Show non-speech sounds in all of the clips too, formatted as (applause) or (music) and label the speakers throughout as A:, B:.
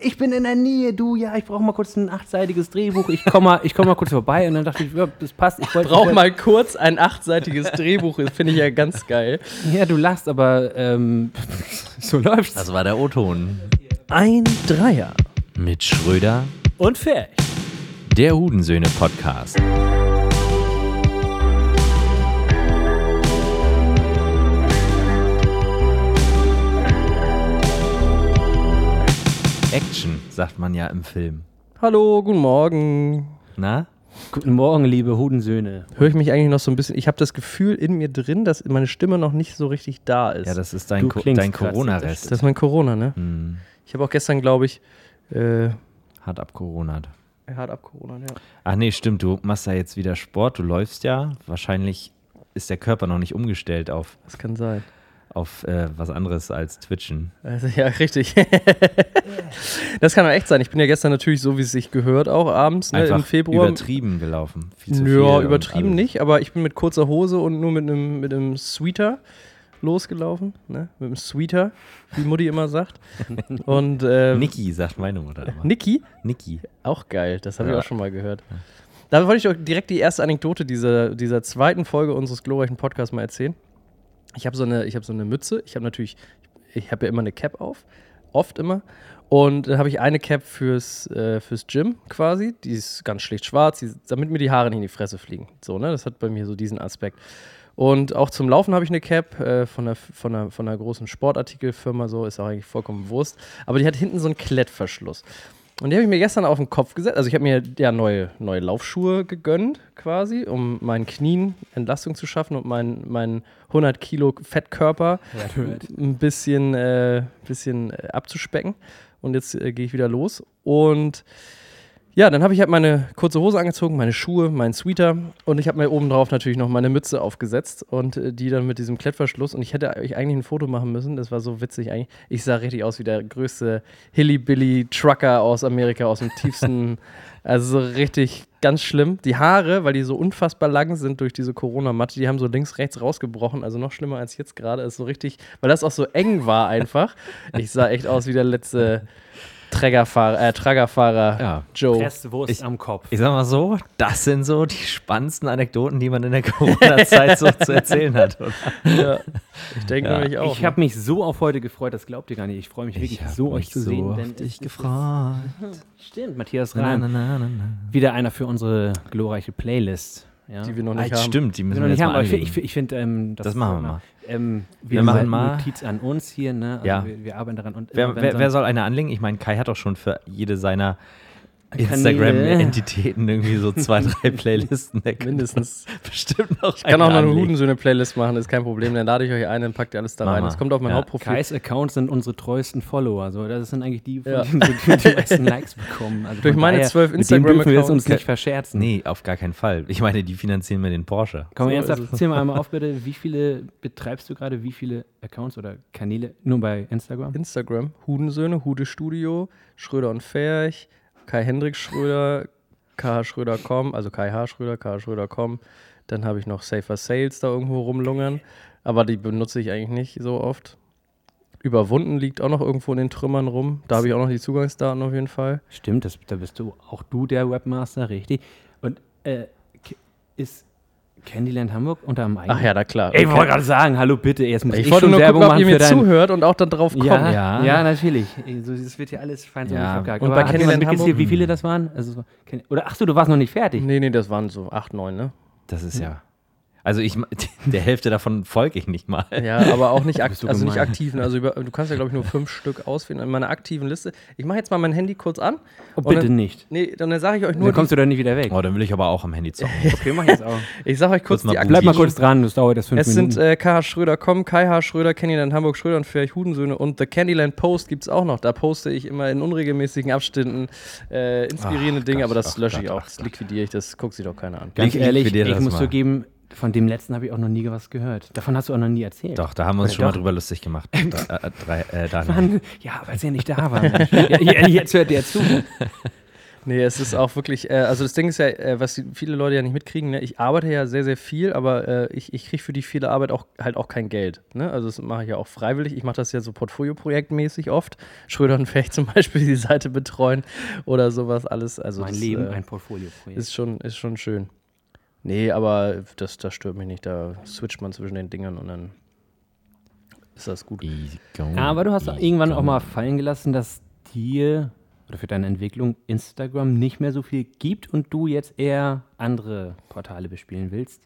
A: ich bin in der Nähe, du, ja, ich brauche mal kurz ein achtseitiges Drehbuch, ich komme mal, ich komm mal kurz vorbei. Und dann dachte ich, ja, das passt. Ich wollte-
B: Brauch mal kurz ein achtseitiges Drehbuch, das finde ich ja ganz geil.
A: Ja, du lachst, aber ähm, (laughs) so läuft's.
C: Das war der O-Ton.
B: Ein Dreier.
C: Mit Schröder,
D: Und Ferch.
C: der Hudensöhne-Podcast. Action, sagt man ja im Film.
B: Hallo, guten Morgen.
C: Na?
A: Guten Morgen, liebe Hudensöhne.
B: Höre ich mich eigentlich noch so ein bisschen? Ich habe das Gefühl in mir drin, dass meine Stimme noch nicht so richtig da ist.
C: Ja,
B: das,
C: das ist dein,
A: Du
C: Co-
A: klingst
C: dein
A: krass,
C: Corona-Rest.
B: ist mein Corona, ne?
C: Hm,
B: Ich habe auch gestern, glaube ich, äh,
C: Hat abgeronert.
B: hart ab Corona, ja.
C: Ach nee, stimmt, du machst ja jetzt wieder Sport, du läufst ja. Wahrscheinlich ist der Körper noch nicht umgestellt auf,
B: Das kann sein.
C: auf äh, was anderes als Twitchen.
B: Also, ja, richtig. (laughs) das kann doch echt sein. Ich bin ja gestern natürlich so, wie es sich gehört, auch abends ne,
C: Einfach
B: im Februar.
C: übertrieben gelaufen. Viel zu
B: ja,
C: viel
B: übertrieben
C: und
B: nicht, aber ich bin mit kurzer Hose und nur mit einem mit einem Sweater losgelaufen, ne? Mit einem Sweater, wie Mutti immer
C: (laughs)
B: sagt. Und ähm,
C: alles. Niki, sagt meine Mutter immer.
B: Niki,
C: Niki.
B: auch geil, das habe
C: Ja.
B: ich auch schon mal gehört. Da wollte ich euch direkt die erste Anekdote dieser, dieser zweiten Folge unseres glorreichen Podcasts mal erzählen. Ich habe so, eine- ich hab so eine Mütze, ich habe natürlich, ich habe ja immer eine Cap auf, oft immer. Und dann habe ich eine Cap fürs, äh, fürs Gym quasi, die ist ganz schlicht schwarz, die, damit mir die Haare nicht in die Fresse fliegen. So, ne, das hat bei mir so diesen Aspekt. Und auch zum Laufen habe ich eine Cap äh, von, einer, von, einer, von einer großen Sportartikelfirma, so ist auch eigentlich vollkommen Wurst. Aber die hat hinten so einen Klettverschluss. Und die habe ich mir gestern auf den Kopf gesetzt. Also ich habe mir ja neue, neue Laufschuhe gegönnt, quasi, um meinen Knien Entlastung zu schaffen und meinen meinen 100 Kilo Fettkörper ein bisschen, äh, bisschen äh, abzuspecken. Und jetzt äh, gehe ich wieder los. Und ja, dann habe ich halt meine kurze Hose angezogen, meine Schuhe, meinen Sweater und ich habe mir oben drauf natürlich noch meine Mütze aufgesetzt und äh, die dann mit diesem Klettverschluss. Und ich hätte euch eigentlich ein Foto machen müssen, das war so witzig eigentlich. Ich sah richtig aus wie der größte Hilly-Billy-Trucker aus Amerika, aus dem tiefsten, also so richtig ganz schlimm. Die Haare, weil die so unfassbar lang sind durch diese Corona-Matte, die haben so links, rechts rausgebrochen, also noch schlimmer als jetzt gerade. Ist so richtig, weil das auch so eng war einfach. Ich sah echt aus wie der letzte. Trägerfahrer, äh, Tragerfahrer
C: Ja.
B: Joe.
A: Oh, Presswurst
C: Ich-
A: am Kopf.
C: Ich sag mal so, das sind so die spannendsten Anekdoten, die man in der Corona-Zeit so zu
A: (laughs)
C: erzählen hat. oder?
B: Ja, ich denke
C: Ja.
B: nämlich auch.
A: Ich habe mich so auf heute gefreut, das glaubt ihr gar nicht. Ich freue mich wirklich
C: ne? hab
A: so, euch
C: mich
A: zu sehen.
C: auf
A: denn
C: dich
A: es ist- Hm,
C: gefreut.
A: Stimmt, Matthias
C: Na, na,
A: Rahn.
C: na, na, na.
A: Wieder einer für unsere glorreiche Playlist. Ja.
B: ne, die wir noch
C: Ah,
B: nicht haben.
C: stimmt, die
A: Wir
C: müssen
A: noch
C: wir
A: nicht
C: jetzt
A: haben,
C: mal
A: aber ich,
C: anlegen.
A: ich, ich finde, ähm,
C: Das machen wir
A: na,
C: mal.
A: Ähm, wir,
C: Wir machen
A: machen
C: mal-
A: mal Notiz an uns hier. Ne? Also
C: Ja.
A: wir, wir arbeiten daran. Und
C: Wer,
A: immer wenn
C: wer,
A: so
C: wer
A: ein-
C: soll eine anlegen? Ich meine, Kai hat doch schon für jede seiner
A: Kanäle.
C: Instagram-Entitäten irgendwie
A: (laughs)
C: so zwei, drei Playlisten. Der
B: (laughs)
C: kann
B: Mindestens.
C: bestimmt noch
B: Ich kann auch noch eine
C: anlegen.
B: Hudensöhne-Playlist machen, ist kein Problem. Dann lade ich euch ein, dann packt ihr alles da
C: Mach
B: rein.
C: mal.
B: Das kommt auf mein
C: Ja,
B: Hauptprofil.
A: Kais Accounts sind unsere treuesten Follower. So, das sind eigentlich die, von
B: Ja.
A: denen wir die meisten Likes bekommen. Also
B: Durch
A: von
B: meine
A: daher,
B: 12
A: mit dem dürfen wir es
B: Instagram-Accounts.
A: uns nicht verscherzen.
C: Nee, auf gar keinen Fall. Ich meine, die finanzieren mir den Porsche.
A: Komm,
B: So
A: ernsthaft,
B: ist es.
A: zähl mal einmal auf, bitte. Wie viele betreibst du gerade? Wie viele Accounts oder Kanäle nur bei Instagram?
B: Instagram, Hudensöhne, Hude Studio, Schröder und Ferch, Kai Hendrik Schröder, K. Schröder.com, also Kai H. Schröder, K. Schröder.com. Dann habe ich noch Safer Sales da irgendwo rumlungern. Aber die benutze ich eigentlich nicht so oft. Überwunden liegt auch noch irgendwo in den Trümmern rum. Da habe ich auch noch die Zugangsdaten auf jeden Fall.
A: Stimmt, das, da bist du auch du der Webmaster, richtig. Und äh, k- ist Candyland Hamburg unter einem eigenen?
B: Ach ja, na klar.
A: Ey, ich
B: Okay.
A: wollte gerade sagen, hallo bitte, jetzt muss
B: Ich,
A: ich,
B: wollte
A: schon
B: nur
A: Werbung
B: gucken, ob
A: machen
B: ihr
A: für
B: mir
A: dein...
B: zuhört und auch dann drauf kommt.
A: Ja,
C: Ja.
A: ja. natürlich. Ey, So, das wird hier alles fein so
C: Ja.
A: nicht abgehakt.
B: Und
A: Aber
B: bei
A: hat
B: Candyland
A: jemand mitgezählt,
B: Hamburg-
A: wie viele das waren? Also, es war- oder ach so, du warst noch nicht fertig.
B: Nee, nee, das waren so 8,
A: (laughs)
B: 9, ne?
C: Das ist
A: Hm.
C: ja. Also ich (laughs) der Hälfte davon folge ich nicht mal.
B: Ja, aber auch nicht, akt
A: du
B: also nicht
A: gemein.
B: aktiven. Also über, du kannst ja, glaube ich, nur fünf Stück auswählen in meiner aktiven Liste. Ich mache jetzt mal mein Handy kurz an.
A: Oh,
B: Und
A: bitte
B: dann,
A: nicht.
B: Nee, dann sage ich euch nur,
A: Dann kommst du doch nicht wieder weg.
C: Oh, dann will ich aber auch am Handy zocken.
A: Okay, mach jetzt auch.
B: die, ich sage euch kurz
C: kurz mal
B: die
A: (laughs)
C: buchen.
A: Bleib
B: aktiven.
A: mal kurz dran, das dauert jetzt fünf
B: Es
A: Minuten.
B: sind äh, KH Schröder, komm, Kai H. Schröder, Candyland Hamburg Schröder und Ferch Hudensöhne und The Candyland Post gibt es auch noch. Da poste ich immer in unregelmäßigen Abständen äh, inspirierende
C: Ach
B: Dinge,
C: Gott,
B: aber das
C: ach
B: lösche ich
C: Gott,
B: auch,
C: ach
B: das liquidiere ich, das guckt sich doch keiner an.
A: Ganz
C: Ich
A: ehrlich,
C: liquidiere
A: ich
C: das
A: muss
C: mal.
A: zugeben, von dem letzten habe ich auch noch nie was gehört. Davon hast du auch noch nie erzählt. (laughs)
C: Doch, da haben wir uns
A: Oder
C: schon mal
A: Äh, doch?
C: drüber lustig gemacht.
A: (laughs)
C: Da, äh, drei, äh, Daniel.
A: Mann, ja, weil sie ja nicht da war. Mensch. ja, ja, jetzt hört der zu.
B: Nee, es ist auch wirklich, äh, also das Ding ist ja, äh, was die- viele Leute ja nicht mitkriegen, ne? ich arbeite ja sehr, sehr viel, aber äh, ich, ich kriege für die viele Arbeit auch halt auch kein Geld. Ne? Also das mache ich ja auch freiwillig. Ich mache das ja so portfolioprojektmäßig oft. (laughs) Schröder und Fecht zum Beispiel die Seite betreuen oder sowas alles. Also
A: mein
B: das,
A: Leben,
B: äh,
A: ein Portfolioprojekt.
B: Ist schon, ist schon schön. Nee, aber das, das stört mich nicht. Da switcht man zwischen den Dingern und dann ist das gut.
C: Easy going,
A: Aber du hast
C: easy
A: irgendwann auch
C: going.
A: mal fallen gelassen, dass dir oder für deine Entwicklung Instagram nicht mehr so viel gibt und du jetzt eher andere Portale bespielen willst.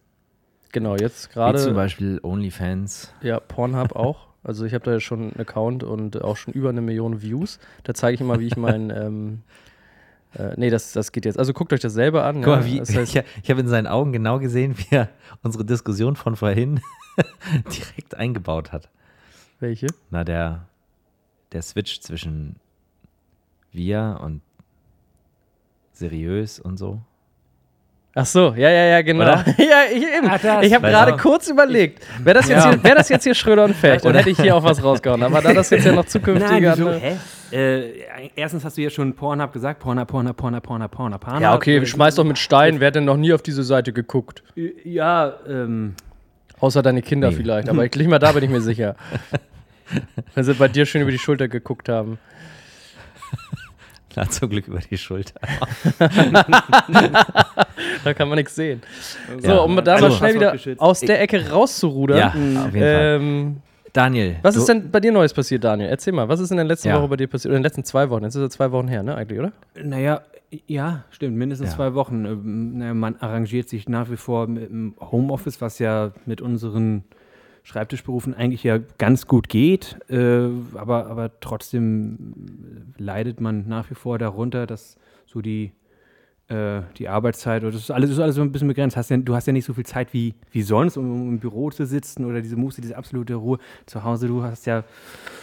B: Genau, jetzt
C: Wie zum
B: gerade.
C: Beispiel OnlyFans.
B: Ja,
C: (laughs)
B: Pornhub auch. Also ich habe da ja schon einen Account und auch schon über eine Million Views. Da zeige ich immer, wie ich
C: (laughs)
B: mein. Ähm, äh, nee, das, das geht jetzt. Also guckt euch das selber an.
C: Guck
B: ja.
C: mal, wie,
B: das
C: (laughs)
B: heißt,
C: ich, ich habe in seinen Augen genau gesehen, wie er unsere Diskussion von vorhin (laughs) direkt eingebaut hat.
B: welche?
C: Na, der, der Switch zwischen wir und seriös und so. (laughs)
B: Ach so, ja, ja, ja, genau.
C: Oder?
B: (laughs) Ja, ich, eben.
A: Ach, das.
B: ich habe
C: Weiß
B: gerade
C: auch.
B: kurz überlegt, wäre das, jetzt
A: Ja.
B: hier- wär das jetzt hier Schröder
C: (laughs)
B: und Fecht, dann hätte ich hier auch was rausgehauen. Aber da das jetzt ja noch zukünftige andere-
A: Hä? Äh, erstens hast du ja schon Pornhub gesagt. Pornhub, Pornhub, Pornhub, Pornhub, Pornhub, Pornhub.
B: Ja, okay, schmeiß doch mit Stein. Wer hat denn noch nie auf diese Seite geguckt?
A: Äh, Ja, ähm,
B: Außer deine Kinder
C: Nee.
B: vielleicht. Aber ich nicht mal da bin ich mir
C: (laughs)
B: sicher. Wenn sie bei dir schön über die Schulter geguckt haben.
C: Na, zum Glück über die Schulter.
B: Da kann man nichts sehen. So,
C: Ja.
B: um da
A: Also,
B: mal schnell wieder
A: passwortgeschützt.
B: aus der Ecke rauszurudern.
C: Ja, auf jeden Fall.
B: Ähm,
C: Daniel.
B: Mhm. was
C: du,
B: ist denn bei dir Neues passiert, Daniel? Erzähl mal, was ist in der letzten
C: Ja.
B: Woche bei dir passiert? Oder in den letzten zwei Wochen? Jetzt ist es zwei Wochen her, ne, eigentlich,
C: (laughs)
B: oder?
A: naja, ja, stimmt, mindestens
C: Ja.
A: zwei Wochen. Ähm, naja, man arrangiert sich nach wie vor mit dem Homeoffice, was ja mit unseren Schreibtischberufen eigentlich ja ganz gut geht, äh, aber, aber trotzdem äh, leidet man nach wie vor darunter, dass so die, äh, die Arbeitszeit oder das ist alles, ist alles so ein bisschen begrenzt. Hast ja, du hast ja nicht so viel Zeit wie, wie sonst, um, um im Büro zu sitzen oder diese Muße, diese absolute Ruhe zu Hause. Du hast ja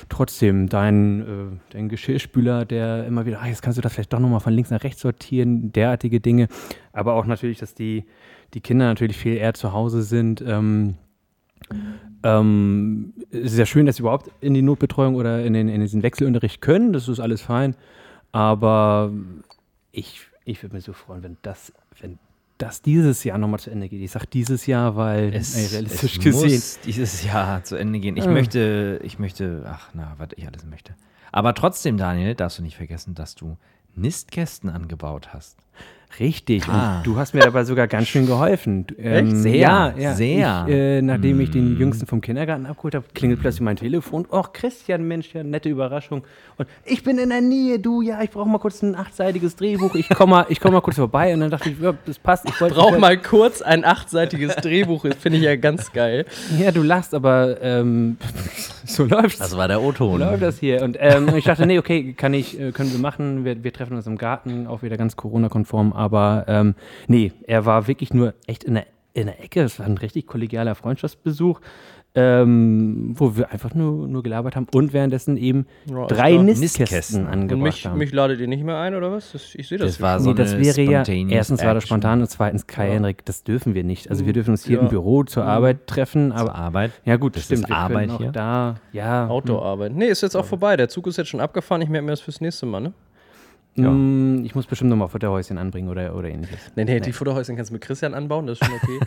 A: trotzdem deinen, äh, deinen Geschirrspüler, der immer wieder, ah, jetzt kannst du das vielleicht doch nochmal von links nach rechts sortieren, derartige Dinge. Aber auch natürlich, dass die, die Kinder natürlich viel eher zu Hause sind. Ähm, ähm, es ist ja schön, dass sie überhaupt in die Notbetreuung oder in, den, in diesen Wechselunterricht können. Das ist alles fein. Aber ich, ich würde mich so freuen, wenn das, wenn das dieses Jahr nochmal zu Ende geht. Ich sage dieses Jahr, weil
C: es,
A: ey, realistisch
C: es
A: gesehen.
C: muss dieses Jahr zu Ende gehen.
B: Ah.
C: Ich
A: Ja.
C: möchte, ich möchte, ach na, was ich alles möchte. Aber trotzdem, Daniel, darfst du nicht vergessen, dass du Nistkästen angebaut hast.
A: Richtig.
C: Ah.
A: Und du hast mir dabei sogar ganz schön geholfen. Du,
C: Echt? Sehr,
A: ja, ja.
C: sehr. Hm.
A: Ich, äh, nachdem ich den Jüngsten vom Kindergarten abgeholt habe, klingelt plötzlich mein Telefon. Och, Christian, Mensch, ja, nette Überraschung. Und ich bin in der Nähe, du, ja, ich brauche mal kurz ein achtseitiges Drehbuch. Ich komme mal, ich komm mal kurz vorbei. Und dann dachte ich, ja, das passt. Ich wollte-
B: Brauch mal kurz ein achtseitiges Drehbuch, das finde ich ja ganz
C: (laughs)
B: geil.
A: Ja, du lachst, aber ähm, (laughs) so läuft's.
C: Das war der Otto.
A: läuft das hier? Und ähm, ich dachte, nee, okay, kann ich, äh, können wir machen. Wir, wir treffen uns im Garten, auch wieder ganz Corona-konform. Aber ähm, nee, er war wirklich nur echt in der, in der Ecke. Es war ein richtig kollegialer Freundschaftsbesuch, ähm, wo wir einfach nur, nur gelabert haben und währenddessen eben
B: Ja, ist
A: drei
B: klar.
A: Nistkästen,
C: Nistkästen.
A: angebracht
B: Und mich,
A: haben.
B: mich ladet ihr nicht mehr ein, oder was? Das, ich sehe das.
C: Das war so
A: nee, das
C: Also eine
A: wäre ja,
C: spontaneous
A: erstens war das
C: Action.
A: spontan und zweitens, Kai
B: Ja. Mhm.
A: Henrik, das dürfen wir nicht. Also wir dürfen uns hier
B: Ja. Mhm.
A: im Büro zur Arbeit treffen,
C: Zur
A: aber
C: Arbeit.
A: ja gut,
C: Das
A: stimmt,
C: ist
A: wir können
C: Arbeit
A: auch
C: hier.
A: da, ja,
B: Outdoor-Arbeit. Nee, ist jetzt auch vorbei. Der Zug ist jetzt schon abgefahren. Ich merke mir das fürs nächste Mal, ne?
C: Ja.
A: Mm, Ich muss bestimmt nochmal Futterhäuschen anbringen oder, oder ähnliches.
B: Nee, nee, die Futterhäuschen kannst du mit Christian anbauen, das ist schon
C: (laughs)
B: okay.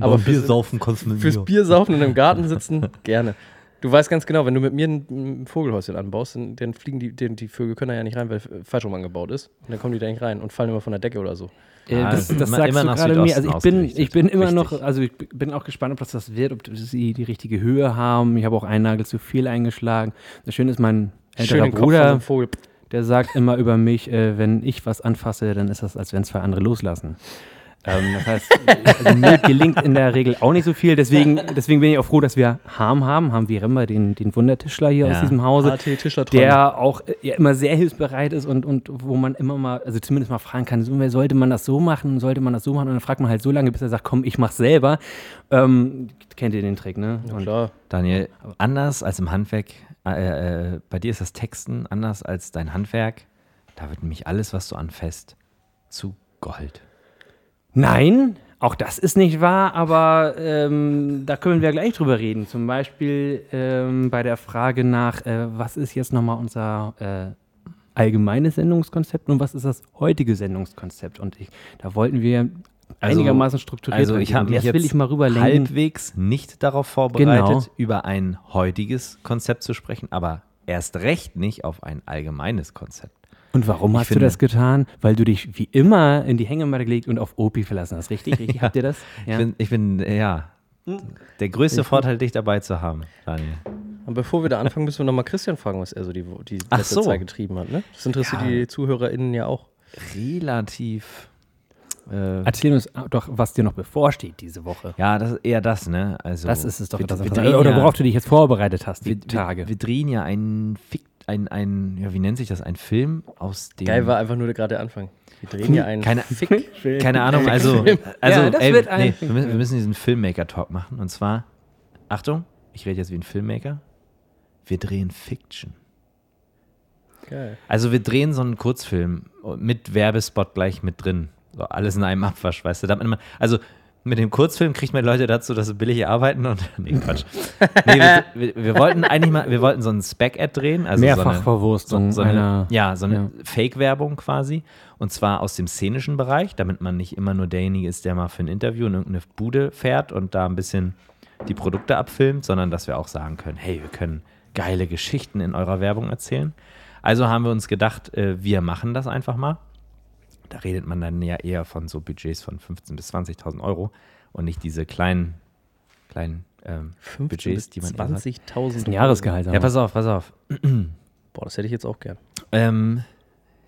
B: Aber fürs,
C: saufen kannst du mit
B: fürs Bier saufen und im Garten sitzen, (laughs) gerne. Du weißt ganz genau, wenn du mit mir ein, ein Vogelhäuschen anbaust, dann, dann fliegen die, die, die Vögel können da ja nicht rein, weil äh, falsch rum angebaut ist. Und dann kommen die da nicht rein und fallen immer von der Decke oder so.
A: Äh,
C: Ah,
A: das
C: das ist
A: das
C: immer-
A: sagst
C: immer
A: du
C: nach
A: gerade mir.
C: Südosten
A: Also ich bin, ich bin
C: ausgerichtet.
A: immer noch,
C: Richtig.
A: also ich b- bin auch gespannt, ob das das wird, ob sie die richtige Höhe haben. Ich habe auch einen Nagel zu viel eingeschlagen. Das Schöne ist, mein älterer
B: den Kopf also. von so einem
A: Bruder,
B: Vogel.
A: der sagt immer über mich, äh, wenn ich was anfasse, dann ist das, als wenn zwei andere loslassen. Ähm, das heißt, also mir gelingt in der Regel auch nicht so viel. Deswegen, deswegen bin ich auch froh, dass wir Harm haben. Haben wir immer den, den Wundertischler hier aus
C: Ja.
A: diesem Hause.
B: HT Tischlerträume.
A: der auch äh, ja, immer sehr hilfsbereit ist und, und wo man immer mal, also zumindest mal fragen kann, so, sollte man das so machen, sollte man das so machen? Und dann fragt man halt so lange, bis er sagt, komm, ich mach's selber. Ähm, kennt ihr den Trick, ne? Und
B: Klar.
C: Daniel, anders als im Handwerk, äh, äh, bei dir ist das Texten anders als dein Handwerk. Da wird nämlich alles, was du anfasst, zu Gold.
A: Nein, auch das ist nicht wahr, aber ähm, da können wir gleich drüber reden. Zum Beispiel ähm, bei der Frage nach, äh, was ist jetzt nochmal unser äh, allgemeines Sendungskonzept und was ist das heutige Sendungskonzept? Und ich, da wollten wir
C: Also-
A: einigermaßen strukturiert
C: Also ich
A: rangehen.
C: habe mich
A: jetzt
C: jetzt
A: will ich mal rüberlenken.
C: halbwegs nicht darauf vorbereitet,
A: Genau.
C: über ein heutiges Konzept zu sprechen, aber erst recht nicht auf ein allgemeines Konzept.
A: Und warum
C: Ich
A: hast
C: finde-
A: du das getan? Weil du dich wie immer in die Hängematte gelegt und auf Opi verlassen hast. Richtig,
C: (laughs)
A: richtig. Habt ihr das?
C: Ich bin, ich bin äh, ja,
A: Hm.
C: der größte Vorteil, dich dabei zu haben, Daniel.
B: Und bevor wir da anfangen, müssen wir nochmal Christian fragen, was er so die, die
C: Ach
B: letzte
C: so.
B: Zeit getrieben hat. Ne? Das interessiert
C: Ja.
B: die ZuhörerInnen ja auch.
C: Relativ. Äh,
A: Erzähl uns doch, was dir noch bevorsteht diese Woche.
C: ja, das ist eher das, ne? Also,
A: Das ist es doch.
C: wir,
A: das
C: wir
A: Interessante.
C: drehen
A: oder
C: ja-
A: worauf du dich jetzt vorbereitet hast, die
C: wir,
A: Tage.
C: Wir, wir drehen ja einen Fik ein, ein, ja, wie nennt sich das? Ein Film aus dem.
B: Geil war einfach nur gerade der Anfang. Wir drehen ja einen
C: keine-
B: Fick.
C: Keine Ahnung, also, also
A: Ja, das
C: ey,
A: wird ein-
C: nee, wir, müssen, wir müssen diesen Filmmaker-Talk machen. Und zwar, Achtung, ich rede jetzt wie ein Filmmaker. Wir drehen Fiction.
B: Geil.
C: Also wir drehen so einen Kurzfilm mit Werbespot gleich mit drin. So alles in einem Abwasch, weißt du. Damit man, also mit dem Kurzfilm kriegt man Leute dazu, dass sie billig arbeiten und. (laughs) Nee, Quatsch. nee, wir, wir, wir wollten eigentlich mal, wir wollten so einen Spec-Ad drehen. Also so eine,
A: Mehrfachverwurstung
C: so eine,
A: einer-
C: ja, so eine
A: ja.
C: Fake-Werbung quasi. Und zwar aus dem szenischen Bereich, damit man nicht immer nur derjenige ist, der mal für ein Interview in irgendeine Bude fährt und da ein bisschen die Produkte abfilmt, sondern dass wir auch sagen können, hey, wir können geile Geschichten in eurer Werbung erzählen. Also haben wir uns gedacht, äh, wir machen das einfach mal. Da redet man dann ja eher von so Budgets von 15.000 bis 20.000 Euro und nicht diese kleinen, kleinen ähm,
B: 15
C: Budgets, die man
B: bis 20.000
A: ein Jahresgehalt.
C: Ja, pass auf, pass auf.
B: Boah, das hätte ich jetzt auch gern.
C: Ähm,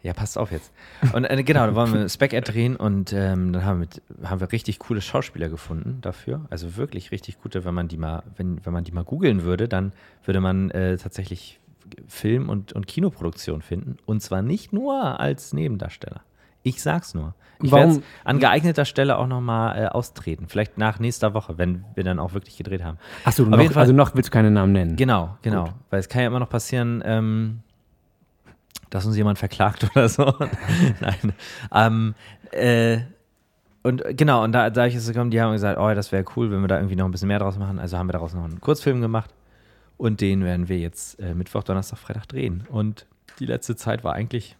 C: ja, passt auf jetzt. Und äh, genau, da wollen wir Spec-Ad drehen und ähm, dann haben wir, mit, haben wir richtig coole Schauspieler gefunden dafür. Also wirklich richtig gute, wenn man die mal, wenn, wenn man die mal googeln würde, dann würde man äh, tatsächlich Film- und, und Kinoproduktion finden. Und zwar nicht nur als Nebendarsteller. Ich sag's nur. Ich
A: Warum-
C: werd's an geeigneter Stelle auch nochmal äh, austreten. Vielleicht nach nächster Woche, wenn wir dann auch wirklich gedreht haben.
A: Achso,
C: Auf
A: noch,
C: jeden Fall-
A: also noch willst du keine Namen nennen.
C: Genau, genau. Weil es kann ja immer noch passieren, ähm, dass uns jemand verklagt (laughs) oder so. Nein. Ähm, äh, und äh, genau, und da, da ich es gekommen, die haben gesagt, oh, das wäre cool, wenn wir da irgendwie noch ein bisschen mehr draus machen. Also haben wir daraus noch einen Kurzfilm gemacht. Und den werden wir jetzt äh, Mittwoch, Donnerstag, Freitag drehen. Und die letzte Zeit war eigentlich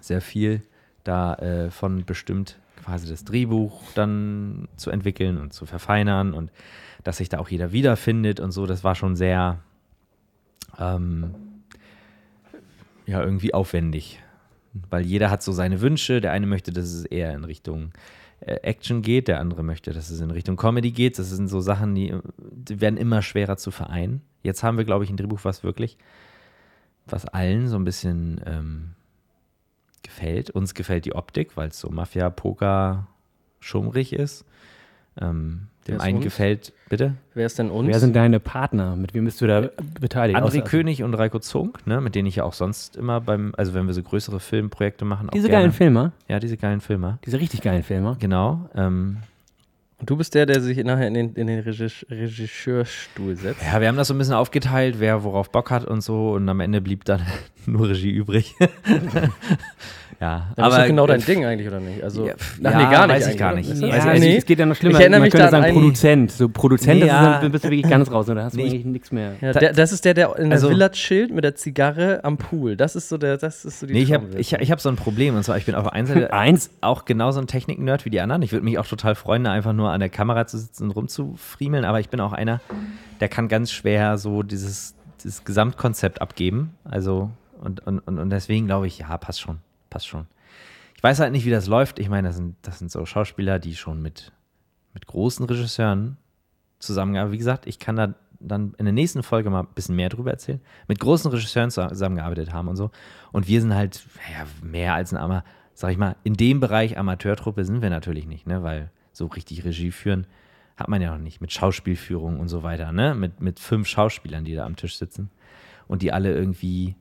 C: sehr viel da äh, von bestimmt quasi das Drehbuch dann zu entwickeln und zu verfeinern und dass sich da auch jeder wiederfindet und so, das war schon sehr ähm, ja irgendwie aufwendig, weil jeder hat so seine Wünsche, der eine möchte, dass es eher in Richtung äh, Action geht, der andere möchte, dass es in Richtung Comedy geht, das sind so Sachen, die, die werden immer schwerer zu vereinen. Jetzt haben wir, glaube ich, ein Drehbuch, was wirklich, was allen so ein bisschen ähm, gefällt. Uns gefällt die Optik, weil es so Mafia-Poker schummrig ist. Ähm,
B: Wer
C: dem
B: ist
C: einen
B: uns?
C: gefällt, bitte?
B: Wer ist denn uns?
A: Wer sind deine Partner? Mit wem bist du da beteiligt?
C: André
A: Außer- also
C: König und Reiko Zunk, ne, mit denen ich ja auch sonst immer beim, also wenn wir so größere Filmprojekte machen, auch
A: Diese
C: gerne.
A: geilen Filmer,
C: Ja, diese geilen Filme.
A: diese richtig geilen Filmer.
C: Genau. Ähm,
B: Und du bist der, der sich nachher in den, in den Regis Regisseurstuhl setzt.
C: ja, wir haben das so ein bisschen aufgeteilt, wer worauf Bock hat und so. Und am Ende blieb dann (laughs) nur Regie übrig. (laughs) äh, ja,
B: Dann ist doch genau dein Ding eigentlich, oder nicht? Also,
C: Ja, pf,
B: ach
C: ja, weiß ich
B: eigentlich,
C: gar
B: oder?
C: nicht.
B: Ist
C: Ja,
B: das-
C: weiß
A: Also, es-
C: ich
B: nee.
A: es geht ja noch schlimmer.
B: Ich erinnere
A: Man
B: mich
A: könnte
B: da an
A: sagen
B: einen-
A: Produzent. So Produzent,
C: Nee,
A: das ist,
C: ja.
A: dann bist du wirklich ganz raus und da hast du
C: Nee, ich-
A: eigentlich nichts mehr.
B: Ja, der, das ist der, der in der
C: Also-
B: Villa chillt mit der Zigarre am Pool. Das ist so der, das ist so die
C: Nee, ich habe
B: Traumwelt.
C: ich, ich hab so ein Problem. Und zwar, ich bin auf der einen Seite
A: Eins.
C: auch genauso ein Technik-Nerd wie die anderen. Ich würde mich auch total freuen, da einfach nur an der Kamera zu sitzen und rumzufriemeln. Aber ich bin auch einer, der kann ganz schwer so dieses, dieses Gesamtkonzept abgeben. Also, und, und, und und deswegen glaube ich, ja, passt schon. Passt schon. Ich weiß halt nicht, wie das läuft. Ich meine, das sind, das sind so Schauspieler, die schon mit, mit großen Regisseuren zusammengearbeitet. Wie gesagt, ich kann da dann in der nächsten Folge mal ein bisschen mehr drüber erzählen. Mit großen Regisseuren zusammen- zusammengearbeitet haben und so. Und wir sind halt ja, mehr als ein Amateur, sag ich mal, in dem Bereich Amateurtruppe sind wir natürlich nicht, ne? Weil so richtig Regie führen hat man ja noch nicht. Mit Schauspielführung und so weiter, ne? Mit, mit fünf Schauspielern, die da am Tisch sitzen und die alle irgendwie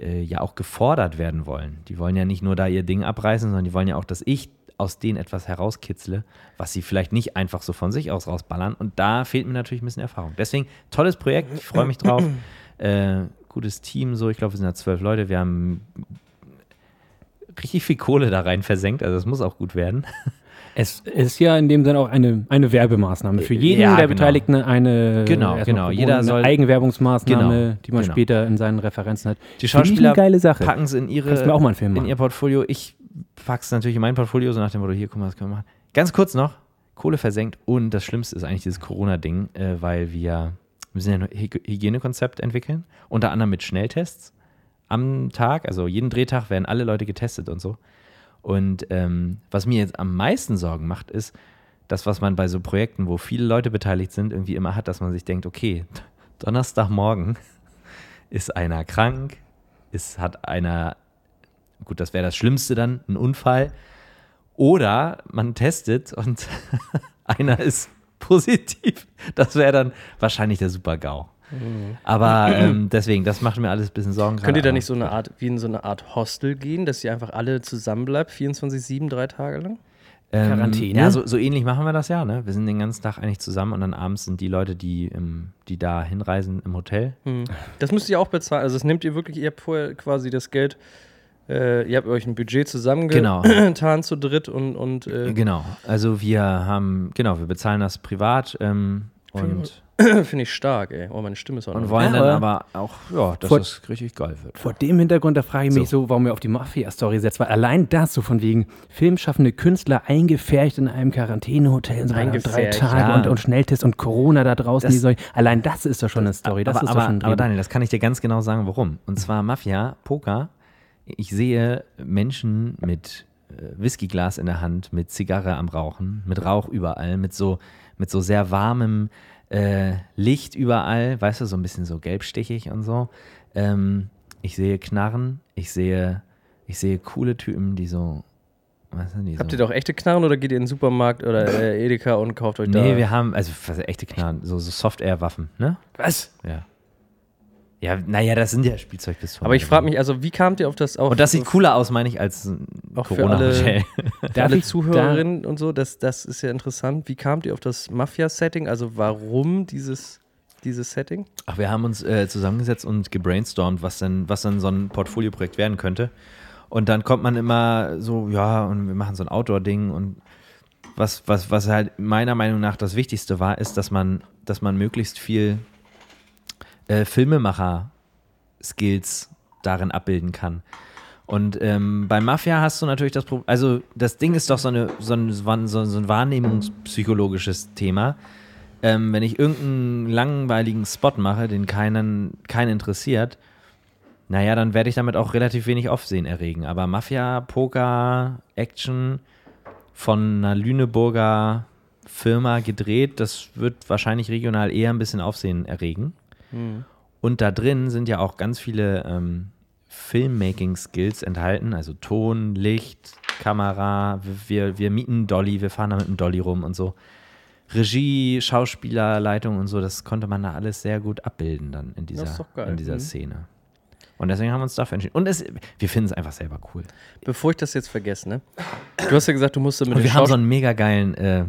C: äh, ja auch gefordert werden wollen. Die wollen ja nicht nur da ihr Ding abreißen, sondern die wollen ja auch, dass ich aus denen etwas herauskitzle, was sie vielleicht nicht einfach so von sich aus rausballern. Und da fehlt mir natürlich ein bisschen Erfahrung. Deswegen, tolles Projekt, ich freue mich drauf. Äh, gutes Team, so, ich glaube, wir sind da zwölf Leute, wir haben richtig viel Kohle da rein versenkt, also es muss auch gut werden.
A: Es ist ja in dem Sinne auch eine, eine Werbemaßnahme. Für jeden
C: Ja,
A: der
C: genau.
A: Beteiligten eine,
C: Genau,
A: erstmal
C: genau.
A: Promo,
C: Jeder
A: eine
C: soll-
A: Eigenwerbungsmaßnahme,
C: Genau,
A: die man
C: genau.
A: später in seinen Referenzen hat.
C: Die
A: Finde ich
C: Schauspieler
A: eine geile Sache.
C: packen es in ihre
A: Kannst du mir auch mal einen Film
C: in
A: machen.
C: ihr Portfolio. Ich pack's natürlich in mein Portfolio, so nach dem Motto, hier, guck mal, das können wir machen. Ganz kurz noch, Kohle versenkt und das Schlimmste ist eigentlich dieses Corona-Ding, äh, weil wir, wir müssen ja ein Hy- Hygienekonzept entwickeln, unter anderem mit Schnelltests am Tag, also jeden Drehtag werden alle Leute getestet und so. Und ähm, was mir jetzt am meisten Sorgen macht, ist das, was man bei so Projekten, wo viele Leute beteiligt sind, irgendwie immer hat, dass man sich denkt, okay, Donnerstagmorgen ist einer krank, ist, hat einer gut, das wäre das Schlimmste dann, ein Unfall. Oder man testet und (laughs) einer ist positiv. Das wäre dann wahrscheinlich der Super-GAU. Aber ähm, deswegen, das macht mir alles ein bisschen Sorgen.
B: Könnt ihr da
C: gerade,
B: nicht so eine Art, wie in so eine Art Hostel gehen, dass ihr einfach alle zusammenbleibt, 24-7, drei Tage lang?
C: Ähm,
A: Quarantäne?
C: Ja, so, so ähnlich machen wir das ja. Ne? Wir sind den ganzen Tag eigentlich zusammen und dann abends sind die Leute, die, ähm, die da hinreisen, im Hotel.
B: Das müsst ihr auch bezahlen. Also, das nehmt ihr wirklich, ihr habt vorher quasi das Geld, äh, ihr habt euch ein Budget
C: Genau.
B: zusammengetan zu dritt und. und äh,
C: Genau. Also wir haben, genau, wir bezahlen das privat ähm, und,
B: Finde ich stark, ey. Oh, meine Stimme ist auch
C: und
B: noch-
C: wollen dann
A: Ja.
C: aber auch, ja, dass
A: Vor-
C: das richtig geil wird.
A: Vor dem Hintergrund, da frage ich mich so, warum wir auf die Mafia-Story setzt, weil allein das so von wegen filmschaffende Künstler eingefercht in einem Quarantänehotel und so weiter, drei
B: Eingefärcht,
A: Tage
C: ja.
A: und, und Schnelltest und Corona da draußen,
C: Das-
A: die soll, allein das ist doch schon eine Story, das
C: aber,
A: ist
C: aber,
A: doch schon ein
C: aber
A: Drehbuch.
C: Daniel, das kann ich dir ganz genau sagen, warum. Und zwar Mafia, Poker. Ich sehe Menschen mit äh, Whiskyglas in der Hand, mit Zigarre am Rauchen, mit Rauch überall, mit so, mit so sehr warmem äh, Licht überall, weißt du, so ein bisschen so gelbstichig und so. Ähm, ich sehe Knarren, ich sehe, ich sehe coole Typen, die so, was sind die
B: Habt
C: so?
B: ihr doch echte Knarren oder geht ihr in den Supermarkt oder äh, Edeka und kauft euch da?
C: Nee, wir haben, also was, echte Knarren, so, so Soft-Air-Waffen, ne?
A: Was?
C: Ja. Ja, naja, das sind ja Spielzeugpistolen.
B: Aber ich frage mich, also, wie kamt ihr auf das auch?
C: Und das sieht cooler aus, meine ich, als ein
B: Auch für
C: Corona-Hotel.
B: Für
A: Darf
B: alle
A: ich da-
B: Zuhörerinnen und so, das, das ist ja interessant. Wie kamt ihr auf das Mafia-Setting? Also warum dieses, dieses Setting?
C: Ach, wir haben uns äh, zusammengesetzt und gebrainstormt, was denn, was dann so ein Portfolioprojekt werden könnte. Und dann kommt man immer so, ja, und wir machen so ein Outdoor-Ding und was, was, was halt meiner Meinung nach das Wichtigste war, ist, dass man, dass man möglichst viel äh, Filmemacher-Skills darin abbilden kann. Und ähm, bei Mafia hast du natürlich das Problem, also das Ding ist doch so, eine, so, ein, so ein- so ein wahrnehmungspsychologisches Thema. Ähm, wenn ich irgendeinen langweiligen Spot mache, den keinen, keinen interessiert, naja, dann werde ich damit auch relativ wenig Aufsehen erregen. Aber Mafia, Poker, Action von einer Lüneburger Firma gedreht, das wird wahrscheinlich regional eher ein bisschen Aufsehen erregen.
B: Hm.
C: Und da drin sind ja auch ganz viele ähm, Filmmaking-Skills enthalten, also Ton, Licht, Kamera, wir, wir mieten Dolly, wir fahren da mit dem Dolly rum und so. Regie, Schauspielerleitung und so, das konnte man da alles sehr gut abbilden dann in
B: Das ist
C: dieser,
B: doch geil.
C: in dieser
B: Mhm.
C: Szene. Und deswegen haben wir uns dafür entschieden. Und es, wir finden es einfach selber cool.
B: Bevor ich das jetzt vergesse, ne? Du hast ja gesagt, du musst mit
C: Und
B: den
C: wir haben so
B: Schaus-
C: einen mega geilen, äh,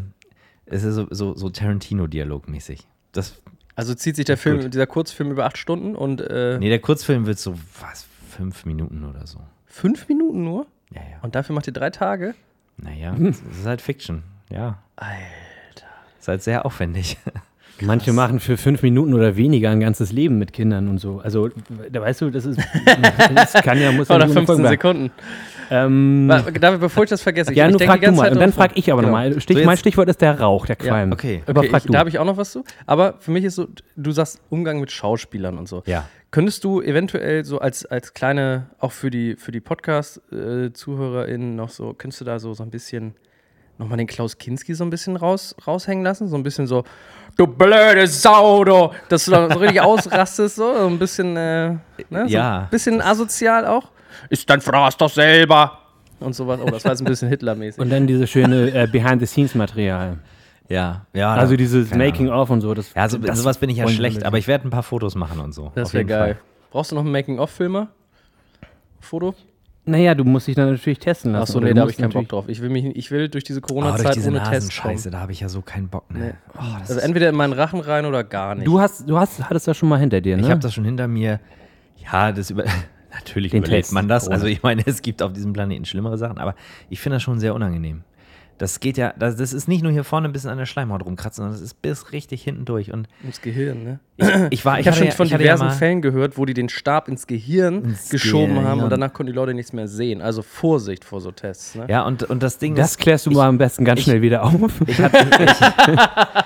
C: es ist so, so, so Tarantino-Dialog mäßig. Das,
B: Also zieht sich der Film,
C: Gut.
B: dieser Kurzfilm über acht Stunden und äh,
C: nee, der Kurzfilm wird so, was, fünf Minuten oder so.
B: fünf Minuten nur?
C: Ja, ja.
B: Und dafür macht ihr drei Tage?
C: Naja, es ist halt Fiction, ja. Ist halt sehr aufwendig.
A: Manche machen für fünf Minuten oder weniger ein ganzes Leben mit Kindern und so. Also, da weißt du, das ist, das kann ja, muss ja
B: Oder
A: nicht ohne
B: 15
A: Folgen
B: Sekunden.
A: bleiben. Ähm,
B: Wa- David, bevor ich das vergesse, ich,
A: ja,
B: ich
A: nun
B: denke
A: frag
B: die
A: du
B: ganze
A: mal.
B: Zeit
A: Und dann
B: darüber-
A: frag ich aber
B: Genau.
A: nochmal. Stich,
C: So, jetzt-
A: mein Stichwort ist der Rauch, der Qualm.
C: okay.
A: Aber
B: Okay,
A: frag
B: ich,
A: du.
B: da habe ich auch noch was zu. Aber für mich ist so, du sagst Umgang mit Schauspielern und so.
C: Ja.
B: Könntest du eventuell so als, als kleine, auch für die, für die Podcast-ZuhörerInnen noch so, könntest du da so, so ein bisschen nochmal den Klaus Kinski so ein bisschen raus, raushängen lassen? So ein bisschen so, du blöde Sau, du! Dass du da so richtig ausrastest, so, so ein bisschen, äh, ne? So
C: Ja.
B: ein bisschen asozial auch. Ist dein Fraß doch selber! Und sowas. Oh, das war jetzt ein bisschen Hitlermäßig.
A: Und dann dieses schöne äh, Behind-the-Scenes-Material.
C: (laughs) Ja, ja.
A: Also
C: da-
A: dieses
C: keine Ahnung.
A: Making-of und so. Das,
C: Ja, so,
A: das
C: sowas bin ich ja
A: wollen wir
C: schlecht,
A: nicht.
C: aber ich werde ein paar Fotos machen und so.
B: Das
C: Auf
B: wäre
C: jeden
B: geil.
C: Fall.
B: Brauchst du noch einen Making-of-Filmer? Foto?
A: Naja, du musst dich dann natürlich testen lassen.
B: Achso,
A: Oder
B: nee,
A: du
B: da habe
A: musst
B: ich keinen Bock
A: natürlich-
B: drauf. Ich will, mich, ich will durch diese
C: Oh, durch
B: Corona-Zeit
C: diese
B: ohne Test kommen.
C: Nasenscheiße, da habe ich ja so keinen Bock. Ne? Oh, das
B: Also
C: ist,
B: entweder in meinen Rachen rein oder gar nicht.
A: Du hast, du hast, hattest das schon mal hinter dir, ne?
C: ich habe das schon hinter mir. Ja, das über. (laughs) Natürlich
A: Den
C: überlebt
A: Test.
C: man das.
A: Corona.
C: (laughs) Also ich meine, es gibt auf diesem Planeten schlimmere Sachen, aber ich finde das schon sehr unangenehm. Das geht ja, das, das ist nicht nur hier vorne ein bisschen an der Schleimhaut rumkratzen, sondern das ist bis richtig hinten durch. Und
B: Ins Gehirn, ne? (clears throat)
C: ich, ich war,
B: Ich,
C: ich,
B: habe
C: hatte
B: schon
C: ja,
B: von
C: ich hatte ja
B: diversen
C: mal,
B: Fällen gehört, wo die den Stab ins Gehirn
C: Ins
B: geschoben
C: Gehirn.
B: haben und danach konnten die Leute nichts mehr sehen. Also Vorsicht vor so Tests. Ne?
C: Ja, und, und das Ding
A: Das
C: ist,
A: klärst du
C: ich-
A: mal am besten ganz
C: ich-
A: schnell wieder auf.
C: ich hatte,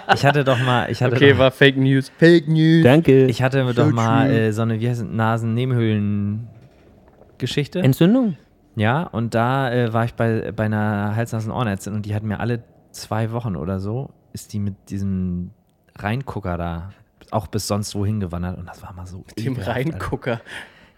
A: (laughs)
C: ich, ich hatte doch mal, ich hatte
B: Okay,
C: doch,
B: war Fake News. Fake News.
A: Danke.
C: Ich hatte doch
B: Schön,
C: mal
B: schön.
C: äh, so eine, wie heißt es, Nasen-Nebenhöhlen-Geschichte.
A: Entzündung?
C: Ja, und da äh, war ich bei, bei einer Hals-Nasen-Ohrenärztin und die hat mir alle zwei Wochen oder so, ist die mit diesem Reingucker da auch bis sonst wohin gewandert und das war mal so.
B: Dem
C: ekelhaft, Alter.
B: Reingucker.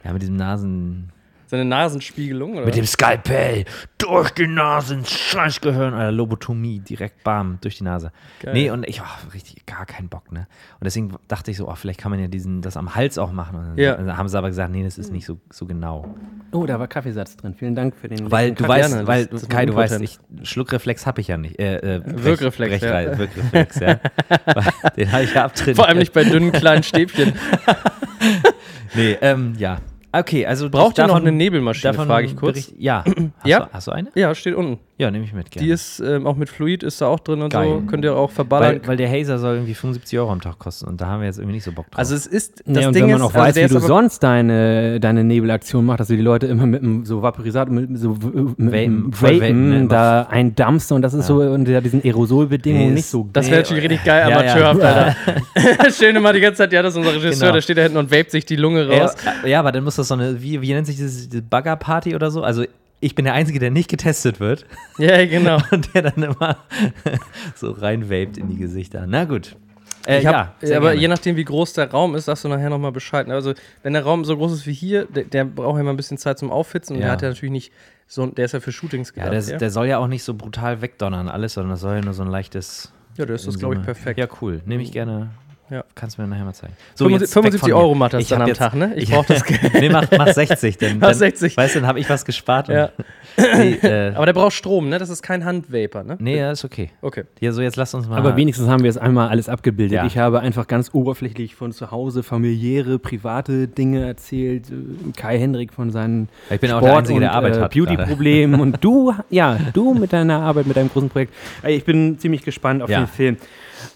C: Ja, mit diesem Nasen.
B: Seine Nasenspiegelung, oder?
C: Mit dem Skalpell durch die Nase ins Scheißgehirn, Alter, Lobotomie, direkt bam, durch die Nase.
B: Geil.
C: Nee, und ich war richtig gar keinen Bock, ne? Und deswegen dachte ich so, oh, vielleicht kann man ja diesen, das am Hals auch machen. Und dann
B: Ja. Hm.
C: dann haben sie aber gesagt, nee, das ist nicht so, so genau.
A: Oh, da war Kaffeesatz drin. Vielen Dank für den.
C: Weil
A: leckeren
C: du
B: Kaffee.
C: weißt,
B: Gerne, das-
C: weil
B: das ist
C: Kai, du weißt,
B: unpotent.
C: ich, Schluckreflex habe ich ja nicht. Äh, äh, Brech-
B: Wirkreflex,
C: Brechrei-
B: ja.
C: Wirkreflex,
B: (laughs)
C: ja. Weil Den habe ich ja abtrainiert.
B: Vor allem nicht bei dünnen kleinen Stäbchen.
C: Nee, ähm, ja. Okay, also
B: Braucht ihr noch
C: davon-
B: eine Nebelmaschine,
C: davon
B: frage ich kurz.
C: bericht-
B: (clears throat)
C: ja. Hast,
B: Ja.
C: Du, hast du eine?
B: Ja, steht unten.
C: Ja, nehme ich mit, gerne.
B: Die ist ähm, auch mit Fluid, ist da auch drin und
C: Geil.
B: so. Könnt ihr auch verballern.
C: weil, weil der Hazer soll irgendwie 75 Euro am Tag kosten und da haben wir jetzt irgendwie nicht so Bock drauf.
B: also es ist,
A: Nee,
B: das
A: und
B: Ding
A: wenn man
B: ist,
A: auch
B: also
A: weiß,
B: der
A: wie
B: ist
A: du
B: aber-
A: sonst deine, deine Nebelaktion machst, dass du die Leute immer mit einem so Vaporisat, mit so w- mit einem
C: voll vapen, ne,
A: Vapen
C: immer.
A: da eindampfst und das ist so unter diesen Aerosolbedingungen
C: Nee,
A: nicht
C: ist-
A: so
B: das
A: geil.
B: wäre natürlich richtig geil,
C: Ja, ja.
B: amateurhaft, Alter. (laughs) Schön immer die ganze Zeit, ja, das ist unser Regisseur,
C: Genau.
B: der steht da hinten und vape sich die Lunge
C: Ja,
B: raus.
C: ja, aber dann muss das so eine, wie, wie nennt sich das, diese Baggerparty oder so? Also ich bin der Einzige, der nicht getestet wird
B: (laughs) Ja, genau.
C: und (laughs) der dann immer so reinvaped in die Gesichter. Na gut. Äh,
B: Ich hab,
C: sehr
B: aber
C: gerne.
B: je nachdem, wie groß der Raum ist, sagst du nachher nochmal Bescheid. Also, wenn der Raum so groß ist wie hier, der, der braucht ja mal ein bisschen Zeit zum Aufhitzen. Und
C: Ja.
B: der hat ja natürlich nicht so, der ist ja für Shootings
C: ja,
B: gedacht.
C: der, der soll ja auch nicht so brutal wegdonnern alles, sondern das soll ja nur so ein leichtes...
B: Ja, das ist das, glaube ich, perfekt. Mhm.
C: Ja, cool. Nehme ich gerne.
B: Ja.
C: Kannst du mir nachher mal zeigen. So,
B: Fünfund-
C: jetzt weg von
B: 75
C: mir.
B: Euro macht das
C: (laughs) Ich
B: dann
C: hab
B: am
C: jetzt-
B: Tag, ne? Ich brauch das Geld.
C: nee, mach,
B: (laughs)
C: mach 60. Denn,
B: Mach
C: dann,
B: 60.
C: Weißt du, dann habe ich was gespart. und-
B: Ja.
C: Nee, äh,
B: Aber der braucht Strom, ne? Das ist kein Handvapor, ne?
C: nee, ja, ist okay.
B: Okay.
C: Ja, so jetzt lass uns mal...
A: Aber wenigstens haben wir es einmal alles abgebildet.
C: Ah. Ja.
A: Ich habe einfach ganz oberflächlich von zu Hause familiäre, private Dinge erzählt. äh, Kai Hendrik von seinen
C: Ich bin auch
A: Sport-
C: der Einzige, der
A: und,
C: Arbeit
B: äh,
C: hat gerade.
A: Beauty-Problemen. Und du, (laughs) ja, du mit deiner Arbeit, mit deinem großen Projekt. Ey, Ich bin ziemlich gespannt auf
C: Ja.
A: den Film.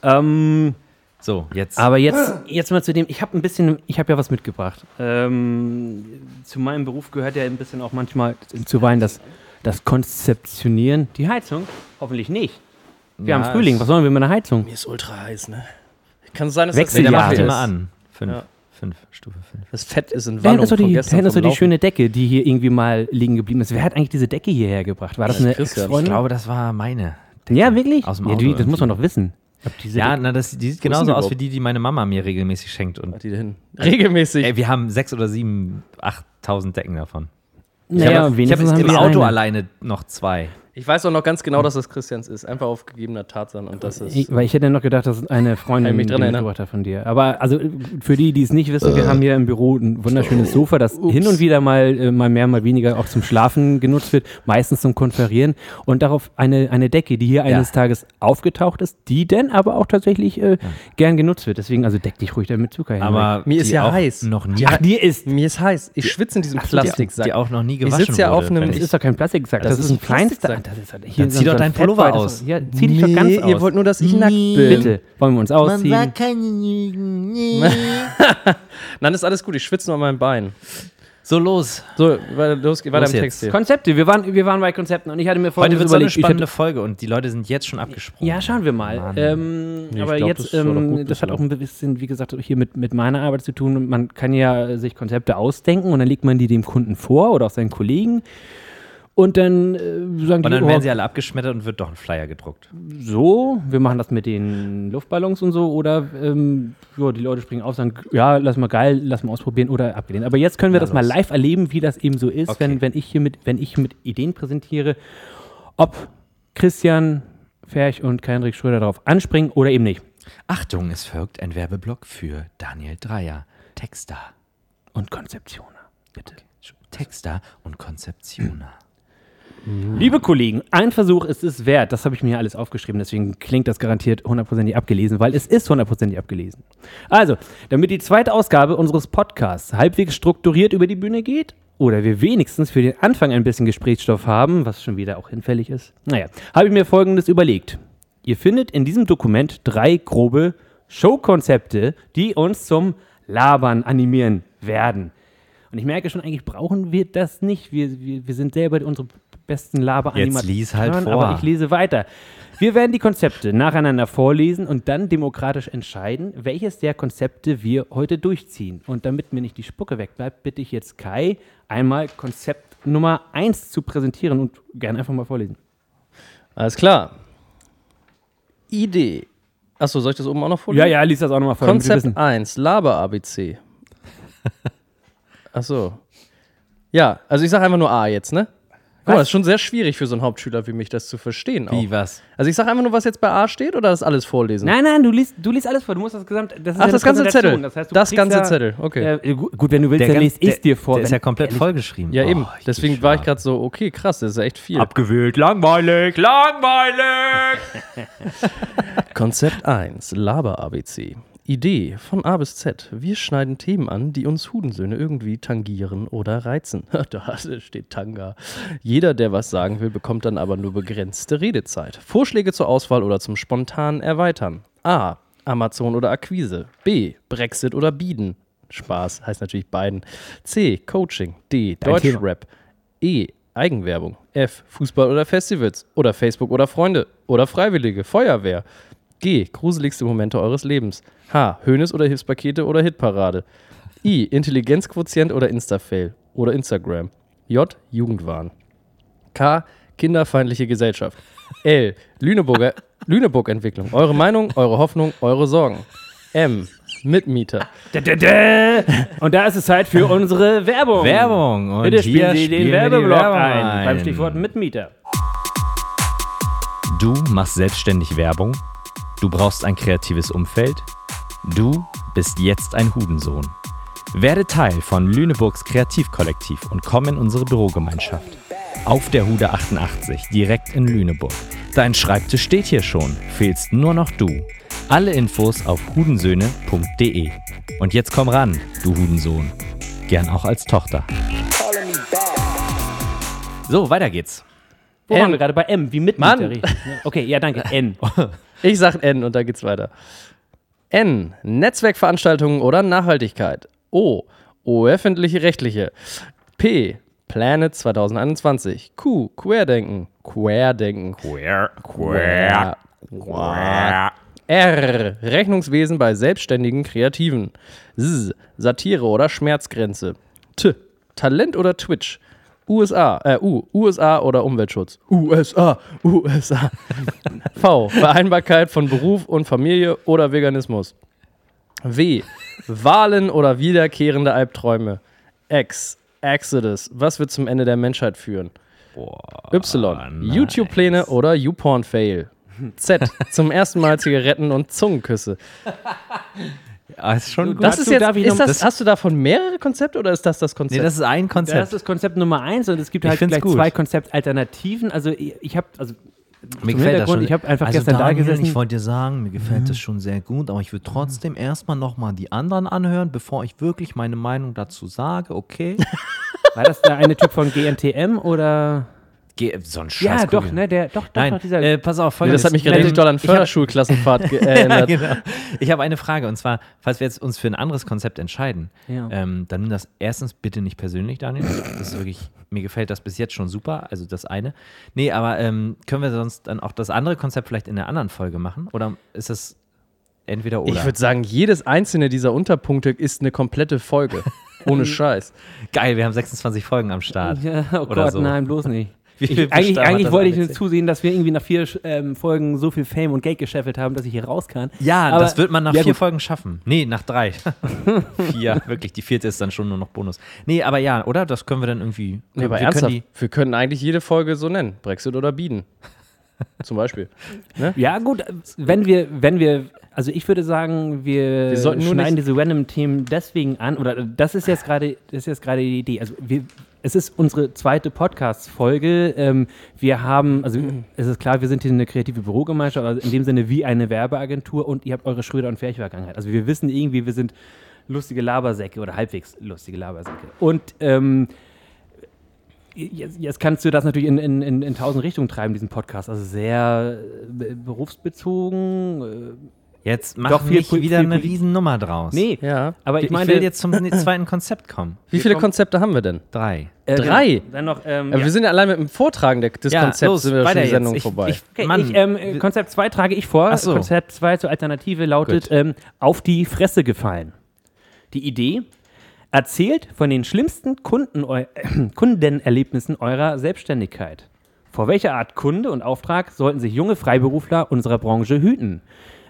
A: Ähm,
C: So, jetzt.
A: aber jetzt, jetzt mal zu dem, ich habe ein bisschen, ich habe ja was mitgebracht. Ähm, zu meinem Beruf gehört ja ein bisschen auch manchmal zuweilen das, das Konzeptionieren. Die Heizung? Hoffentlich nicht. Wir
C: Ja,
A: haben Frühling,
C: es-
A: was sollen wir mit einer Heizung?
B: Mir ist ultra heiß, ne? Kann es sein, dass
A: Wechsel
C: Nee,
B: das,
C: dann
A: Ja,
C: mach die
A: das-
C: mal an. Fünf.
B: Ja.
C: Fünf. Stufe fünf.
B: das Fett ist
A: Da
B: in
A: hinten
B: Wallung
A: ist doch
B: von
A: also die, da
B: gestern
A: hinten ist doch
B: vom
A: die
B: Laufen.
A: schöne Decke, die hier irgendwie mal liegen geblieben ist. Wer hat eigentlich diese Decke hierher gebracht? War das eine
B: Christian.
C: Ich
A: Ex-Freundin?
C: glaube, das war meine.
A: Ja, wirklich?
C: Aus dem
A: ja,
C: Auto
A: die, das
C: irgendwie.
A: muss man doch wissen. Ob diese
C: Ja,
A: Decke-
C: na, das, die sieht
B: Wo ist denn
C: genauso
B: die
C: aus wie
B: überhaupt?
C: die, die meine Mama mir regelmäßig schenkt. Und
B: Hat die da hin? Regelmäßig.
C: ey, wir haben sechs oder sieben, achttausend Decken davon.
A: naja,
C: ich habe
A: wenigstens
C: hab
A: haben
C: im
A: wir
C: Auto
A: eine.
C: alleine noch zwei.
B: Ich weiß auch noch ganz genau, dass das Christians ist. Einfach auf gegebener Tatsache. Und das ist.
A: Ich, weil ich hätte noch gedacht, das ist eine Freundin
B: Kann ich mich dran
A: die
B: erinnern.
A: mitgebracht hat von dir. Aber also für die, die es nicht wissen, wir haben hier im Büro ein wunderschönes Sofa, das hin und wieder mal, äh, mal mehr, mal weniger auch zum Schlafen genutzt wird, meistens zum Konferieren und darauf eine, eine Decke, die hier eines Tages aufgetaucht ist, die dann aber auch tatsächlich äh, gern genutzt wird. Deswegen also deck dich ruhig damit zu, Kai Henrik.
C: Aber
B: Mir ist
C: die
B: ja
C: auch
B: heiß.
C: Noch nie,
A: Ach, dir ist.
B: mir ist heiß. Ich schwitze in diesem
A: so, die-
B: Plastiksack.
C: (laughs) die auch noch nie
B: Ich
C: gewaschen
B: sitz ja
C: wurde.
B: auf einem-
C: Wenn
A: Das (laughs)
C: ich-
A: ist doch kein Plastiksack, das, ist ein kleinster. Das ist halt hier
C: Dann zieh doch deinen
A: Fatboy,
C: Pullover
A: das ist-
C: aus.
A: Ja, zieh dich doch ganz aus.
B: ihr wollt nur, dass ich nackt bin.
A: Bitte, wollen wir uns ausziehen?
C: keine Lügen. Nee.
B: Dann ist alles gut. Ich schwitze nur an meinem Bein.
C: So, los.
B: So, weiter- los, weiter
C: Los
B: im
C: jetzt.
B: Text hier.
A: Konzepte, wir waren, wir waren bei Konzepten und ich hatte mir
C: Heute
A: folgendes
C: wird so eine
A: überlegt. Ich hatte-
C: spannende Folge und die Leute sind jetzt schon abgesprungen.
A: ja, schauen wir mal.
C: Mann.
A: Ähm,
B: Nee, ich
A: aber
B: glaub,
A: jetzt,
B: das war doch
A: ähm,
B: gut
A: das hat auch
B: bislang.
A: ein bisschen, wie gesagt, hier mit, mit meiner Arbeit zu tun. Und Man kann ja äh, sich Konzepte ausdenken und dann legt man die dem Kunden vor oder auch seinen Kollegen. Und dann äh, sagen
C: Und
A: die,
C: dann
A: oh,
C: werden sie alle abgeschmettert und wird doch ein Flyer gedruckt.
A: so, wir machen das mit den Luftballons und so, oder ähm, ja, die Leute springen auf, sagen, ja, lass mal geil, lass mal ausprobieren oder abgelehnt. Aber jetzt können wir
C: Na,
A: das mal
C: los.
A: live erleben, wie das eben so ist,
C: Okay.
A: wenn, wenn, ich hier mit, wenn ich mit Ideen präsentiere, ob Christian Ferch und Heinrich Schröder darauf anspringen oder eben nicht.
C: Achtung, es folgt ein Werbeblock für Daniel Dreier, Texter.
A: Und Konzeptioner.
C: Bitte. Texter und Konzeptioner.
A: Liebe Kollegen, ein Versuch ist es wert. Das habe ich mir hier alles aufgeschrieben, deswegen klingt das garantiert hundertprozentig abgelesen, weil es ist hundertprozentig abgelesen. Also, damit die zweite Ausgabe unseres Podcasts halbwegs strukturiert über die Bühne geht oder wir wenigstens für den Anfang ein bisschen Gesprächsstoff haben, was schon wieder auch hinfällig ist. Naja, habe ich mir Folgendes überlegt. Ihr findet in diesem Dokument drei grobe Showkonzepte, die uns zum Labern animieren werden. Und ich merke schon, eigentlich brauchen wir das nicht. Wir, wir, wir sind selber unsere besten Laberanimatoren.
C: Jetzt lies halt vor.
A: Aber ich lese weiter. Wir werden die Konzepte nacheinander vorlesen und dann demokratisch entscheiden, welches der Konzepte wir heute durchziehen. Und damit mir nicht die Spucke wegbleibt, bitte ich jetzt Kai, einmal Konzept Nummer 1 zu präsentieren und gerne einfach mal vorlesen.
B: Alles klar. Idee. Achso, soll ich das oben auch noch
A: Ja,
B: vorlesen?
A: ja, lies das auch nochmal vor. damit wir
B: Konzept
A: wissen.
B: 1, Laber-ABC. Achso. Ja, also ich sage einfach nur A jetzt, ne? Guck mal,
A: Was?
B: das ist schon sehr schwierig für so einen Hauptschüler wie mich, das zu verstehen. Auch.
C: Wie was?
B: Also ich sage einfach nur, was jetzt bei A steht oder das alles vorlesen?
A: Nein, nein, du liest, du liest alles vor. Du musst das gesamte. Das ist
B: Ach,
A: eine
B: das ganze
A: Präsentation.
B: Zettel.
A: Das, heißt, du
B: Das
A: kriegst
B: ganze
A: ja,
B: Zell, okay.
A: Äh, gut, gut, wenn du willst, dann lese ich dir vor.
C: Der ist
A: wenn-
C: ja komplett vollgeschrieben.
B: Ja,
C: Oh,
B: eben.
C: ich
B: Deswegen
C: bin
B: war ich
C: schwach.
B: gerade so, okay, krass, das ist echt viel.
C: abgewühlt. Langweilig, langweilig.
B: Konzept 1, Laber-ABC. Idee von A bis Z. Wir schneiden Themen an, die uns Hudensöhne irgendwie tangieren oder reizen. (laughs) da steht Tanga. Jeder, der was sagen will, bekommt dann aber nur begrenzte Redezeit. Vorschläge zur Auswahl oder zum spontanen Erweitern. A. Amazon oder Akquise. B. Brexit oder Bieden. Spaß, heißt natürlich beiden. C. Coaching. D.
A: Dein Thema.
B: Deutschrap. E. Eigenwerbung. F. Fußball oder Festivals. Oder Facebook oder Freunde. Oder Freiwillige. Feuerwehr. G. Gruseligste Momente eures Lebens. H. Hönes oder Hilfspakete oder Hitparade. I. Intelligenzquotient oder Instafail. Oder Instagram. J. Jugendwahn. K. Kinderfeindliche Gesellschaft. L. Lüneburger, Lüneburg-Entwicklung. Eure Meinung, eure Hoffnung, eure Sorgen. M. Mitmieter.
A: Da, da, da. Und da ist es Zeit für unsere Werbung.
C: Werbung. Und
A: Bitte
C: hier
A: spielen Sie
C: spielen
A: den
C: wir die
A: Werbeblock
C: Werbung
A: ein.
C: ein.
A: Beim Stichwort Mitmieter.
C: Du machst selbstständig Werbung. Du brauchst ein kreatives Umfeld. Du bist jetzt ein Hudensohn. Werde Teil von Lüneburgs Kreativkollektiv und komm in unsere Bürogemeinschaft. Auf der Hude 88, direkt in Lüneburg. Dein Schreibtisch steht hier schon, fehlst nur noch du. Alle Infos auf hudensöhne.de. Und jetzt komm ran, du Hudensohn. Gern auch als Tochter. So, weiter geht's.
A: Wo
B: M.
A: waren wir gerade? Bei M, wie Mitmieter.
B: Mann.
A: richtig. Okay, ja, danke.
C: (laughs)
A: N.
B: Ich sag N und da geht's weiter. N. Netzwerkveranstaltungen oder Nachhaltigkeit. O. Öffentliche Rechtliche. P. Planet 2021. Q. Querdenken. Querdenken.
C: Queer,
B: Quer. R. Rechnungswesen bei selbstständigen Kreativen. S. Satire oder Schmerzgrenze. T. Talent oder Twitch. USA, äh, U, USA oder Umweltschutz. USA, USA. v. Vereinbarkeit von Beruf und Familie oder Veganismus. W. Wahlen oder wiederkehrende Albträume. X. Exodus. Was wird zum Ende der Menschheit führen? Y. YouTube-Pläne oder YouPorn-Fail. Z. Zum ersten Mal Zigaretten und Zungenküsse.
C: Ah, ist schon gut.
B: Das
A: Dazu
B: ist jetzt,
A: darf ich noch-
B: ist das,
A: das-
B: hast du davon mehrere Konzepte oder ist das das Konzept?
C: nee, das ist ein Konzept.
A: Das ist Konzept Nummer eins und es gibt
C: Ich
A: halt
C: find's
A: gleich
C: gut.
A: zwei Konzeptalternativen. Also ich, ich habe, also
C: mir
A: zum Hintergrund, ich habe einfach
C: also
A: gestern da
C: Daniel,
A: gesessen. Mhm.
C: Ich wollte dir sagen, mir gefällt das schon sehr gut, aber ich würde trotzdem erstmal nochmal die anderen anhören, bevor ich wirklich meine Meinung dazu
A: (laughs)
C: sage, okay?
A: War das der eine Typ von GNTM oder?
C: Geh, so ein Scheiß.
A: Ja, doch,
C: Google.
A: ne, der, doch, doch,
C: Nein,
A: doch dieser.
C: äh, pass auf,
B: Nee,
C: folgendes.
B: das hat mich gerade
C: Ich
B: richtig
C: (laughs)
B: doll an (laughs) Förderschulklassenfahrt ge-
C: Ja,
B: erinnert.
C: genau. Ich habe eine Frage und zwar, falls wir jetzt uns für ein anderes Konzept entscheiden,
A: Ja.
C: ähm, dann nimm das erstens bitte nicht persönlich, Daniel. Das ist wirklich, mir gefällt das bis jetzt schon super, also das eine. Nee, aber ähm, können wir sonst dann auch das andere Konzept vielleicht in der anderen Folge machen? Oder ist das entweder oder?
B: Ich würde sagen, jedes einzelne dieser Unterpunkte ist eine komplette Folge. (laughs) Ohne Scheiß.
C: Geil, wir haben 26 Folgen am Start.
A: ja, (laughs) oh
C: oder
A: Gott,
C: so.
A: nein, bloß nicht.
C: Wie
A: Ich,
C: viel
A: eigentlich
C: Buchstaben
A: eigentlich
C: hat das
A: wollte ich nur
C: ABC?
A: zusehen, dass wir irgendwie nach vier ähm, Folgen so viel Fame und Geld gescheffelt haben, dass ich hier raus kann.
C: Ja,
A: Aber-
C: das wird man nach
A: ja,
C: vier
A: gut.
C: Folgen schaffen. Nee, nach drei. vier, wirklich. Die vierte ist dann schon nur noch Bonus. Nee, aber ja, oder? Das können wir dann irgendwie.
B: Nee, aber
C: wir können
B: ernsthaft,
C: die,
B: wir können eigentlich jede Folge so nennen. Brexit oder (laughs) Bieden. Zum Beispiel.
A: Ja, gut, äh, wenn wir, wenn wir, also ich würde sagen, wir,
B: Wir sollten nur
A: schneiden
B: nicht-
A: diese random Themen deswegen an, oder äh, das ist jetzt gerade, das ist jetzt gerade die Idee. Also wir, es ist unsere zweite Podcast-Folge. Ähm, wir haben, also
B: Mhm.
A: es ist klar, wir sind hier eine kreative Bürogemeinschaft, also in dem Sinne wie eine Werbeagentur und ihr habt eure Schröder- und Ferch-Vergangenheit. Also wir wissen irgendwie, wir sind lustige Labersäcke oder halbwegs lustige Labersäcke. Und ähm, jetzt, jetzt kannst du das natürlich in, in, in, in tausend Richtungen treiben, diesen Podcast. Also sehr äh, berufsbezogen. Äh,
C: Jetzt mach
A: Doch, viel
C: nicht
A: Pol-
C: wieder
A: viel
C: eine
A: Poli-
C: Riesennummer draus.
A: nee,
B: Ja.
A: aber
C: ich,
A: ich meine,
C: will jetzt zum ne- zweiten Konzept kommen.
B: Wie viele Konzepte haben wir denn?
C: Drei.
A: äh,
B: drei.
A: genau. Dann noch, ähm,
B: Aber
A: ja.
B: Wir sind ja allein mit dem Vortragen der, des Konzepts sind wir schon die
C: jetzt.
B: Sendung
C: ich,
B: vorbei.
C: Ich,
A: Okay,
C: Mann,
A: ich, ähm, äh, Konzept 2 trage ich vor.
C: Ach so.
A: Konzept 2 zur Alternative lautet
C: Gut.
A: ähm, auf die Fresse gefallen. Die Idee erzählt von den schlimmsten Kunden eu (clears throat) Kundenerlebnissen eurer Selbstständigkeit. Vor welcher Art Kunde und Auftrag sollten sich junge Freiberufler unserer Branche hüten?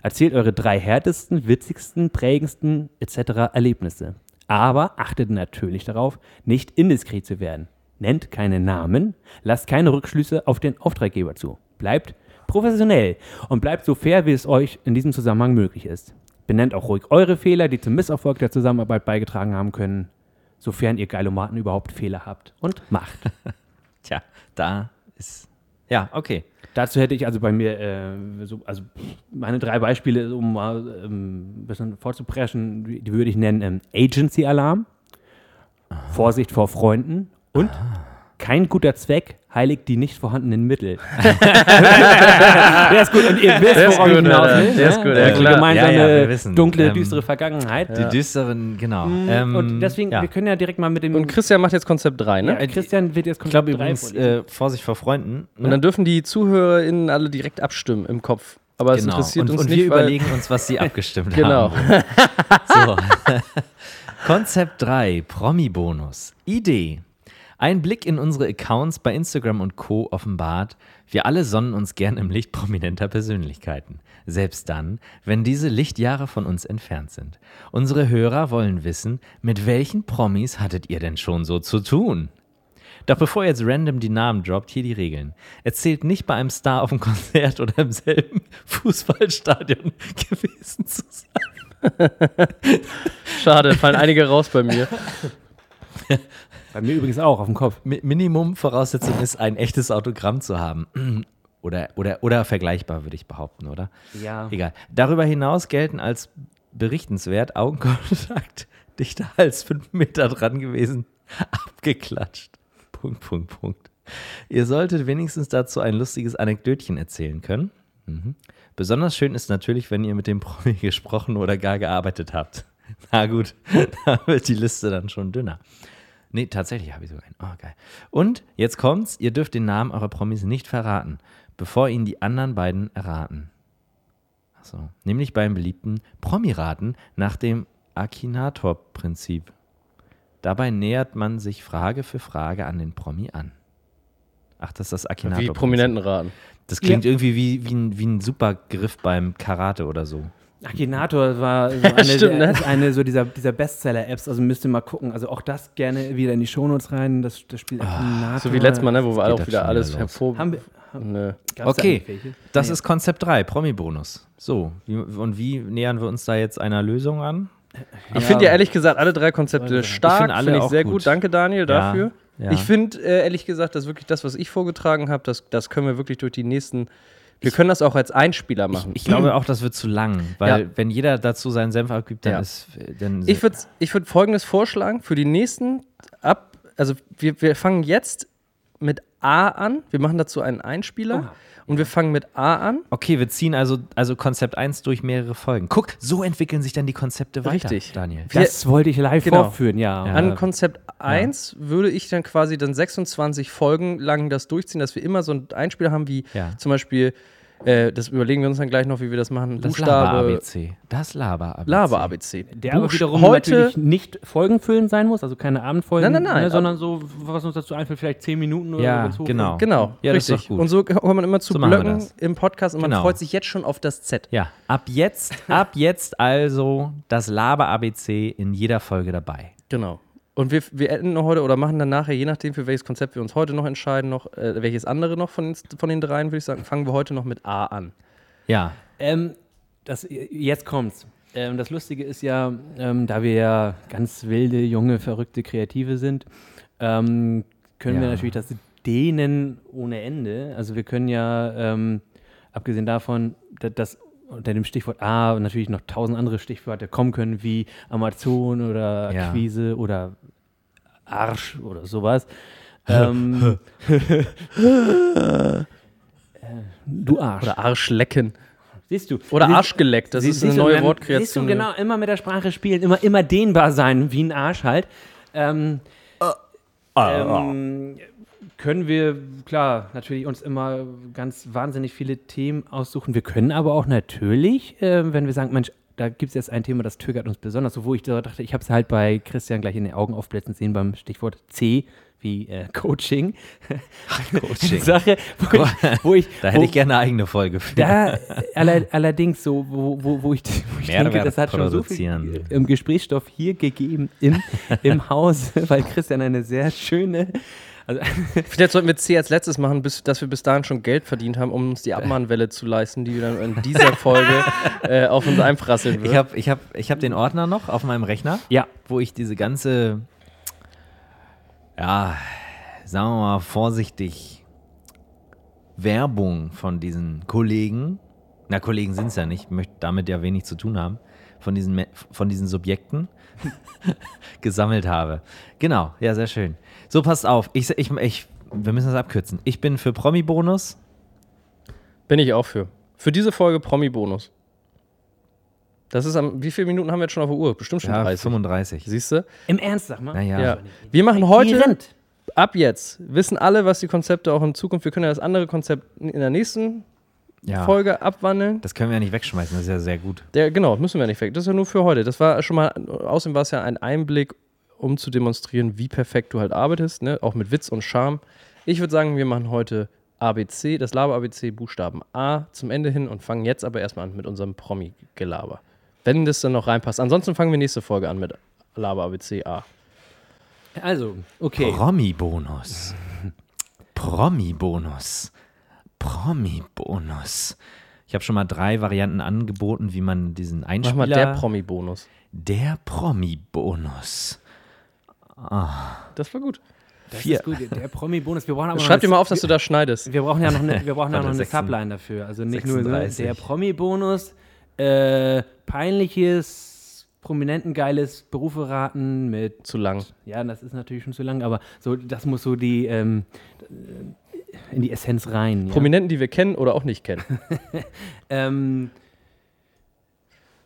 A: Erzählt eure drei härtesten, witzigsten, prägendsten etc. Erlebnisse. Aber achtet natürlich darauf, nicht indiskret zu werden. Nennt keine Namen, lasst keine Rückschlüsse auf den Auftraggeber zu. Bleibt professionell und bleibt so fair, wie es euch in diesem Zusammenhang möglich ist. Benennt auch ruhig eure Fehler, die zum Misserfolg der Zusammenarbeit beigetragen haben können, sofern ihr Geilomaten überhaupt Fehler habt und macht.
C: tja, da ist. Ja, okay.
A: Dazu hätte ich also bei mir, äh, so, also meine drei Beispiele, um mal ähm, ein bisschen vorzupreschen, die die würde ich nennen ähm, Agency Alarm, Vorsicht vor Freunden und kein guter Zweck heiligt die nicht vorhandenen Mittel. der ist gut und ihr
B: Der ist
A: wisst, worauf ich
B: gut,
A: hinaus
B: Alter.
A: will.
B: Der ist
A: ne?
B: gut, ja,
A: Also
C: klar.
A: gemeinsame
C: Ja, ja, wir wissen.
A: dunkle,
C: Ähm,
A: düstere Vergangenheit.
C: Die düsteren, genau.
A: und deswegen,
C: ja.
A: wir können ja direkt mal mit dem
B: Und Christian macht jetzt Konzept 3, ne?
A: ja, Christian wird jetzt
C: ich glaube
A: Konzept drei
C: übrigens,
A: vorlesen.
C: äh, Vorsicht vor Freunden.
B: Und dann dürfen die ZuhörerInnen alle direkt abstimmen im Kopf. Aber es interessiert
C: Genau. und,
B: uns
C: und
B: nicht.
C: wir
B: weil-
C: überlegen uns, was sie
B: (laughs)
C: abgestimmt
B: Genau.
C: haben. (laughs) So. (laughs) Konzept 3, Promi-Bonus. Idee. Ein Blick in unsere Accounts bei Instagram und Co. offenbart, wir alle sonnen uns gern im Licht prominenter Persönlichkeiten. Selbst dann, wenn diese Lichtjahre von uns entfernt sind. Unsere Hörer wollen wissen, mit welchen Promis hattet ihr denn schon so zu tun? Doch bevor ihr jetzt random die Namen droppt, hier die Regeln. Erzählt nicht bei einem Star auf dem Konzert oder im selben (laughs) Fußballstadion (laughs) gewesen zu sein.
B: Schade, fallen einige raus bei mir.
A: bei mir übrigens auch auf dem Kopf.
C: Mi- Minimum-Voraussetzung ist, ein echtes Autogramm zu haben. (clears throat) Oder, oder, oder vergleichbar, würde ich behaupten, oder?
A: Ja.
C: Egal. Darüber hinaus gelten als berichtenswert Augenkontakt, (laughs) dichter als fünf Meter dran gewesen, (laughs) abgeklatscht. Punkt, Punkt, Punkt. Ihr solltet wenigstens dazu ein lustiges Anekdötchen erzählen können. Mhm. Besonders schön ist natürlich, wenn ihr mit dem Promi (laughs) gesprochen oder gar gearbeitet habt. Na gut, (laughs) da wird die Liste dann schon dünner. Nee, tatsächlich habe ich sogar einen. Oh, geil. Und jetzt kommt's, ihr dürft den Namen eurer Promis nicht verraten, bevor ihn die anderen beiden erraten. Ach so. Nämlich beim beliebten Promiraten nach dem Akinator-Prinzip. Dabei nähert man sich Frage für Frage an den Promi an. Ach, das ist das
B: Wie
C: Akinator.
B: Prominentenraten.
C: Das klingt irgendwie wie, wie, ein, wie ein super Griff beim Karate oder so.
A: Akinator
B: (laughs)
A: war so eine,
B: stimmt,
A: der,
B: ne?
A: ist eine so dieser, dieser Bestseller-Apps, also müsst ihr mal gucken. Also auch das gerne wieder in die Shownotes rein, das, das Spiel Akinator.
B: So wie letztes Mal, ne, wo wir alle
C: geht
B: auch
C: das
B: wieder
C: schon
B: alles
C: wieder los.
B: hervor.
A: Ah.
B: ne.
A: Haben wir, haben,
B: Nö.
A: gab's da
C: Okay.
A: eigentlich welche?
C: Das
A: Nee.
C: ist Konzept 3, Promi-Bonus. So, wie, und wie nähern wir uns da jetzt einer Lösung an?
B: Ich finde ja ehrlich gesagt alle drei Konzepte stark.
C: finde
B: Finde
C: alle
B: ich
C: auch
B: sehr
C: gut.
B: gut. Danke, Daniel, dafür.
C: ja.
B: Ich finde äh, ehrlich gesagt, dass wirklich das, was ich vorgetragen habe, das, das können wir wirklich durch die nächsten. Wir können das auch als Einspieler machen.
C: Ich glaube
A: (clears throat)
C: auch, das wird zu lang, weil
B: Ja.
C: wenn jeder dazu seinen Senf abgibt, dann
B: Ja.
C: ist. Dann
B: Ich würde ich würd folgendes vorschlagen für die nächsten ab. Also wir, wir fangen jetzt mit A an. Wir machen dazu einen Einspieler und wir fangen mit A an.
C: okay, wir ziehen also, also Konzept 1 durch mehrere Folgen. Guck, so entwickeln sich dann die Konzepte weiter.
B: Richtig.
C: Daniel.
B: Wir-
A: das wollte ich live
B: Genau.
A: vorführen, ja.
C: Äh, Ja.
B: An Konzept 1 würde ich dann quasi dann 26 Folgen lang das durchziehen, dass wir immer so ein Einspieler haben wie
C: Ja.
B: zum Beispiel, äh, das überlegen wir uns dann gleich noch, wie wir das machen,
C: Das
B: Buchstabe,
C: Laber-ABC. Das Laber-ABC.
B: Laber-ABC.
A: Der aber
B: Buchst-
A: wiederum
B: heute,
A: natürlich nicht folgenfüllend sein muss, also keine Abendfolgen,
B: Nein, nein, nein.
A: ne, sondern so, was uns dazu einfällt, vielleicht zehn Minuten oder so.
C: Ja,
A: wenn's hochkommt.
C: genau.
B: genau,
C: Ja, das
B: richtig.
C: ist doch gut.
B: Und so kommt man immer zu
C: So machen wir
B: Blöcken
C: das.
B: im Podcast und
C: Genau.
B: man freut sich jetzt schon auf das Z.
C: Ja, ab jetzt,
A: (laughs)
C: ab jetzt also das Laber-ABC in jeder Folge dabei.
B: Genau. Und wir, wir enden heute oder machen dann nachher, je nachdem, für welches Konzept wir uns heute noch entscheiden, noch äh, welches andere noch von, den- von den dreien, würde ich sagen, fangen wir heute noch mit A an.
C: Ja,
A: Ähm, das, jetzt kommt's. Ähm, das Lustige ist ja, ähm, da wir ja ganz wilde, junge, verrückte Kreative sind, ähm, können wir
C: Ja.
A: natürlich das dehnen ohne Ende. Also wir können ja, ähm, abgesehen davon, da- dass unter dem Stichwort A natürlich noch tausend andere Stichwörter kommen können, wie Amazon oder
C: Ja.
A: Akquise oder Arsch oder sowas.
C: (laughs)
A: ähm, du Arsch.
B: Oder Arschlecken.
A: siehst du.
B: Oder
A: Siehst-
B: Arschgeleckt. Das
A: siehst-
B: ist eine
A: siehst du,
B: neue
A: dann-
B: Wortkreation.
A: Siehst du, genau, immer mit der Sprache spielen, immer, immer dehnbar sein, wie ein Arsch halt. Ähm,
C: Ah.
A: ähm, können wir, klar, natürlich uns immer ganz wahnsinnig viele Themen aussuchen. Wir können aber auch natürlich, ähm, wenn wir sagen, Mensch, da gibt es jetzt ein Thema, das triggert uns besonders, obwohl ich da dachte, ich habe es halt bei Christian gleich in den Augen aufblitzen sehen beim Stichwort C wie äh, Coaching.
C: Coaching.
A: Sache, wo ich, wo ich
C: (laughs) Da hätte
A: wo,
C: ich gerne eine eigene Folge für.
A: da alle, allerdings so, wo, wo, wo ich, wo (laughs) ich denke,
C: Mehrwert
A: das hat schon so viel
C: produzieren.
A: im Gesprächsstoff hier gegeben
C: (laughs)
A: im, im Haus, weil Christian eine sehr schöne, also
B: Vielleicht sollten wir C als letztes machen, bis, dass wir bis dahin schon Geld verdient haben, um uns die Abmahnwelle zu leisten, die wir dann in
C: (laughs)
B: dieser Folge äh, auf uns einprasseln wird.
C: Ich habe ich hab, ich hab den Ordner noch auf meinem Rechner,
A: ja,
C: wo ich diese ganze, ja, sagen wir mal vorsichtig, Werbung von diesen Kollegen, na Kollegen sind es ja nicht, ich möchte damit ja wenig zu tun haben, von diesen, Me- von diesen Subjekten (laughs) gesammelt habe. Genau, ja, sehr schön. So, passt auf, ich, ich, ich, wir müssen das abkürzen. Ich bin für Promi-Bonus,
B: Bin ich auch für. Für diese Folge Promi-Bonus. Das ist am. Wie viele Minuten haben wir jetzt schon auf der Uhr? Bestimmt schon
C: ja,
B: 30.
C: 35.
B: Siehst du?
A: im Ernst, sag mal.
C: Naja,
B: Ja. Wir machen
A: Die
B: heute,
A: Rent.
B: ab jetzt, wissen alle, was die Konzepte auch in Zukunft. Wir können ja das andere Konzept in der nächsten
C: ja.
B: Folge abwandeln.
C: Das können wir ja nicht wegschmeißen, das ist ja sehr gut.
B: Der, genau, müssen wir nicht weg. Das ist ja nur für heute. Das war schon mal, außerdem war es ja ein Einblick, um zu demonstrieren, wie perfekt du halt arbeitest, ne? auch mit Witz und Charme. Ich würde sagen, wir machen heute ABC, das Laber-ABC, Buchstaben A zum Ende hin und fangen jetzt aber erstmal an mit unserem Promi-Gelaber. Wenn das dann noch reinpasst. Ansonsten fangen wir nächste Folge an mit Laber-ABC A.
A: Also, okay.
C: Promi-Bonus. Promi-Bonus. Promi-Bonus. Ich habe schon mal drei Varianten angeboten, wie man diesen
B: Mach
C: Einspieler...
B: mal der Promi-Bonus.
C: der Promi-Bonus.
B: Das war gut.
A: Das
C: vier.
A: ist gut, der Promi-Bonus. Wir brauchen aber
B: Schreib dir
A: noch
B: mal
A: eine-
B: auf, dass du da schneidest.
A: Wir brauchen ja noch
C: (laughs)
A: eine, wir brauchen ja
C: Warte,
A: noch eine
C: 16.
A: Subline dafür. Also nicht nur so
C: 36.
A: der Promi-Bonus, äh, peinliches, prominentengeiles Berufe raten mit
B: Zu lang.
A: Ja, das ist natürlich schon zu lang, aber so, das muss so die ähm, äh, in die Essenz rein. Ja.
B: Prominenten, die wir kennen oder auch nicht kennen. (laughs)
A: Ähm,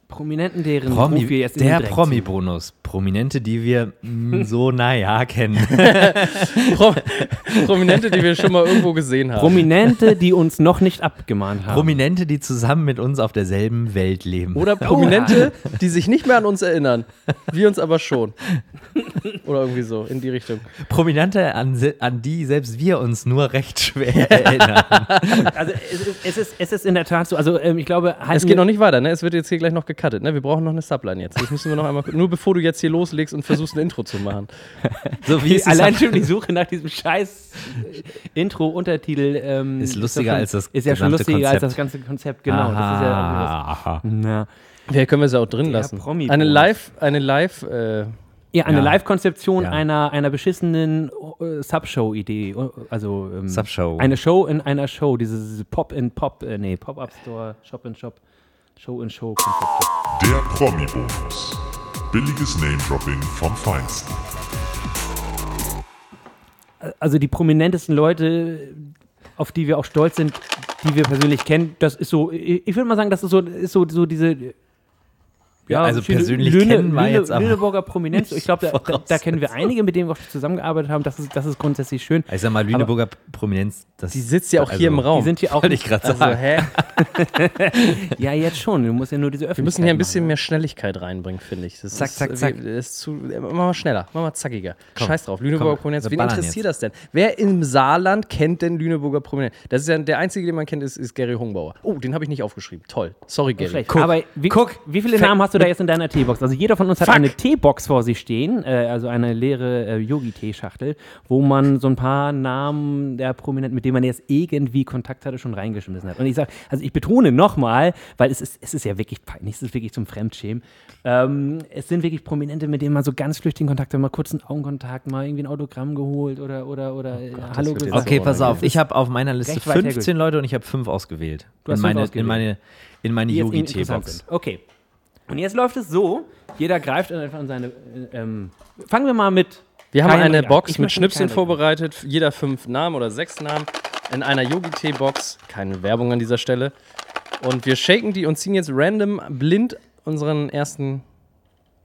A: Prominenten, deren
C: Promi,
A: Ruf wir jetzt in den
C: der
A: Dreck
C: Promi-Bonus. Prominente, die wir
A: (laughs)
C: mh, so naja kennen.
B: Pro Prominente, die wir schon mal irgendwo gesehen haben.
A: ziehen. Prominente, die uns noch nicht abgemahnt haben.
C: Prominente, die zusammen mit uns auf derselben Welt leben.
B: Oder
A: Oh.
B: Prominente, die sich nicht mehr an uns erinnern. Wir uns aber schon. Oder irgendwie so, in die Richtung.
C: Prominente, an, se- an die selbst wir uns nur
A: (laughs)
C: recht schwer erinnern.
A: also es ist, es, ist, es ist in der Tat so, also ähm, ich glaube, halten
B: Es
A: wir-
B: geht noch nicht weiter, ne? Es wird jetzt hier gleich noch gecuttet, ne? Wir brauchen noch eine Subline jetzt. Das müssen wir noch einmal. Nur bevor du jetzt hier loslegst und versuchst, ein Intro zu machen.
C: So wie es
A: allein
C: ist-
A: schon die Suche nach diesem scheiß äh, Intro, Untertitel ähm,
C: Ist lustiger
A: doch schon-
C: als das
A: Ist ja schon
C: gesamte
A: lustiger als
C: Konzept.
A: das ganze Konzept, genau.
C: Aha.
A: Das ist ja, na,
B: Vielleicht können wir es ja auch drin
A: Der
B: lassen.
A: Promi-Bonus.
B: Eine Live, eine Live, äh,
A: Ja, eine
C: Ja.
A: Live-Konzeption
C: Ja.
A: einer, einer beschissenen äh, Subshow-Idee. Also ähm,
C: Subshow.
A: Eine Show in einer Show, dieses Pop-in-Pop, äh, nee, Pop-Up-Store, Shop-in-Shop, Show-in-Show-Konzept.
D: Der Promi-Bonus. Billiges Name-Dropping vom Feinsten.
A: Also die prominentesten Leute, auf die wir auch stolz sind, die wir persönlich kennen, das ist so, ich ich würde mal sagen, das ist so, ist so, so diese... äh,
C: Ja, also
A: viele
C: persönlich kennen wir jetzt aber (laughs)
A: Lüneburger Prominenz, ich glaube, da, da, da kennen wir
C: voraussetzen.
A: einige, mit denen wir auch zusammengearbeitet haben, das ist, das ist grundsätzlich schön.
C: Ich sag mal, Lüneburger Prominenz, das
B: die sitzt ja auch hier im Raum.
A: also, Die sind hier
C: (laughs)
A: auch
C: Wollte ich gerade
B: also,
C: sagen.
B: hä?
A: Ja, jetzt schon. Du musst ja nur diese Öffentlichkeit
B: Wir müssen hier ein
A: machen.
B: bisschen mehr Schnelligkeit reinbringen, finde ich. Das
C: Zack,
B: ist,
C: zack, zack.
B: wir- Ist zu, äh, mach mal schneller, mach mal zackiger. Scheiß drauf. Lüneburger
C: komm,
B: Prominenz.
C: wir
B: Wen
C: ballern
B: interessiert
C: jetzt.
B: das denn? Wer im Saarland kennt denn Lüneburger Prominenz? Das ist ja der einzige, den man kennt, ist, ist Gary Hungbauer. Oh, den habe ich nicht aufgeschrieben. Toll. Sorry, Gary.
A: Schlecht. Aber wie,
C: guck.
A: wie viele Namen hast du da jetzt in deiner Teebox? Also jeder von uns hat eine Teebox vor sich stehen, äh, also eine leere äh, Yogi-Teeschachtel, wo man so ein paar Namen der Prominenten, mit denen man jetzt irgendwie Kontakt hatte, schon reingeschmissen hat. Und ich sage, also ich betone nochmal, weil es ist, es ist ja wirklich peinlich, es ist wirklich zum Fremdschämen. Ähm, es sind wirklich Prominente, mit denen man so ganz flüchtigen Kontakt hat, mal kurz einen Augenkontakt, mal irgendwie ein Autogramm geholt oder, oder, oder äh, Hallo
B: Oh wird jetzt
A: gesagt.
B: aber
C: Okay, pass
B: unangenehm.
C: auf. Ich habe auf meiner Liste
A: Recht weit hergeholt.
C: 15 Leute und ich habe 5 ausgewählt.
A: Du hast
C: in,
A: fünf
C: meine,
A: ausgewählt.
C: in meine, in meine
A: die jetzt irgendwie interessant
C: Yogi-Teebox.
A: sind. Okay. Und jetzt läuft es so: jeder greift einfach an seine. äh, Ähm, fangen wir mal mit
B: Wir haben
A: Keine-
B: eine Box
A: Ich
B: mit
A: möchte
B: Schnipseln
A: keine-
B: vorbereitet, jeder fünf Namen oder sechs Namen in einer Yogi-Tee-Box. Keine Werbung an dieser Stelle. Und wir shaken die und ziehen jetzt random blind unseren ersten.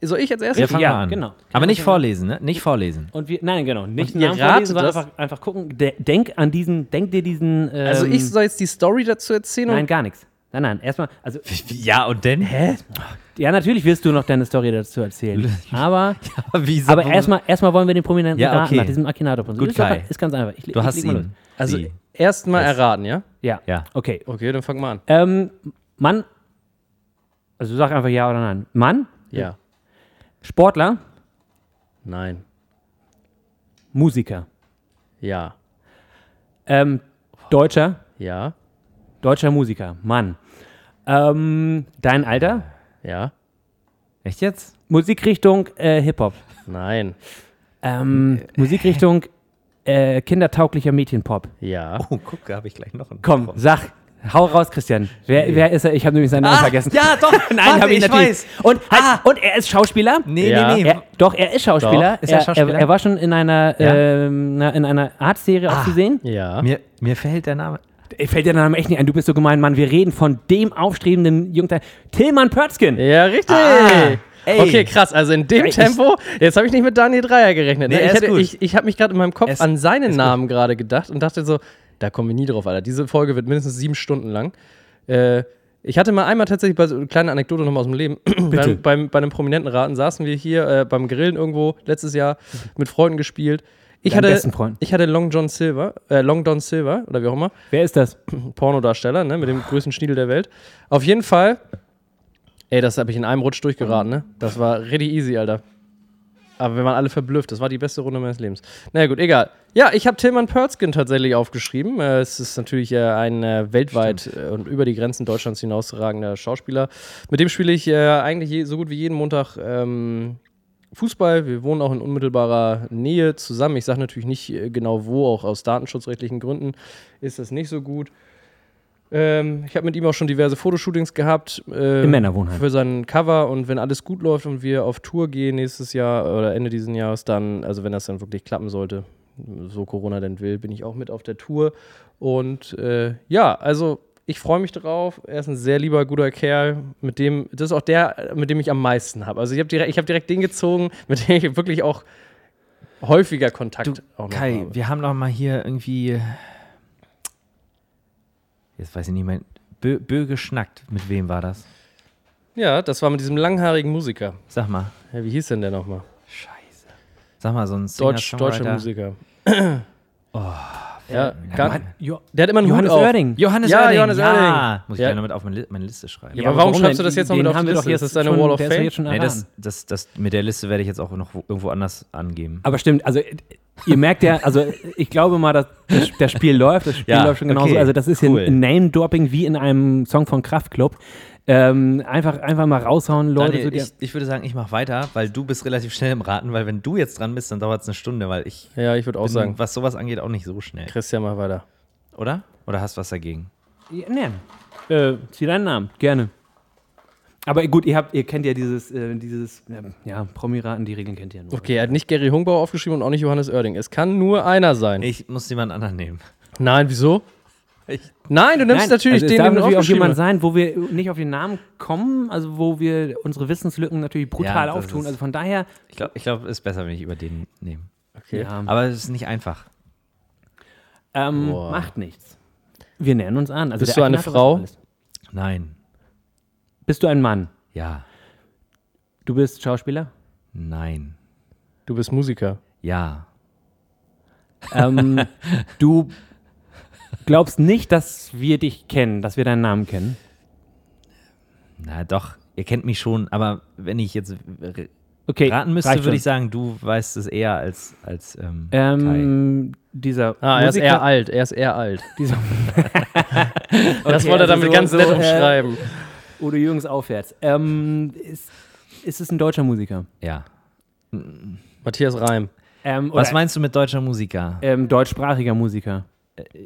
B: Soll ich als
C: Wir
B: erstes?
C: fangen
A: Ja,
C: mal an.
A: genau.
C: Aber nicht vorlesen, ne? Nicht vorlesen.
A: Und wir, nein, genau, nicht
B: Und ihr
A: Namen vorlesen,
B: ratet
A: sondern
B: das?
A: einfach, einfach gucken. De denk an diesen, denk dir diesen. Ähm,
B: Also ich soll jetzt die Story dazu erzählen
A: Nein,
B: und
A: gar nichts. Nein, nein, erstmal, also,
C: Ja, und dann? Hä? (laughs)
A: ja, natürlich wirst du noch deine Story dazu
B: (laughs)
A: erzählen. Aber,
C: Wieso?
A: aber erstmal, erstmal wollen wir den Prominenten
C: Ja,
A: raten
C: okay.
A: nach diesem Akinator-Prinzip.
C: Gut,
A: Ist, doch-
C: Kai.
A: ist ganz einfach. Ich,
C: Du
A: ich
C: hast
A: leg mal los.
C: ihn.
B: also
C: Sie.
B: erstmal
C: Das-
B: erraten, ja?
A: Ja.
C: Ja.
A: Okay.
B: Okay, dann fang mal an.
A: Ähm, Mann, also sag einfach ja oder nein. Mann,
B: Ja.
A: Sportler,
B: Nein.
A: Musiker,
B: Ja.
A: ähm, Deutscher,
B: Ja.
A: deutscher Musiker, Mann. Ähm, dein Alter,
B: Ja.
C: Echt jetzt?
A: Musikrichtung äh, Hip-Hop,
B: Nein.
A: ähm, Musikrichtung äh, kindertauglicher Mädchenpop.
B: Ja.
C: Oh, guck, da habe ich gleich noch einen.
A: Komm, sag, hau raus, Christian. Wer, wer ist er? Ich habe nämlich seinen Namen vergessen.
C: Ah, Ja, (laughs) doch.
A: Nein, habe Ah, ich natürlich. Und, halt,
C: Ah.
A: und er ist Schauspieler?
C: Nee,
B: Ja.
C: nee, nee.
A: Er, doch, er ist Schauspieler.
C: Doch. Ist er Schauspieler?
A: Er, war schon in einer,
C: Ja.
A: ähm, na, in einer Art-Serie auch zu sehen.
B: Ja.
C: Mir, mir fällt der Name.
A: Ah. Ey, Fällt dir der Name echt nicht ein? Du bist so gemein, Mann. Wir reden von dem aufstrebenden Jungteil. Tillmann Pörtzken.
B: Ja, richtig.
C: Ah, ey.
B: Okay, krass. Also in dem
A: ich-
B: Tempo, jetzt habe ich nicht mit Daniel Dreier gerechnet.
C: Nee,
B: ne?
C: er
B: ich
C: ist gut.
B: ich, ich habe mich gerade in meinem Kopf
C: Er ist-
B: an seinen Namen gerade gedacht und dachte so, da kommen wir nie drauf, Alter. Diese Folge wird mindestens sieben Stunden lang. Äh, ich hatte mal einmal tatsächlich bei so eine kleine Anekdote nochmal aus dem Leben. (clears throat) beim, beim, bei einem prominenten Raten saßen wir hier äh, beim Grillen irgendwo letztes Jahr mit Freunden gespielt. Ich
A: Deinen
B: hatte,
A: besten Freunden.
B: ich hatte Long John Silver, äh, Long Don Silver oder wie auch immer.
A: Wer ist das?
B: Pornodarsteller, ne? Mit dem größten Schniedel der Welt. Auf jeden Fall. Ey, das habe ich in einem Rutsch durchgeraten, ne? Das war really easy, Alter. Aber wir waren alle verblüfft. Das war die beste Runde meines Lebens. Naja, gut, egal. Ja, ich habe Tillmann Pörtzgen tatsächlich aufgeschrieben. Äh, es ist natürlich äh, ein äh, weltweit äh, und über die Grenzen Deutschlands hinausragender Schauspieler. Mit dem spiele ich äh, eigentlich je, so gut wie jeden Montag ähm, Fußball. Wir wohnen auch in unmittelbarer Nähe zusammen. Ich sage natürlich nicht äh, genau wo, auch aus datenschutzrechtlichen Gründen ist das nicht so gut. Ähm, ich habe mit ihm auch schon diverse Fotoshootings gehabt. äh,
A: Im Männerwohnheim.
B: Für sein Cover und wenn alles gut läuft und wir auf Tour gehen nächstes Jahr oder Ende dieses Jahres, dann, also wenn das dann wirklich klappen sollte, so Corona denn will, bin ich auch mit auf der Tour. Und äh, ja, also ich freue mich drauf. Er ist ein sehr lieber, guter Kerl. Mit dem, das ist auch der, mit dem ich am meisten habe. Also ich habe direkt, ich hab direkt den gezogen, (laughs) mit dem ich wirklich auch häufiger Kontakt
C: Du,
B: auch noch
C: Kai,
B: habe.
C: wir haben doch mal hier irgendwie. Jetzt weiß ich nicht mehr. Bö, bö geschnackt. Mit wem war das?
B: Ja, das war mit diesem langhaarigen Musiker.
C: Sag mal.
B: Ja, wie hieß denn der nochmal?
C: Scheiße. Sag mal, Oh, so ein
B: Deutsch, deutscher
C: Singer-Songwriter.
B: Musiker. (clears throat) ja, gar,
A: Jo
B: der hat immer einen
A: Johannes
B: Hut auf.
A: Oerding.
C: Johannes
B: Ja,
C: Oerding.
B: Johannes
C: ja.
B: Oerding.
C: Muss ich
B: Ja.
C: ja. noch mit auf meine Li- meine Liste schreiben.
B: Ja, aber warum schreibst du
A: denn?
B: das jetzt noch
A: Den
B: mit auf
A: haben
B: die
A: wir doch
B: Liste?
A: jetzt
B: Ist das deine
A: schon-
B: Wall of
A: der ist doch
B: Fame?
A: Jetzt schon
C: Nee, das,
A: erraten.
C: das, das, mit der Liste werde ich jetzt auch noch wo- irgendwo anders angeben.
A: Aber stimmt, also äh, ihr merkt ja, also ich glaube mal, dass das, das Spiel läuft, das Spiel
C: Ja,
A: läuft schon genauso.
C: okay,
A: also das ist
C: cool.
A: hier ein Name-Dropping wie in einem Song von Kraftklub. Ähm, einfach, einfach mal raushauen, Leute.
C: Daniel,
A: so die,
C: ich, ich würde sagen, ich mache weiter, weil du bist relativ schnell im Raten, weil wenn du jetzt dran bist, dann dauert es eine Stunde, weil ich
B: Ja, ich würde auch
C: bin,
B: sagen,
C: was sowas angeht, auch nicht so schnell.
B: Christian, mach weiter.
C: Oder? Oder hast du was dagegen?
A: Ja, nee. Äh, zieh deinen Namen, gerne. Aber gut, ihr habt, ihr kennt ja dieses, äh, dieses, ähm, ja, Promiraten, die Regeln kennt ihr nur.
B: Okay, er hat nicht Gary Hungbauer aufgeschrieben und auch nicht Johannes Oerding. Es kann nur einer sein.
C: Ich muss jemand anderen nehmen.
B: Nein, wieso? Nein, du nimmst
A: Nein,
B: natürlich
A: also es
B: den,
A: darf
B: den
A: natürlich
B: du
A: auch
B: aufgeschrieben
A: jemand
B: hast.
A: sein, wo wir nicht auf den Namen kommen, also wo wir unsere Wissenslücken natürlich brutal
C: Ja, das
A: auftun.
C: ist-
A: Also von daher,
C: Ich glaube, es ist besser, wenn ich über den nehme.
B: Okay.
A: ja,
C: Aber es ist nicht einfach.
A: ähm,
B: Boah.
A: macht nichts. Wir nähern uns an. Also
B: Bist
A: der
B: du eine
A: Akinator
B: Frau?
A: weiß alles.
C: Nein.
A: Bist du ein Mann?
C: Ja.
A: Du bist Schauspieler?
C: Nein.
B: Du bist Musiker.
C: Ja.
B: (laughs)
A: ähm, du glaubst nicht, dass wir dich kennen, dass wir deinen Namen kennen?
C: Na doch, ihr kennt mich schon, aber wenn ich jetzt r-
A: Okay,
C: raten müsste,
A: reicht
C: würde
A: schon.
C: ich sagen, du weißt es eher als, als ähm,
A: Ähm, dieser
B: Ah, er ist
A: Musiker,
B: eher alt. Er ist
A: (laughs)
B: eher alt.
A: dieser
B: das
A: Okay,
B: wollte er
A: also
B: damit
A: so-
B: ganz nett
A: so, äh,
B: umschreiben.
A: Udo Jürgens aufwärts. Ähm, ist, ist es ein deutscher Musiker?
C: Kai. Ja.
B: Matthias Reim.
A: Ähm,
C: Was
A: oder,
C: meinst du mit deutscher Musiker?
A: ähm, deutschsprachiger Musiker.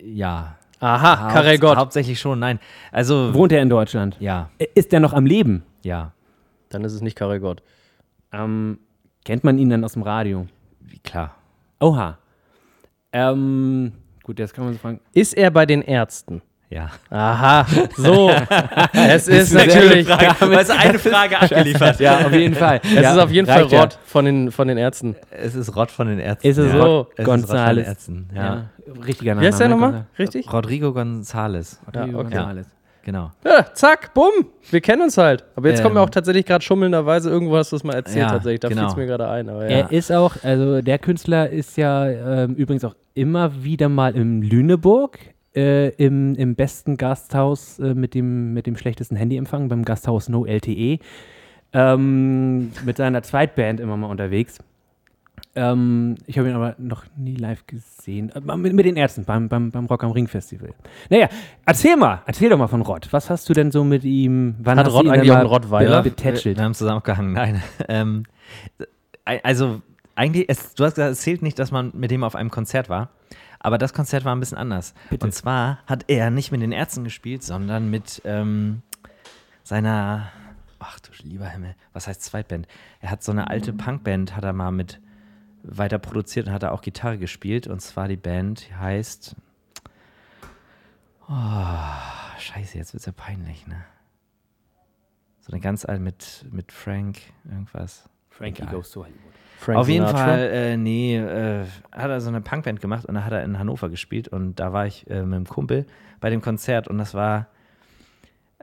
C: Ja.
A: Ah,
B: Aha, Karel
C: Haupt-
B: Gott.
C: Hauptsächlich schon, nein. Also,
A: Wohnt er in Deutschland?
C: ja,
A: Ä- Ist er noch am Leben?
C: ja.
B: Dann ist es nicht Karel Gott.
A: Ähm, kennt man ihn dann aus dem Radio?
C: klar.
A: Oha. Ähm, gut, jetzt kann man so fragen.
B: Ist er bei den Ärzten?
A: (laughs)
C: Ja.
B: Aha, so. es ist natürlich.
C: Weißt du, eine Frage abgeliefert.
A: Ja, auf jeden Fall.
B: Es
A: ja,
B: ist auf jeden Fall
A: reicht ja.
B: Rott von, den, von den Ärzten.
C: (laughs) Es ist Rod von den Ärzten.
A: Ist es
C: ja.
A: Rod
C: Es ist Rod von den
A: Gonzales.
C: Ärzten, ja.
A: Ja. Richtiger Name.
B: Wie heißt der
A: ne?
B: nochmal? Richtig?
C: Rodrigo Gonzales.
A: Ja,
B: Ja, okay.
A: Gonzales.
C: Genau.
B: Ja, zack, bumm. Wir kennen uns halt. Aber jetzt kommen wir
C: Ähm.
B: auch tatsächlich gerade schummelnderweise. Irgendwo hast du es mal erzählt,
C: Ja,
B: tatsächlich. Da
C: genau.
B: fiel es mir gerade ein. Aber ja.
A: Er ist auch, also der Künstler ist ja ähm, übrigens auch immer wieder mal in Lüneburg äh, im, im besten Gasthaus äh, mit, dem, mit dem schlechtesten Handyempfang beim Gasthaus No LTE ähm, mit seiner Zweitband immer mal unterwegs. Ähm, ich habe ihn aber noch nie live gesehen. Äh, Mit, mit den Ärzten beim, beim, beim Rock am Ring Festival. Naja, erzähl mal, erzähl doch mal von Rod. Was hast du denn so mit ihm? Wann
B: Hat
A: hast du
B: Rod
A: ihn denn
B: eigentlich auch
A: mal
B: einen Rottweiler? Äh,
A: be- Betätschelt.
C: Wir haben zusammen abgehangen. Nein. (laughs) Ähm, ei- also, eigentlich, es, du hast gesagt, es zählt nicht, dass man mit dem auf einem Konzert war. Aber das Konzert war ein bisschen anders. Und zwar hat er nicht mit den Ärzten gespielt, sondern mit ähm, seiner. Ach du lieber Himmel, was heißt Zweitband? Er hat so eine alte Punkband, hat er mal mit weiter produziert und hat er auch Gitarre gespielt. Und zwar die Band heißt. Oh, scheiße, jetzt wird's ja peinlich, ne? So eine ganz alte mit, mit Frank, irgendwas.
A: Frankie
C: Egal.
A: goes to Hollywood.
B: Frank
C: Auf jeden
B: Sinatra.
C: Fall, äh, nee, äh, hat er so eine Punkband gemacht und da hat er in Hannover gespielt und da war ich äh, mit einem Kumpel bei dem Konzert und das war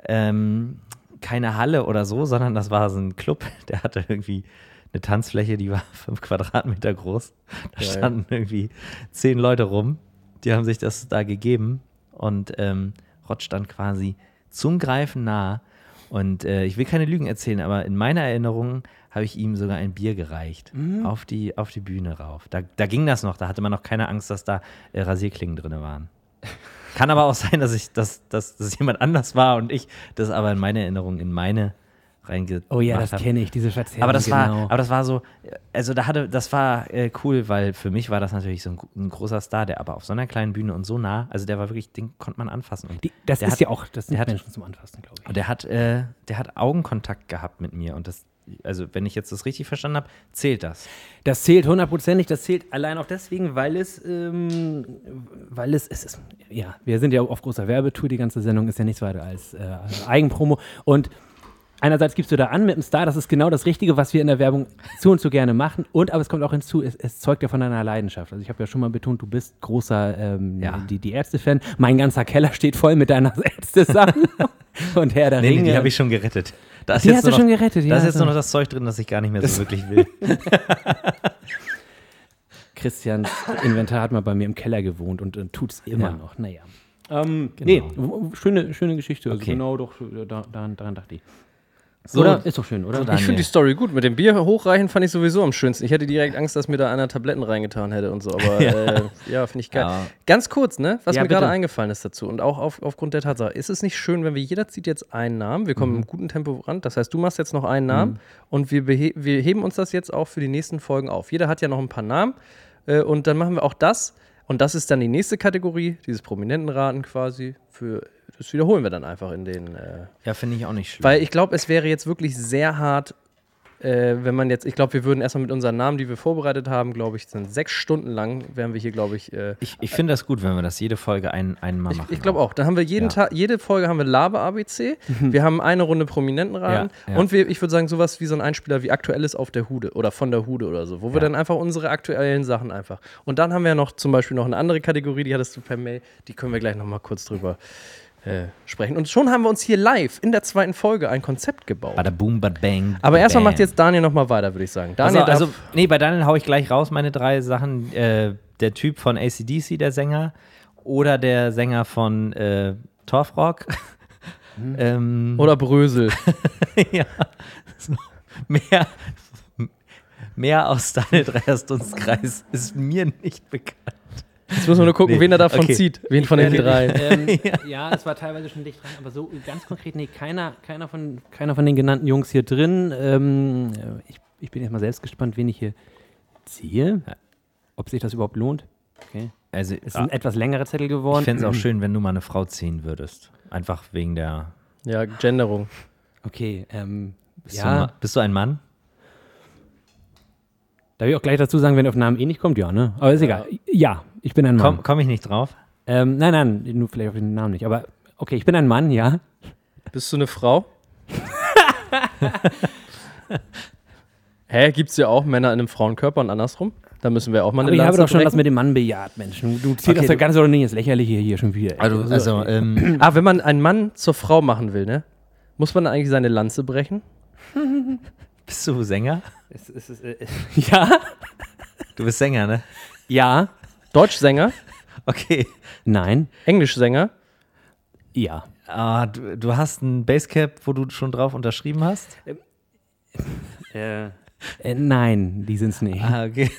C: ähm, keine Halle oder so, sondern das war so ein Club, (laughs) der hatte irgendwie eine Tanzfläche, die war (laughs) fünf Quadratmeter groß. Da
B: Geil.
C: standen irgendwie zehn Leute rum, die haben sich das da gegeben und ähm, Rod stand quasi zum Greifen nah. Und äh, ich will keine Lügen erzählen, aber in meiner Erinnerung habe ich ihm sogar ein Bier gereicht.
A: Mhm.
C: Auf, die, auf die Bühne rauf. Da, da ging das noch, da hatte man noch keine Angst, dass da äh, Rasierklingen drin
A: (laughs)
C: waren. Kann aber auch sein, dass ich, dass, dass, dass jemand anders war und ich das aber in meine Erinnerung, in meine reingebracht
A: Oh ja, das
C: habe.
A: kenne ich, diese Verzerrung.
C: Aber das war,
A: genau.
C: aber das war so, äh, also da hatte, das war äh, cool, weil für mich war das natürlich so ein, gu- ein großer Star, der aber auf so einer kleinen Bühne und so nah, also der war wirklich, den konnte man anfassen. Und,
A: Die, das
C: der
A: ist
C: hat-
A: ja auch, das sind
C: der hat-
A: Menschen zum Anfassen, glaube ich.
C: und der hat, äh, der hat Augenkontakt gehabt mit mir und das, also wenn ich jetzt das richtig verstanden habe, zählt das.
A: Das zählt hundertprozentig, das zählt allein auch deswegen, weil es, ähm, weil es, es ist, ja, wir sind ja auf großer Werbetour, die ganze Sendung ist ja nichts weiter als äh, Eigenpromo und Einerseits gibst du da an mit dem Star, das ist genau das Richtige, was wir in der Werbung zu und zu gerne machen. Und aber es kommt auch hinzu, es, es zeugt ja von deiner Leidenschaft. Also ich habe ja schon mal betont, du bist großer ähm,
C: Ja.
A: die, die Ärzte-Fan. Mein ganzer Keller steht voll mit deiner (laughs) Ärzte-Sachen und Herr der
C: Nee,
A: Ringe.
C: nee, die habe ich schon gerettet. Da ist
A: äh, Die
C: jetzt
A: hast
C: nur
A: du schon gerettet,
C: Da
A: ja,
C: ist jetzt
A: so.
C: nur noch das Zeug drin, das ich gar nicht mehr so wirklich will.
A: Christians Inventar hat mal bei mir im Keller gewohnt und, und tut es immer
C: Ja.
A: noch. Naja. Ähm, Nee,
C: Genau.
A: w- w- schöne, schöne Geschichte. Also
C: Okay.
A: Genau, doch, äh, da, daran, daran dachte ich.
C: So,
A: oder? Ist doch schön, oder?
C: dann-
B: Ich finde
C: Nee.
B: die Story gut. Mit dem Bier hochreichen fand ich sowieso am schönsten. Ich hatte direkt Angst, dass mir da einer Tabletten reingetan hätte und so. Aber ja, äh, ja finde ich geil.
C: Ja.
B: Ganz kurz, ne? Was
A: Ja,
B: mir gerade
A: bitte.
B: eingefallen ist dazu und auch auf, aufgrund der Tatsache. Ist es nicht schön, wenn wir jeder zieht jetzt einen Namen? Wir kommen im guten Tempo ran. Das heißt, du machst jetzt noch einen Namen und wir, behe- wir heben uns das jetzt auch für die nächsten Folgen auf. Jeder hat ja noch ein paar Namen äh, und dann machen wir auch das. Und das ist dann die nächste Kategorie, dieses Prominentenraten quasi. Für, das wiederholen wir dann einfach in den. Äh,
C: Ja, finde ich auch nicht schlimm.
B: weil ich glaube, es wäre jetzt wirklich sehr hart, äh, wenn man jetzt, ich glaube, wir würden erstmal mit unseren Namen, die wir vorbereitet haben, glaube ich, sind sechs Stunden lang, wären wir hier, glaube ich, äh,
C: ich ich finde das gut, wenn wir das jede Folge ein, einmal
B: ich,
C: machen.
B: ich glaube auch. Dann haben wir jeden
C: Ja. Mhm.
B: Tag, jede Folge haben wir Labe ABC, wir haben eine Runde Prominentenraten
C: Ja, ja.
B: und wir, ich würde sagen, sowas wie so ein Einspieler wie Aktuelles auf der Hude oder von der Hude oder so, wo wir dann einfach unsere aktuellen Sachen einfach. Und dann haben wir ja noch zum Beispiel noch eine andere Kategorie, die hattest du per Mail, die können wir gleich nochmal kurz drüber äh, sprechen. Und schon haben wir uns hier live in der zweiten Folge ein Konzept gebaut.
C: Bada boom, bada bang.
B: Aber erstmal
C: bam.
B: macht jetzt Daniel nochmal weiter, würde ich sagen.
C: Also,
B: Daniel
C: also,
B: darf,
C: nee, bei Daniel hau ich gleich raus meine drei Sachen. Äh, der Typ von ACDC, der Sänger, oder der Sänger von äh, Torfrock. (laughs) ähm,
B: oder Brösel.
C: ja. So, Mehr, mehr aus Daniel Dreyers Dunstkreis ist mir nicht bekannt.
B: Jetzt müssen wir nur gucken,
C: Nee,
B: wen er davon
C: okay.
B: zieht. Wen
A: (laughs)
B: von den drei.
A: Ähm, ja, es war teilweise schon dicht dran, aber so ganz konkret, nee, keiner, keiner, von, keiner von den genannten Jungs hier drin. Ähm, ich, ich bin jetzt mal selbst gespannt, wen ich hier ziehe. Ob sich das überhaupt lohnt. Okay.
C: Also,
A: Es sind etwas längere Zettel geworden. Mhm.
C: ich fände es auch schön, wenn du mal eine Frau ziehen würdest. Einfach wegen der.
B: Ja, Genderung.
A: Okay, ähm,
C: Bist, du, ein Ma-
A: ja,
C: bist du ein Mann?
A: Darf ich auch gleich dazu sagen, wenn ihr auf Namen eh nicht kommt? Ja, ne? Aber ist egal. Ja, ich bin ein Mann.
C: Komme komm ich nicht drauf?
A: Ähm, nein, nein, nur vielleicht auf den Namen nicht. Aber okay, ich bin ein Mann, ja.
B: Bist du eine Frau? (laughs) Hä, gibt's ja auch Männer in einem Frauenkörper und andersrum? Da müssen wir auch mal eine
A: Aber ich habe
B: Lanze
A: doch schon
B: brechen.
A: das mit dem Mann bejaht, Mensch. Du, du ziehst
C: Okay,
A: das ja
C: du-
A: ganz oder nicht ins Lächerliche hier schon wieder.
C: Also, also ähm,
B: Ah, wenn man einen Mann zur Frau machen will, ne? Muss man eigentlich seine Lanze brechen?
C: bist du Sänger?
A: (laughs) ja,
C: Du bist Sänger, ne?
A: ja,
B: Deutschsänger,
C: Okay.
A: nein,
B: Englischsänger.
A: ja.
C: Ah, du, du hast ein Basecap, wo du schon drauf unterschrieben (laughs) hast?
A: Äh, nein, die sind's nicht.
C: Ah, (laughs) okay.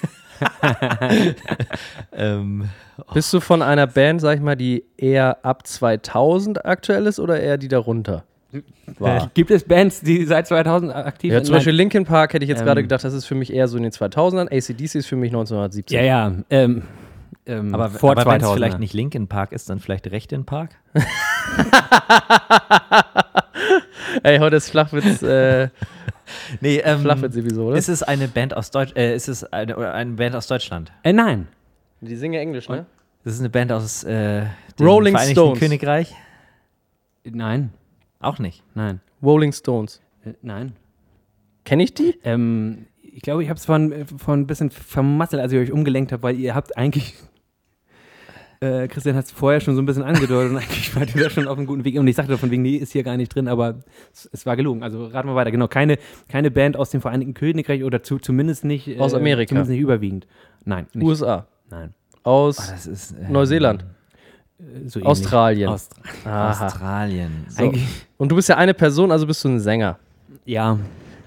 C: ähm,
A: Oh.
B: Bist du von einer Band, sag ich mal, die eher ab 2000 aktuell ist oder eher die darunter?
C: äh,
B: War.
A: Gibt es Bands, die seit 2000 aktiv
B: Ja,
A: Äh,
B: zum
A: Nein.
B: Beispiel Linkin Park hätte ich jetzt
A: Ähm.
B: gerade gedacht, das ist für mich eher so in den 2000ern. ACDC ist für mich 1970.
A: Ja, ja. Ähm, ähm,
C: aber ne?
A: vor
C: aber wenn es
A: 2000.
C: vielleicht nicht Linkin Park ist, dann vielleicht Recht in Park?
B: Ey, heute ist Flachwitz, äh,
C: Nee, ähm,
B: Flachwitz-Episode.
C: ist es eine Band aus Deutsch, äh, ist es eine, oder eine Band aus Deutschland?
A: Äh, nein.
B: Die singen ja Englisch, ne?
C: Das ist eine Band aus äh, dem
B: Rolling
C: Vereinigten
B: Stones.
C: Königreich?
A: Nein.
C: Auch nicht.
A: Nein.
B: Rolling Stones.
A: Äh, nein.
B: Kenne ich die?
A: Ähm, ich glaube, ich habe es von, von ein bisschen vermasselt, als ich euch umgelenkt habe, weil ihr habt eigentlich. Äh, Christian hat es vorher schon so ein bisschen angedeutet und (laughs) eigentlich war die da schon auf einem guten Weg. Und ich sagte doch von wegen, nee, ist hier gar nicht drin, aber es, es war gelogen. Also raten wir weiter. Genau, keine, keine Band aus dem Vereinigten Königreich oder zu, zumindest nicht. äh,
B: Aus Amerika.
A: Zumindest nicht überwiegend. Nein. Nicht,
B: USA.
A: nein. Ah,
B: Aus
C: Das ist äh,
B: Neuseeland.
A: So ähnlich.
B: Australien.
A: Australien.
B: Aha.
C: Australien. So.
A: Eigentlich,
B: Und du bist ja eine Person, also bist du ein Sänger.
A: ja,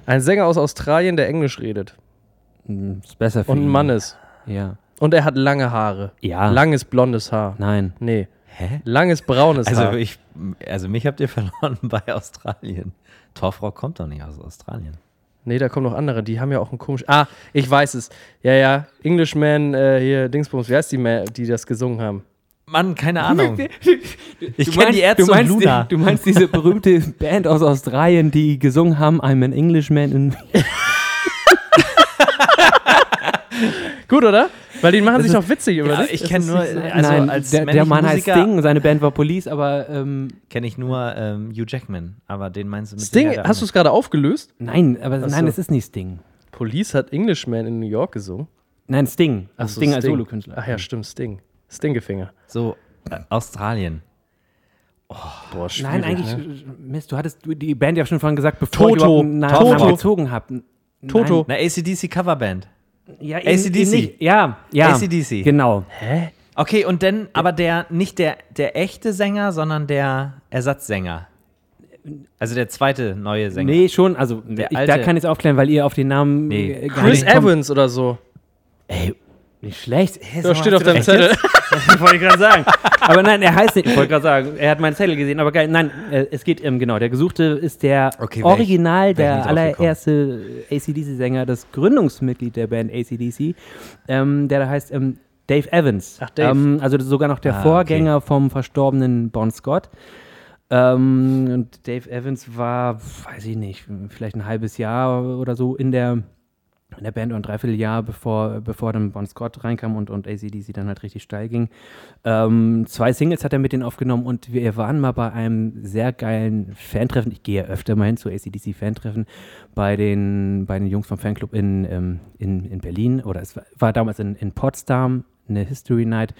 B: Ein Sänger aus Australien, der Englisch redet.
A: mh, hm, ist besser für
B: Und ein
A: ihn.
B: Mann ist.
A: Ja.
B: Und er hat lange Haare.
A: Ja.
B: Langes blondes Haar.
A: Nein.
B: Nee.
C: Hä?
B: Langes braunes
C: Also,
B: Haar.
C: ich, also mich habt ihr (laughs) verloren bei Australien. Torfrock kommt doch nicht aus Australien.
B: Nee, da kommen noch andere. Die haben ja auch einen komischen. Ah, ich weiß es. Ja, ja. Englishman, äh, hier, Dingsbums. Wie heißt die, Ma- die das gesungen haben?
C: Mann, keine Ahnung. Ich
A: Du
C: kenne die
A: meinst-
C: Ärzte
A: du
C: und
A: meinst, die-
C: Luna.
A: Du meinst diese berühmte Band aus Australien, die gesungen haben, I'm an Englishman in.
B: Gut, oder? Weil die machen sich doch witzig über
C: Ja,
B: das.
C: ich kenne nur, also
A: Nein,
C: als
A: der, der Mann heißt
C: Musiker
A: Sting, seine Band war Police, aber ähm,
C: kenne ich nur ähm, Hugh Jackman, aber den meinst du mit
B: Sting,
C: Sicherheit auch
B: hast du
C: nicht.
B: es gerade aufgelöst?
A: nein, aber
B: so.
A: nein, es ist nicht Sting.
B: Police hat Englishman in New York gesungen.
A: Nein, Sting.
B: Ach
A: Also
B: so,
A: Sting als Solokünstler.
B: Ach ja, stimmt, Sting. Stingefinger.
C: so äh, Australien?
B: Boah, schwierig.
A: Nein, eigentlich,
B: Ne?
A: Mist, du hattest du- die Band ja schon vorhin gesagt, bevor ich
B: Toto.
A: überhaupt einen Namen
B: Toto.
A: gezogen habe.
B: Toto.
C: Eine ACDC Coverband.
A: Ja, eben,
C: AC/DC.
A: eben nicht. Ja, ja.
C: AC/DC.
A: Genau.
B: Hä?
C: Okay, und dann aber der nicht der der echte Sänger, sondern der Ersatzsänger. Also der zweite neue Sänger.
A: Nee, schon, also ich, da
C: alte-
A: kann ich es aufklären, weil ihr auf den Namen
C: Nee.
A: äh, gar
B: Chris
A: nicht kommt.
B: Evans oder so.
A: Ey, nicht schlecht. Hä,
B: Da steht auf deinem Zettel. (laughs)
A: wollte ich gerade sagen. Aber nein, er heißt nicht. Ich wollte gerade sagen, er hat meinen Zettel gesehen, aber geil. Nein, äh, es geht, ähm, genau, der Gesuchte ist der
C: Okay, wär ich-
A: Original,
C: wär ich
A: der
C: nicht drauf
A: allererste ACDC-Sänger, das Gründungsmitglied der Band ACDC, ähm, der da heißt ähm, Dave Evans.
B: Ach, Dave.
A: Ähm, also das ist sogar noch der
C: Ah,
A: Vorgänger vom verstorbenen Bon Scott. Ähm, und Dave Evans war, weiß ich nicht, vielleicht ein halbes Jahr oder so in der in der Band und ein Dreivierteljahr, bevor, bevor dann Bon Scott reinkam und, und ACDC dann halt richtig steil ging. Ähm, zwei Singles hat er mit denen aufgenommen und wir waren mal bei einem sehr geilen Fantreffen. Ich gehe ja öfter mal hin zu ACDC-Fantreffen bei den, bei den Jungs vom Fanclub in, ähm, in, in Berlin oder es war, war damals in, in Potsdam eine History Night.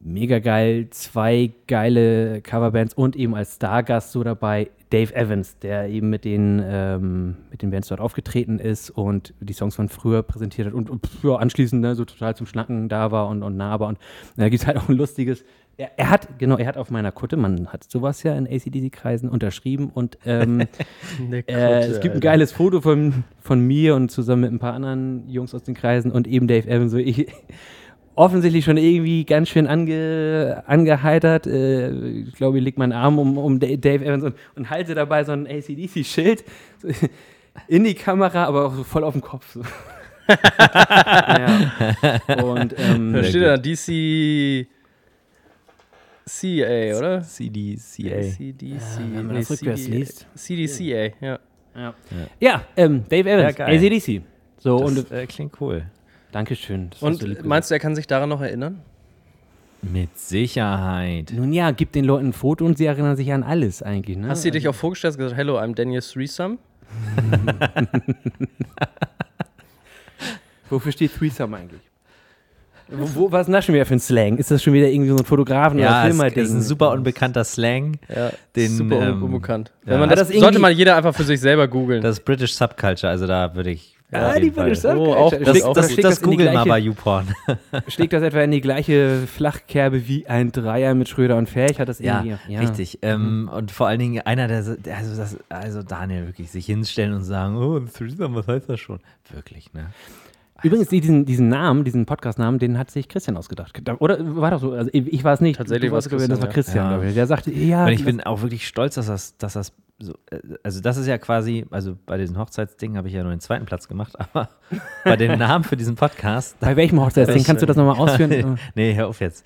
A: Mega geil, zwei geile Coverbands und eben als Stargast so dabei Dave Evans, der eben mit den, ähm, mit den Bands dort aufgetreten ist und die Songs von früher präsentiert hat und, und ja, anschließend ne, so total zum Schnacken da war und, und nah war. Und da gibt es halt auch ein lustiges. Er, er hat, genau, er hat auf meiner Kutte, man hat sowas ja in ACDC-Kreisen unterschrieben und ähm, äh, es gibt ein geiles Foto von, von mir und zusammen mit ein paar anderen Jungs aus den Kreisen und eben Dave Evans. So ich, (laughs) offensichtlich schon irgendwie ganz schön ange, angeheitert. Äh, ich glaube, ich leg meinen Arm um, um Da- Dave Evans und, und halte dabei so ein ACDC-Schild so (laughs) in die Kamera, aber auch so voll auf dem Kopf. So. (laughs) ja. Und ähm,
B: Da
C: Sehr
B: steht
C: gut.
B: da DC. CA, oder?
C: CDCA.
B: CDC.
A: wenn man
B: nee,
A: das rückwärts
B: CD
A: liest.
B: CDCA, ja.
A: ja, ähm, Dave Evans,
C: Ja, geil.
A: ACDC. So,
C: Das
A: und
C: äh, klingt cool.
A: Dankeschön. das hast du lieb
B: Und meinst du, er kann sich daran noch erinnern?
C: Mit Sicherheit.
A: gesagt. Nun ja, gib den Leuten ein Foto und sie erinnern sich an alles eigentlich. Ne?
B: Hast du dir dich auch vorgestellt und gesagt, hello, I'm Daniel Threesome?
A: Wofür steht Threesome eigentlich? Wo, wo, was ist denn das schon wieder für ein Slang? Ist das schon wieder irgendwie so ein Fotografen-
C: Ja,
A: oder
C: es
A: Filmer-Ding?
C: ist ein super unbekannter Slang.
B: Ja,
C: Den,
B: super un-
C: ähm,
B: unbekannt.
C: ja.
B: Wenn man
A: Hat
B: das,
A: das irgendwie-
B: sollte mal jeder einfach für sich selber googeln.
C: Das ist British Subculture, also da würde ich.
A: Ja,
C: auf
A: die
C: jeden
A: würde ich
C: Fall-
A: sagen.
B: Oh, auch gut,
C: Das,
B: auch
C: das, das,
A: schlägt in die
C: googeln mal
A: gleiche-
C: bei YouPorn.
A: Schlägt das etwa in die gleiche Flachkerbe wie ein Dreier mit Schröder und Fähig? Hat das
C: Ja,
A: irgendwie?
C: richtig. Ähm,
B: Mhm.
C: Und vor allen Dingen einer, der, so- der also, das, also Daniel wirklich sich hinstellen und sagen, oh, ein Threesome, was heißt das schon? Wirklich, ne?
A: Übrigens, die- diesen, diesen Namen, diesen Podcast-Namen, den hat sich Christian ausgedacht. Oder war doch so? Also ich, ich war es nicht.
B: Tatsächlich
A: Du warst-
B: war es
A: Das war Christian,
C: ja.
A: glaube ich. Der sagte, ja.
C: Und ich
A: das-
C: bin auch wirklich stolz, dass das, dass das so, äh, also das ist ja quasi, also bei diesen Hochzeitsdingen habe ich ja nur den zweiten Platz gemacht, (laughs) aber bei dem Namen für diesen Podcast,
A: bei welchem Hochzeitsding? Kannst du das
C: (laughs)
A: nochmal ausführen?
C: nee, hör auf jetzt.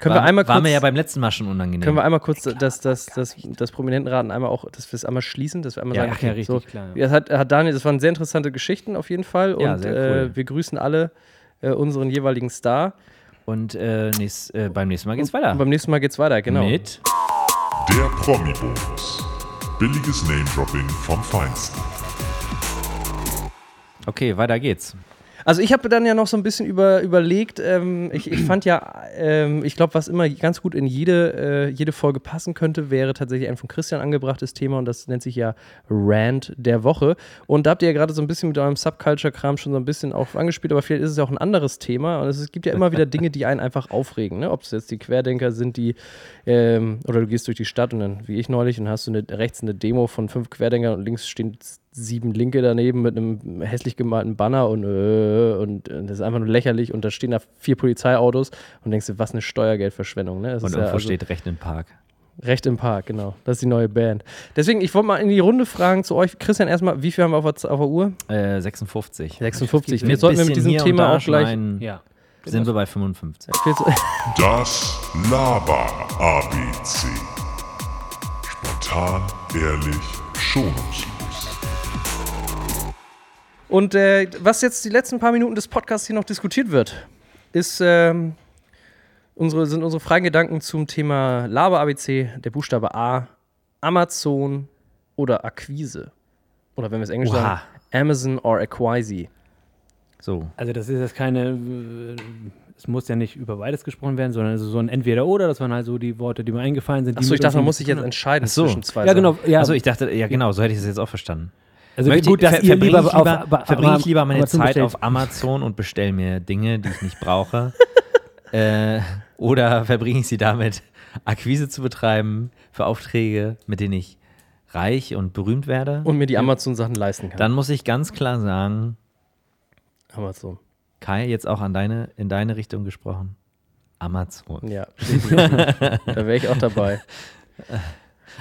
B: können,
C: war,
B: wir einmal
C: war
B: kurz,
C: mir ja beim letzten Mal schon unangenehm.
B: können wir einmal kurz das, das, das, das Prominentenraten einmal auch, dass wir es einmal schließen, dass wir einmal
C: Ja,
B: sagen,
A: ach ja, richtig,
B: so,
A: klar, ja.
B: ja. Das hat, hat Daniel, das waren sehr interessante Geschichten auf jeden Fall
C: Ja,
B: und
C: sehr
B: äh,
C: cool.
B: wir grüßen alle äh, unseren jeweiligen Star.
C: und äh, nächst, äh, beim nächsten Mal geht's weiter.
B: Und beim nächsten Mal geht's weiter, genau.
C: Mit
D: Der Promi-Bonus. Billiges Name-Dropping vom Feinsten.
C: Okay, weiter geht's.
B: Also ich habe dann ja noch so ein bisschen über, überlegt, ähm, ich, ich fand ja, ähm, ich glaube, was immer ganz gut in jede, äh, jede Folge passen könnte, wäre tatsächlich ein von Christian angebrachtes Thema und das nennt sich ja Rant der Woche. Und da habt ihr ja gerade so ein bisschen mit eurem Subculture-Kram schon so ein bisschen auch angespielt, aber vielleicht ist es ja auch ein anderes Thema und es, es gibt ja immer wieder Dinge, die einen einfach aufregen, ne? ob es jetzt die Querdenker sind, die, ähm, oder du gehst durch die Stadt und dann, wie ich neulich, und hast du eine, rechts eine Demo von fünf Querdenkern und links stehen sieben Linke daneben mit einem hässlich gemalten Banner und, äh, und, äh, das ist einfach nur lächerlich und da stehen da vier Polizeiautos und denkst dir, was eine Steuergeldverschwendung. Ne? Das
C: Und
B: ist
C: irgendwo
B: also
C: steht Recht im Park.
B: Recht im Park, genau. Das ist die neue Band. Deswegen, ich wollte mal in die Runde fragen zu euch. Christian, erstmal, wie viel haben wir auf der, auf der Uhr?
C: Äh, 56.
B: 56.
A: Mit
B: Jetzt sollten wir
C: Bisschen
B: mit diesem
C: hier und
B: Thema
C: da
B: auch (laughs) gleich...
C: schneiden,
A: ja. also-
C: Sind wir bei 55.
B: Viel zu-
D: Das Laber ABC. Spontan, ehrlich, schonungslos.
B: Und äh, was jetzt die letzten paar Minuten des Podcasts hier noch diskutiert wird, ist, ähm, unsere, sind unsere freien Gedanken zum Thema Laber-ABC, der Buchstabe A, Amazon oder Akquise. Oder wenn wir es Englisch
C: Oha.
B: sagen, Amazon or Acquise.
C: So.
A: Also das ist jetzt keine, äh, es muss ja nicht über beides gesprochen werden, sondern es ist so ein Entweder-Oder, das waren halt so die Worte, die mir eingefallen sind. die
B: Achso,
A: mit
B: ich dachte, man
A: uns
B: muss sich jetzt
A: zu tun
B: entscheiden
C: Ach so.
B: zwischen zwei
A: haben. Ja, genau. Ja,
C: Also ich dachte, ja genau, so hätte ich es jetzt auch verstanden.
A: also
C: Möchte-
A: gut, dass
C: ver-
A: ihr
C: verbringe
A: lieber, auf,
C: ich
A: aber-
C: verbringe ich lieber meine
A: Amazon
C: Zeit
A: bestellt.
C: auf Amazon und bestelle mir Dinge, die ich
A: (laughs)
C: nicht brauche. äh, oder verbringe ich sie damit, Akquise zu betreiben für Aufträge, mit denen ich reich und berühmt werde.
A: Oh.
B: Und mir die Amazon-Sachen leisten kann.
C: Dann muss ich ganz klar sagen,
B: Amazon.
C: Kai, jetzt auch an deine, in deine Richtung gesprochen. Amazon.
B: Ja,
C: (laughs)
B: definitiv. da wäre ich auch dabei.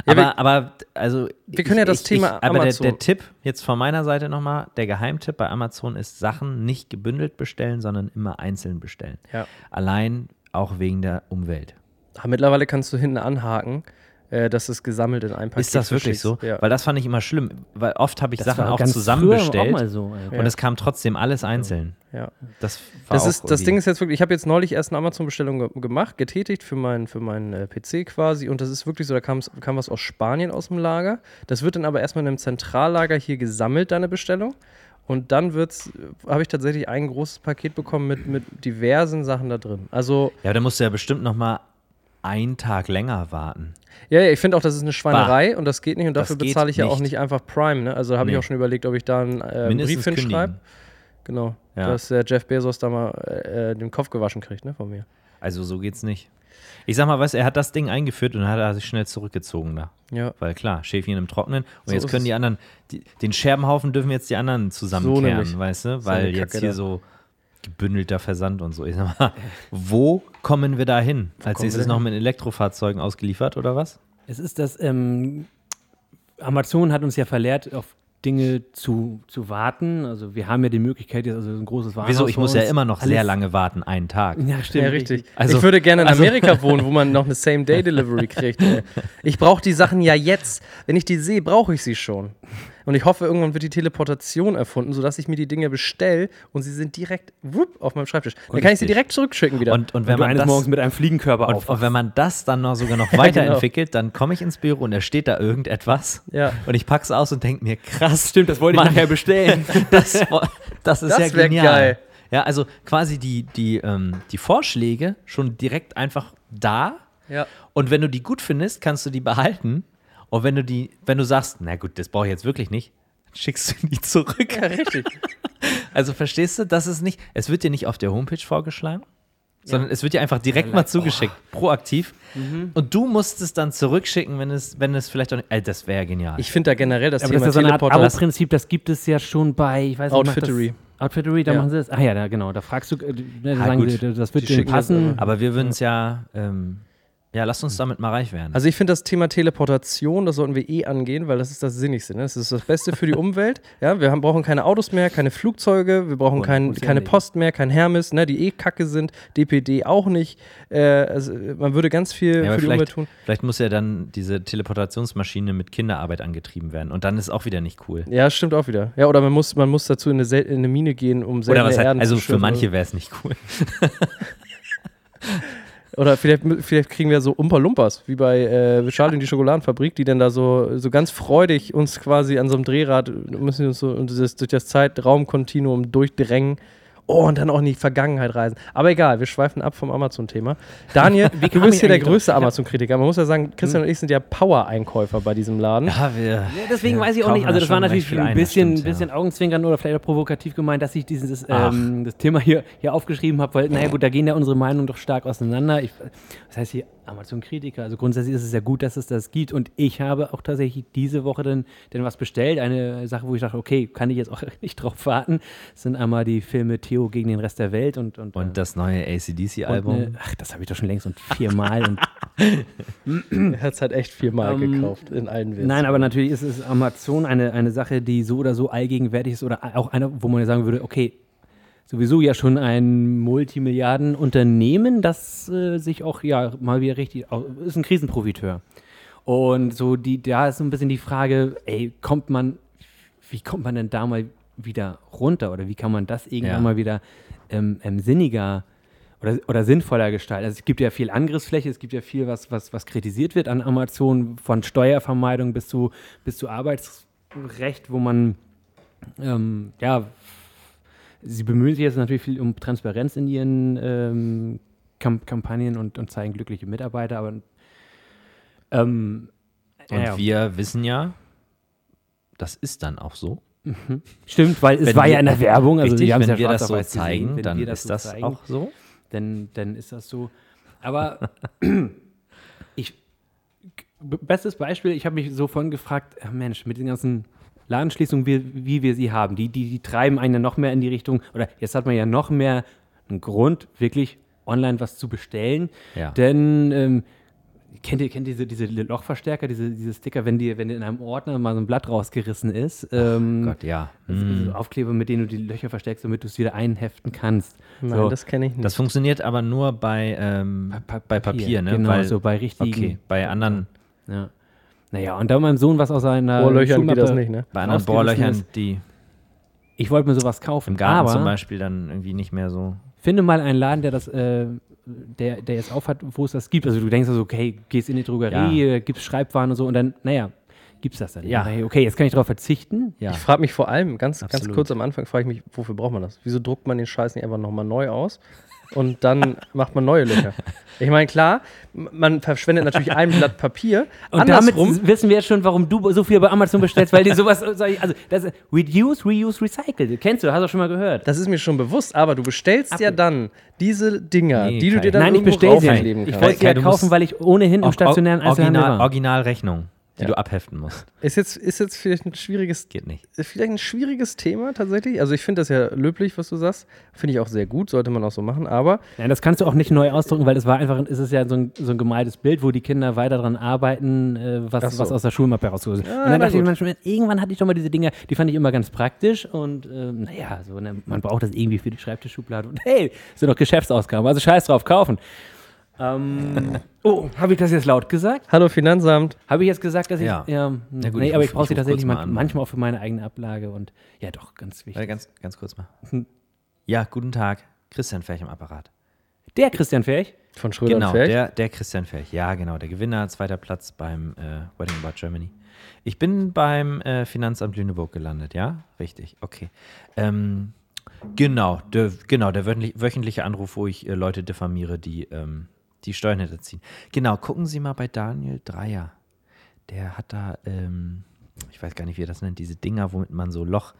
B: Ja, wir-
C: aber, aber, also.
B: wir können ja das Thema
C: aber
B: Amazon-
C: Der, der Tipp jetzt von meiner Seite nochmal: der Geheimtipp bei Amazon ist, Sachen nicht gebündelt bestellen, sondern immer einzeln bestellen.
B: Ja.
C: Allein auch wegen der Umwelt.
B: Ah, Mittlerweile kannst du hinten anhaken, äh, dass es gesammelt in einem Paket
C: ist das wirklich so?
B: verschickst. Ja.
C: Weil das fand ich immer schlimm, weil oft habe ich
A: Das
C: Sachen
A: war
C: auch
A: ganz
C: zusammen
A: früher
C: bestellt
A: Auch mal so, ey.
C: und es kam trotzdem alles einzeln.
B: ja.
C: Das war
B: Das,
C: auch
B: ist, das
C: irgendwie-
B: Ding ist jetzt wirklich, ich habe jetzt neulich erst eine Amazon-Bestellung ge gemacht, getätigt für meinen für meinen äh, PC quasi und das ist wirklich so, da kam's- kam was aus Spanien aus dem Lager. Das wird dann aber erstmal in einem Zentrallager hier gesammelt, deine Bestellung. Und dann wird's, äh, habe ich tatsächlich ein großes Paket bekommen mit, mit diversen Sachen da drin. Also,
C: Ja, aber da musst du ja bestimmt nochmal einen Tag länger warten.
B: ja, ja ich finde auch, das ist eine Schweinerei und das geht nicht und
C: Das
B: dafür
C: geht
B: bezahle ich ja auch
C: nicht.
B: nicht einfach Prime, ne? Also habe ich
C: Nee.
B: auch schon überlegt, ob ich da einen äh, Brief
C: Mindestens
B: hinschreibe.
C: kündigen.
B: Genau.
C: Ja.
B: Dass äh, Jeff Bezos da mal äh, den Kopf gewaschen kriegt, ne, von mir.
C: Also so geht's nicht. Ich sag mal, was, er hat das Ding eingeführt und dann hat er sich schnell zurückgezogen da.
B: Ja.
C: Weil klar, Schäfchen im Trocknen. Und
B: So
C: jetzt
B: ist
C: können die
B: es.
C: anderen, die, den Scherbenhaufen dürfen jetzt die anderen zusammenkehren,
B: nämlich.
C: weißt
B: So
C: du? Weil
B: eine
C: jetzt
B: Kacke
C: hier
B: da.
C: so gebündelter Versand und so. Ich sag mal, wo kommen wir da hin? Als
B: kommen wir
C: nächstes
B: da
C: noch mit Elektrofahrzeugen ausgeliefert oder was?
A: Es ist das, ähm, Amazon hat uns ja verlehrt, auf Dinge zu, zu warten. Also wir haben ja die Möglichkeit, jetzt also ein großes Warenhaus
C: Wieso? Ich
A: vor
C: muss ja
A: uns.
C: immer noch
A: Alles-
C: sehr lange warten, einen Tag.
A: (laughs) Ja, stimmt.
B: ja, richtig.
C: Also-
B: ich würde gerne in
A: (laughs)
C: also-
B: Amerika wohnen, wo man noch eine Same-Day-Delivery kriegt. Ey. Ich brauche die Sachen ja jetzt. Wenn ich die sehe, brauche ich sie schon. Und ich hoffe, irgendwann wird die Teleportation erfunden, sodass ich mir die Dinge bestelle und sie sind direkt wupp, auf meinem Schreibtisch. Dann kann ich sie
C: Richtig.
B: direkt zurückschicken wieder.
C: Und, und, wenn
A: Wenn du
C: man
A: eines
C: das,
A: Morgens mit einem Fliegenkörper
C: und, und
A: aufwachst.
C: wenn man das dann
A: (laughs)
C: noch sogar noch
A: genau.
C: weiterentwickelt, dann komme ich ins Büro und da steht da irgendetwas.
B: Ja.
C: Und ich pack's aus und denke mir, krass,
A: Stimmt, das wollte ich
C: Mann.
A: nachher bestellen.
C: (laughs) Das, wo- das ist
B: Das
C: ja
B: wär
C: genial.
B: geil.
C: Ja, also quasi die, die, ähm, die Vorschläge schon direkt einfach da.
B: ja.
C: Und wenn du die gut findest, kannst du die behalten. Und wenn du die, wenn du sagst, na gut, das brauche ich jetzt wirklich nicht, dann schickst du die zurück.
B: ja, richtig.
C: Also verstehst du, das ist nicht, es wird dir nicht auf der Homepage vorgeschlagen, sondern es wird dir einfach direkt
A: oh.
C: mal zugeschickt, proaktiv.
A: Mhm.
C: Und du musst es dann zurückschicken, wenn es, wenn es vielleicht auch nicht, ey, das wäre ja genial.
B: Ich finde da generell das
A: Aber das
B: Thema
A: ist ja so eine Art
B: Teleportation.
A: Abo-Prinzip, das gibt es ja schon bei, ich weiß nicht, macht das-
B: Outfittery.
A: Outfittery, da
B: Ja.
A: machen sie das. Ah ja, da, genau, da fragst du, äh, ne,
C: Ah,
A: sagen
C: gut.
A: sie, das wird
B: Die
A: dir
B: schicken das
A: passen.
C: Aber wir würden es ja, ähm, ja, lasst uns damit mal reich werden.
B: Also ich finde das Thema Teleportation, das sollten wir eh angehen, weil das ist das Sinnigste. Ne? Das ist das Beste für die
C: (laughs)
B: Umwelt. Ja, wir haben, brauchen keine Autos mehr, keine Flugzeuge, wir brauchen kein, keine Post mehr, kein Hermes, ne? die eh kacke sind, DPD auch nicht. Äh, also man würde ganz viel
C: Ja, aber
B: für die Umwelt
C: vielleicht,
B: tun.
C: vielleicht muss ja dann diese Teleportationsmaschine mit Kinderarbeit angetrieben werden. Und dann ist auch wieder nicht cool.
B: Ja, stimmt auch wieder. Ja, oder man muss, man muss dazu in eine, sel- in eine Mine gehen, um seltene
C: Oder was halt,
B: Erden
C: also
B: zu
C: für
B: schürfen.
C: manche wäre es nicht
A: (laughs)
C: cool.
B: Oder vielleicht, vielleicht kriegen wir so Umpa Lumpas, wie bei äh, Charlie und die Schokoladenfabrik, die dann da so, so ganz freudig uns quasi an so einem Drehrad müssen wir uns so und dieses, durch das Zeitraumkontinuum durchdrängen. Oh, und dann auch in die Vergangenheit reisen. Aber egal, wir schweifen ab vom Amazon-Thema.
A: (laughs)
B: Daniel, du
A: kamen
B: bist
A: wir
B: hier der
A: eigentlich Hm.
B: größte Amazon-Kritiker. Man muss ja sagen, Christian und ich sind ja Power-Einkäufer bei diesem Laden.
C: Ja, wir.
A: Deswegen
C: wir
A: weiß ich auch
C: kaufen
A: nicht, also
C: da
A: das war
C: schon
A: natürlich
C: recht viel
A: ein
C: ein,
A: bisschen,
C: das stimmt,
A: bisschen Augenzwinkern oder vielleicht auch provokativ gemeint, dass ich dieses ähm, das Thema hier, hier aufgeschrieben habe, weil, naja gut, da gehen ja unsere Meinungen doch stark auseinander. Ich, das heißt hier Amazon-Kritiker, also grundsätzlich ist es ja gut, dass es das gibt und ich habe auch tatsächlich diese Woche dann, dann was bestellt, eine Sache, wo ich dachte, okay, kann ich jetzt auch (laughs) nicht drauf warten, das sind einmal die Filme Theo gegen den Rest der Welt und, und,
C: Ja. Und
A: äh,
C: das neue ACDC-Album.
A: und eine, ach, das habe ich doch schon längst und viermal und
B: Er hat es halt echt viermal
A: Hm. Ähm,
B: gekauft in allen Witz.
A: Nein, aber natürlich ist es Amazon eine, eine Sache, die so oder so allgegenwärtig ist oder auch eine, wo man ja sagen würde, okay, sowieso ja schon ein Multimilliardenunternehmen, das äh, sich auch ja mal wieder richtig, au- ist ein Krisenprofiteur. Und so die, da ist so ein bisschen die Frage, ey, kommt man, wie kommt man denn da mal wieder runter oder wie kann man das irgendwann
C: Ja.
A: mal wieder ähm, ähm, sinniger oder, oder sinnvoller gestalten. Also es gibt ja viel Angriffsfläche, es gibt ja viel, was, was, was kritisiert wird an Amazon, von Steuervermeidung bis zu, bis zu Arbeitsrecht, wo man, ähm, ja, sie bemühen sich jetzt natürlich viel um Transparenz in ihren ähm, Kam Kampagnen und, und zeigen glückliche Mitarbeiter, aber ähm,
C: Und
A: ja,
C: wir wissen ja, das ist dann auch so.
A: stimmt, weil es
C: Wenn
A: war
C: wir-
A: ja in der Werbung, also
C: Richtig,
A: die haben es
C: wenn
A: ja
C: wir
A: schwarz
C: das
A: auf
C: so
A: weiß gesehen,
C: zeigen,
A: wenn
C: dann
A: wir
C: ist
A: so
C: das
A: zeigen,
C: auch so.
A: dann, dann ist das so. Aber (laughs) ich, bestes Beispiel, ich habe mich so vorhin gefragt, ah, Mensch, mit den ganzen Ladenschließungen, wie, wie wir sie haben, die, die, die treiben einen ja noch mehr in die Richtung, oder jetzt hat man ja noch mehr einen Grund, wirklich online was zu bestellen,
C: Ja.
A: denn ähm, Kennt ihr, kennt ihr diese, diese Lochverstärker, diese, diese Sticker, wenn dir, wenn dir in einem Ordner mal so ein Blatt rausgerissen ist? Ähm,
C: Gott, ja.
A: das sind
B: Hm.
A: so Aufkleber, mit denen du die Löcher verstärkst, damit du es wieder einheften kannst.
B: Nein,
A: so.
B: das kenne ich nicht.
C: Das funktioniert aber nur bei, ähm,
A: Pa-
C: bei Papier, ne?
A: Genau,
C: Weil,
A: so bei richtigen.
C: okay, bei anderen,
A: Ja. Naja, und da meinem Sohn was aus einer
B: Ohrlöchern geht das nicht, ne?
C: bei anderen Bohrlöchern, die
A: Ich wollte mir sowas kaufen.
C: im Garten
A: aber
C: zum Beispiel dann irgendwie nicht mehr so.
A: Finde mal einen Laden, der das, äh, der, der jetzt aufhat, wo es das gibt. Also du denkst also, okay, gehst in die Drogerie, äh, gibst Schreibwaren und so und dann, naja, gibt's das dann. nicht.
C: Ja.
A: Naja, Okay, jetzt kann ich darauf verzichten.
C: Ja.
B: Ich frage mich vor allem, ganz, ganz
C: Absolut.
B: kurz am Anfang, frage ich mich, wofür braucht man das? Wieso druckt man den Scheiß nicht einfach nochmal neu aus und
A: (laughs)
B: dann macht man neue Löcher? Ich meine, klar, m- man verschwendet natürlich ein Blatt Papier.
A: (laughs) Und
B: Andersrum,
A: damit wissen wir jetzt schon, warum du so viel bei Amazon bestellst, weil dir sowas, (laughs) also das ist Reduce, Reuse, Recycle. Kennst du, hast du schon mal gehört.
B: das ist mir schon bewusst, aber du bestellst ja dann diese Dinger,
C: Nee,
B: die du dir
C: Kai.
B: dann
A: Nein, ich
B: irgendwo
A: bestell sie.
B: raufkleben
A: Ich
B: kannst.
A: wollte sie ja
C: Kai, du musst-
A: kaufen, weil ich ohnehin im
C: Or-
A: stationären Einzelhandel
C: Original,
A: war.
C: Originalrechnung, die
B: Ja.
C: du abheften musst.
B: Ist jetzt, ist jetzt vielleicht ein schwieriges
C: Geht nicht.
B: vielleicht ein schwieriges Thema tatsächlich. Also ich finde das ja löblich, was du sagst. Finde ich auch sehr gut, sollte man auch so machen. Aber
A: Nein, das kannst du auch nicht neu ausdrücken, weil es war einfach, es ist ja so ein, so ein gemaltes Bild, wo die Kinder weiter dran arbeiten, äh,
B: Ach
A: was,
B: so.
A: was aus der Schulmappe rausgeholt ist. und
B: na
A: dann dachte
B: gut.
A: ich manchmal, irgendwann hatte ich doch mal diese Dinger, die fand ich immer ganz praktisch und ähm, naja, so, ne, man braucht das irgendwie für die Schreibtischschublade und hey, sind doch Geschäftsausgaben, also scheiß drauf, kaufen. Ähm, oh, habe ich das jetzt laut gesagt?
B: Hallo Finanzamt.
A: Habe ich jetzt gesagt, dass ich.
C: Ja. Na gut,
A: nee,
C: ich
A: aber
C: ruf-
A: ich brauche
C: ich
A: sie
C: ruf
A: tatsächlich
C: kurz mal
A: man-
C: an.
A: manchmal auch für meine eigene Ablage und ja, doch, ganz wichtig.
C: Warte, ganz, ganz kurz mal. Ja, guten Tag. Christian Ferch im Apparat.
A: Der Christian Fähig?
B: Von Schröder
C: Genau,
B: und Ferch.
C: der, der Christian Ferch. Ja, genau. Der Gewinner, zweiter Platz beim äh, Wedding About Germany. Ich bin beim äh, Finanzamt Lüneburg gelandet, ja? Richtig, okay. Ähm, genau, der, genau, der wöchentlich- wöchentliche Anruf, wo ich äh, Leute diffamiere, die ähm, die Steuern hinterziehen. Genau, gucken Sie mal bei Daniel Dreier. Der hat da, ähm, ich weiß gar nicht, wie er das nennt, diese Dinger, womit man so Loch,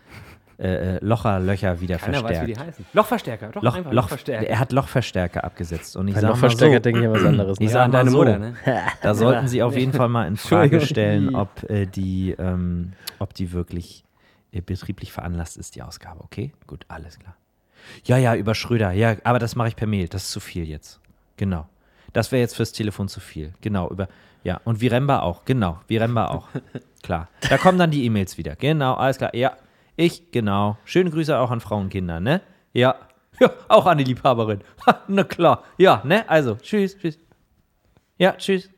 C: äh, äh, Locher, Löcher wieder verstärkt.
A: heißen. Lochverstärker, doch
C: Loch,
A: einfach
C: Loch,
A: Lochverstärker.
C: er hat Lochverstärker abgesetzt. Und ich
B: Wenn
C: sag
B: noch
C: mal so,
B: Verstärker denke ich an
A: (clears throat)
B: was anderes.
C: ich
B: ne?
C: sag mal
A: deine
C: so,
A: Mutter, ne?
C: da sollten sie auf jeden Fall mal in Frage
A: Entschuldigung.
C: stellen, ob, äh, die, ähm, ob die wirklich äh, betrieblich veranlasst ist, die Ausgabe. Okay? Gut, alles klar. Ja, ja, über Schröder. Ja, aber das mache ich per Mail. Das ist zu viel jetzt. Genau. Das wäre jetzt fürs Telefon zu viel. Genau, über. Ja, und Viremba auch. Genau, Viremba auch. Klar. Da kommen dann die E-Mails wieder. Genau, alles klar. Ja, ich, genau. Schöne Grüße auch an Frauen und Kinder, ne? Ja. (laughs) Ja, auch an die Liebhaberin. (laughs) Ha, na klar. Ja, ne? Also, tschüss, tschüss. Ja, tschüss.